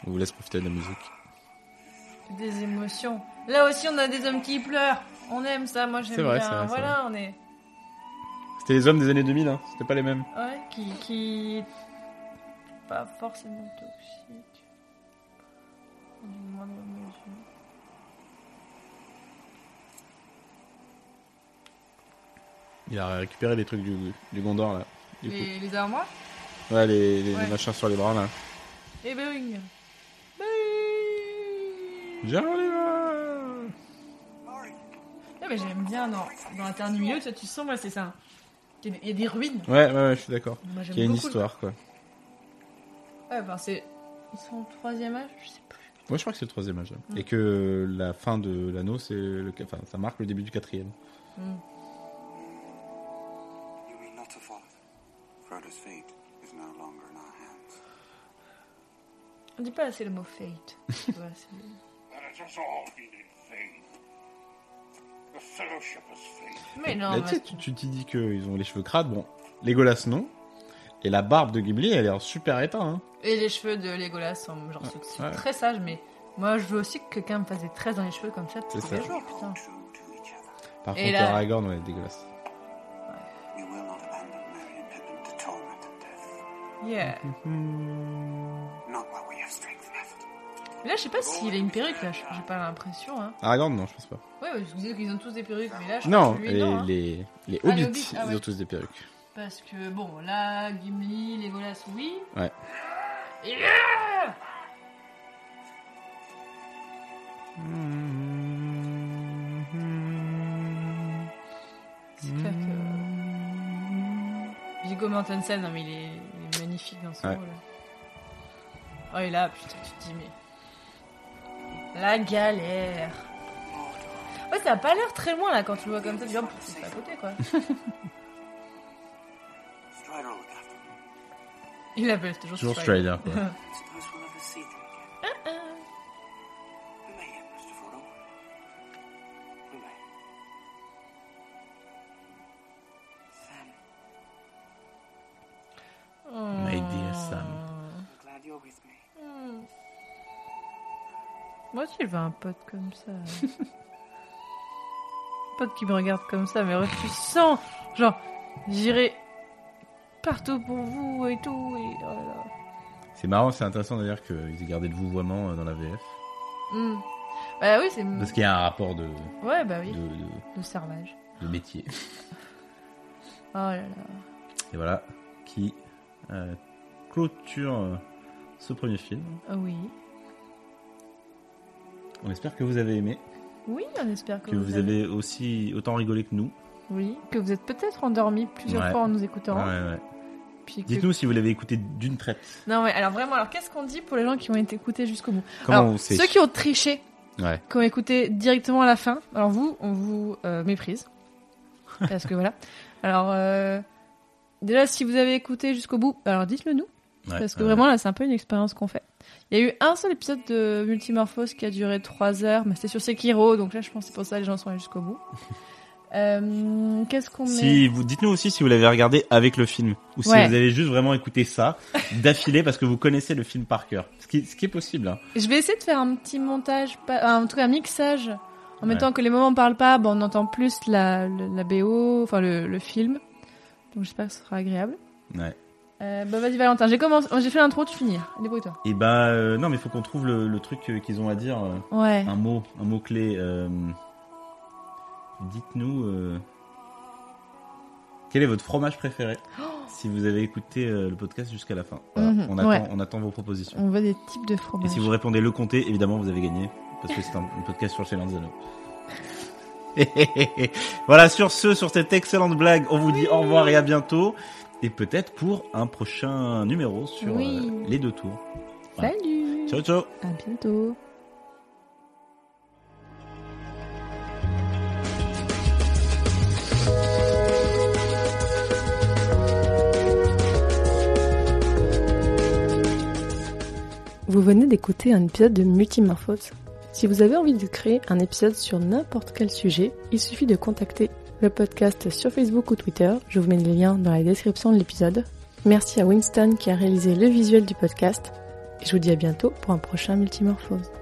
B: On vous laisse profiter de la musique. hein.
A: Des émotions. Là aussi, on a des hommes qui pleurent. On aime ça, moi j'aime
B: C'est vrai,
A: bien.
B: c'est vrai, c'est
A: voilà, on est.
B: C'était les hommes des années 2000, hein. C'était pas les mêmes.
A: Ouais, qui. qui... Pas forcément toxique. Du moindre mesure.
B: Il a récupéré des trucs du, du Gondor, là. Du coup.
A: Les, les armoires
B: Ouais, les, les
A: Ouais.
B: machins sur les bras, là.
A: Et Boeing.
B: Jean-Léva
A: Ah, mais j'aime bien dans, dans la terre du milieu, tu, vois, tu sens, moi c'est ça. Il y a des- il y a des ruines.
B: Ouais, ouais, ouais, je suis d'accord.
A: Moi j'aime
B: Il y a une
A: beaucoup le-
B: histoire, quoi.
A: Ouais, enfin c'est. Ils sont au troisième âge, je sais plus.
B: Moi, je crois que c'est le troisième âge. là. Et que euh, la fin de l'anneau, c'est le... ca- enfin, ça marque le début du quatrième.
D: You mean not to follow them? Frodo's fate is no longer in our hands.
A: On dit pas assez le mot fate. tu vois, c'est-
D: Let us all be in vain. The fellowship is fate.
A: mais non,
B: Là,
A: mais-
B: tu sais, tu- tu t'y dis qu'ils ont les cheveux crades. Bon, Legolas, non. Et la barbe de Gimli, elle est en super état. Hein.
A: Et les cheveux de Legolas sont genre ceux qui sont
B: ouais.
A: très sages, mais moi je veux aussi que quelqu'un me fasse des tresses dans les cheveux comme ça
B: C'est
A: tous
B: ça.
A: les jours, putain.
D: True to each other.
B: Par
A: Et
B: contre,
A: là-
B: Aragorn, ouais, dégueulasse.
D: We will not abandon Merry and Pippin to torment and death.
A: Yeah.
B: Mhm.
D: Not while we have strength left.
A: Mais là, je sais pas s'il a une perruque, là, j'ai pas l'impression, hein.
B: Aragorn, non, je pense pas.
A: Ouais, parce que je disais qu'ils ont tous des perruques, mais là, je
B: Non,
A: pense que lui,
B: les,
A: non, hein.
B: les, les
A: Ah,
B: Hobbits,
A: les Hobbits, ah
B: ils
A: ouais.
B: ont tous des perruques.
A: Parce que bon, là, Gimli, Legolas, oui.
B: Ouais.
A: Yeah C'est clair que. Viggo Mortensen, non, mais il est, il est magnifique dans ce
B: Ouais.
A: rôle. Oh, et là, putain, tu te dis, mais. La galère Ouais, ça a pas l'air très loin là quand tu le vois comme ça, tu vois, c'est pas à côté quoi.
D: Strider will look after them.
A: Il appelle toujours,
B: Toujours
A: Strider.
B: Strider, quoi.
D: Suppose we'll never see them again. We may yet, Mr. Frodo. We may. Sam,
B: My dear Sam.
D: I'm glad you're with me.
A: Moi aussi, je veux un pote comme ça. Un pote qui me regarde comme ça, mais ouais, tu sens, genre, j'irai partout pour vous et tout. Et, oh là là.
B: C'est marrant, c'est intéressant d'ailleurs qu'ils aient gardé le vouvoiement euh, dans la VF.
A: Hmm. Bah oui, c'est.
B: Parce qu'il y a un rapport de,
A: Ouais, bah
B: de,
A: oui,
B: de-
A: le servage.
B: de métier.
A: Oh là là.
B: Et voilà, qui euh, clôture euh, ce premier film.
A: Ah oui.
B: On espère que vous avez aimé,
A: Oui, on espère que,
B: que vous avez aussi autant rigolé que nous.
A: Oui, que vous êtes peut-être endormi plusieurs
B: Ouais.
A: fois en nous écoutant.
B: Ouais, ouais.
A: Puis que-
B: Dites-nous si vous l'avez écouté d'une traite.
A: Non, mais alors vraiment, alors qu'est-ce qu'on dit pour les gens qui ont été écoutés jusqu'au bout
B: Comment
A: Alors,
B: on sait
A: Ceux qui ont triché,
B: Ouais.
A: qui ont écouté directement à la fin, alors vous, on vous euh, méprise. Parce que voilà. Alors, euh, déjà, si vous avez écouté jusqu'au bout, alors dites-le nous.
B: Ouais,
A: parce que
B: ouais.
A: vraiment, là, c'est un peu une expérience qu'on fait. Il y a eu un seul épisode de Multimorphose qui a duré 3 heures, mais c'était sur Sekiro, donc là, je pense que c'est pour ça que les gens sont allés jusqu'au bout. Euh, qu'est-ce qu'on met
B: Si vous dites-nous aussi si vous l'avez regardé avec le film ou si
A: Ouais.
B: vous avez juste vraiment écouté ça d'affilée parce que vous connaissez le film par cœur. Ce qui, ce qui est possible. hein.
A: Je vais essayer de faire un petit montage, pas- euh, en tout cas un mixage, en
B: Ouais.
A: mettant que les moments ne parlent pas, bon, on entend plus la, le- la BO, enfin le, le film. Donc j'espère que ce sera agréable.
B: Ouais.
A: Euh, bah vas-y Valentin, j'ai commencé, j'ai fait l'intro, tu finis. Débrouille-toi.
B: Et ben euh, non mais faut qu'on trouve le, le truc euh, qu'ils ont à dire. euh,
A: Ouais.
B: un mot, un mot clé. euh, Dites-nous euh, quel est votre fromage préféré si vous avez écouté euh, le podcast jusqu'à la fin. Voilà,
A: Oh Mhm,
B: on, attend,
A: ouais.
B: on attend vos propositions.
A: On veut des types de
B: Et
A: fromage.
B: si vous répondez le comté, évidemment, vous avez gagné. Parce que c'est un, un podcast sur le Seigneur des Anneaux. voilà, sur ce, sur cette excellente blague, on vous dit au revoir et à bientôt. Et peut-être pour un prochain numéro sur
A: Oui.
B: euh, les deux tours. Voilà.
F: Salut
B: Ciao, ciao
F: À bientôt
K: Vous venez d'écouter un épisode de Multimorphose. Si vous avez envie de créer un épisode sur n'importe quel sujet, il suffit de contacter le podcast sur Facebook ou Twitter. Je vous mets les liens dans la description de l'épisode. Merci à Winston qui a réalisé le visuel du podcast. Et je vous dis à bientôt pour un prochain Multimorphose.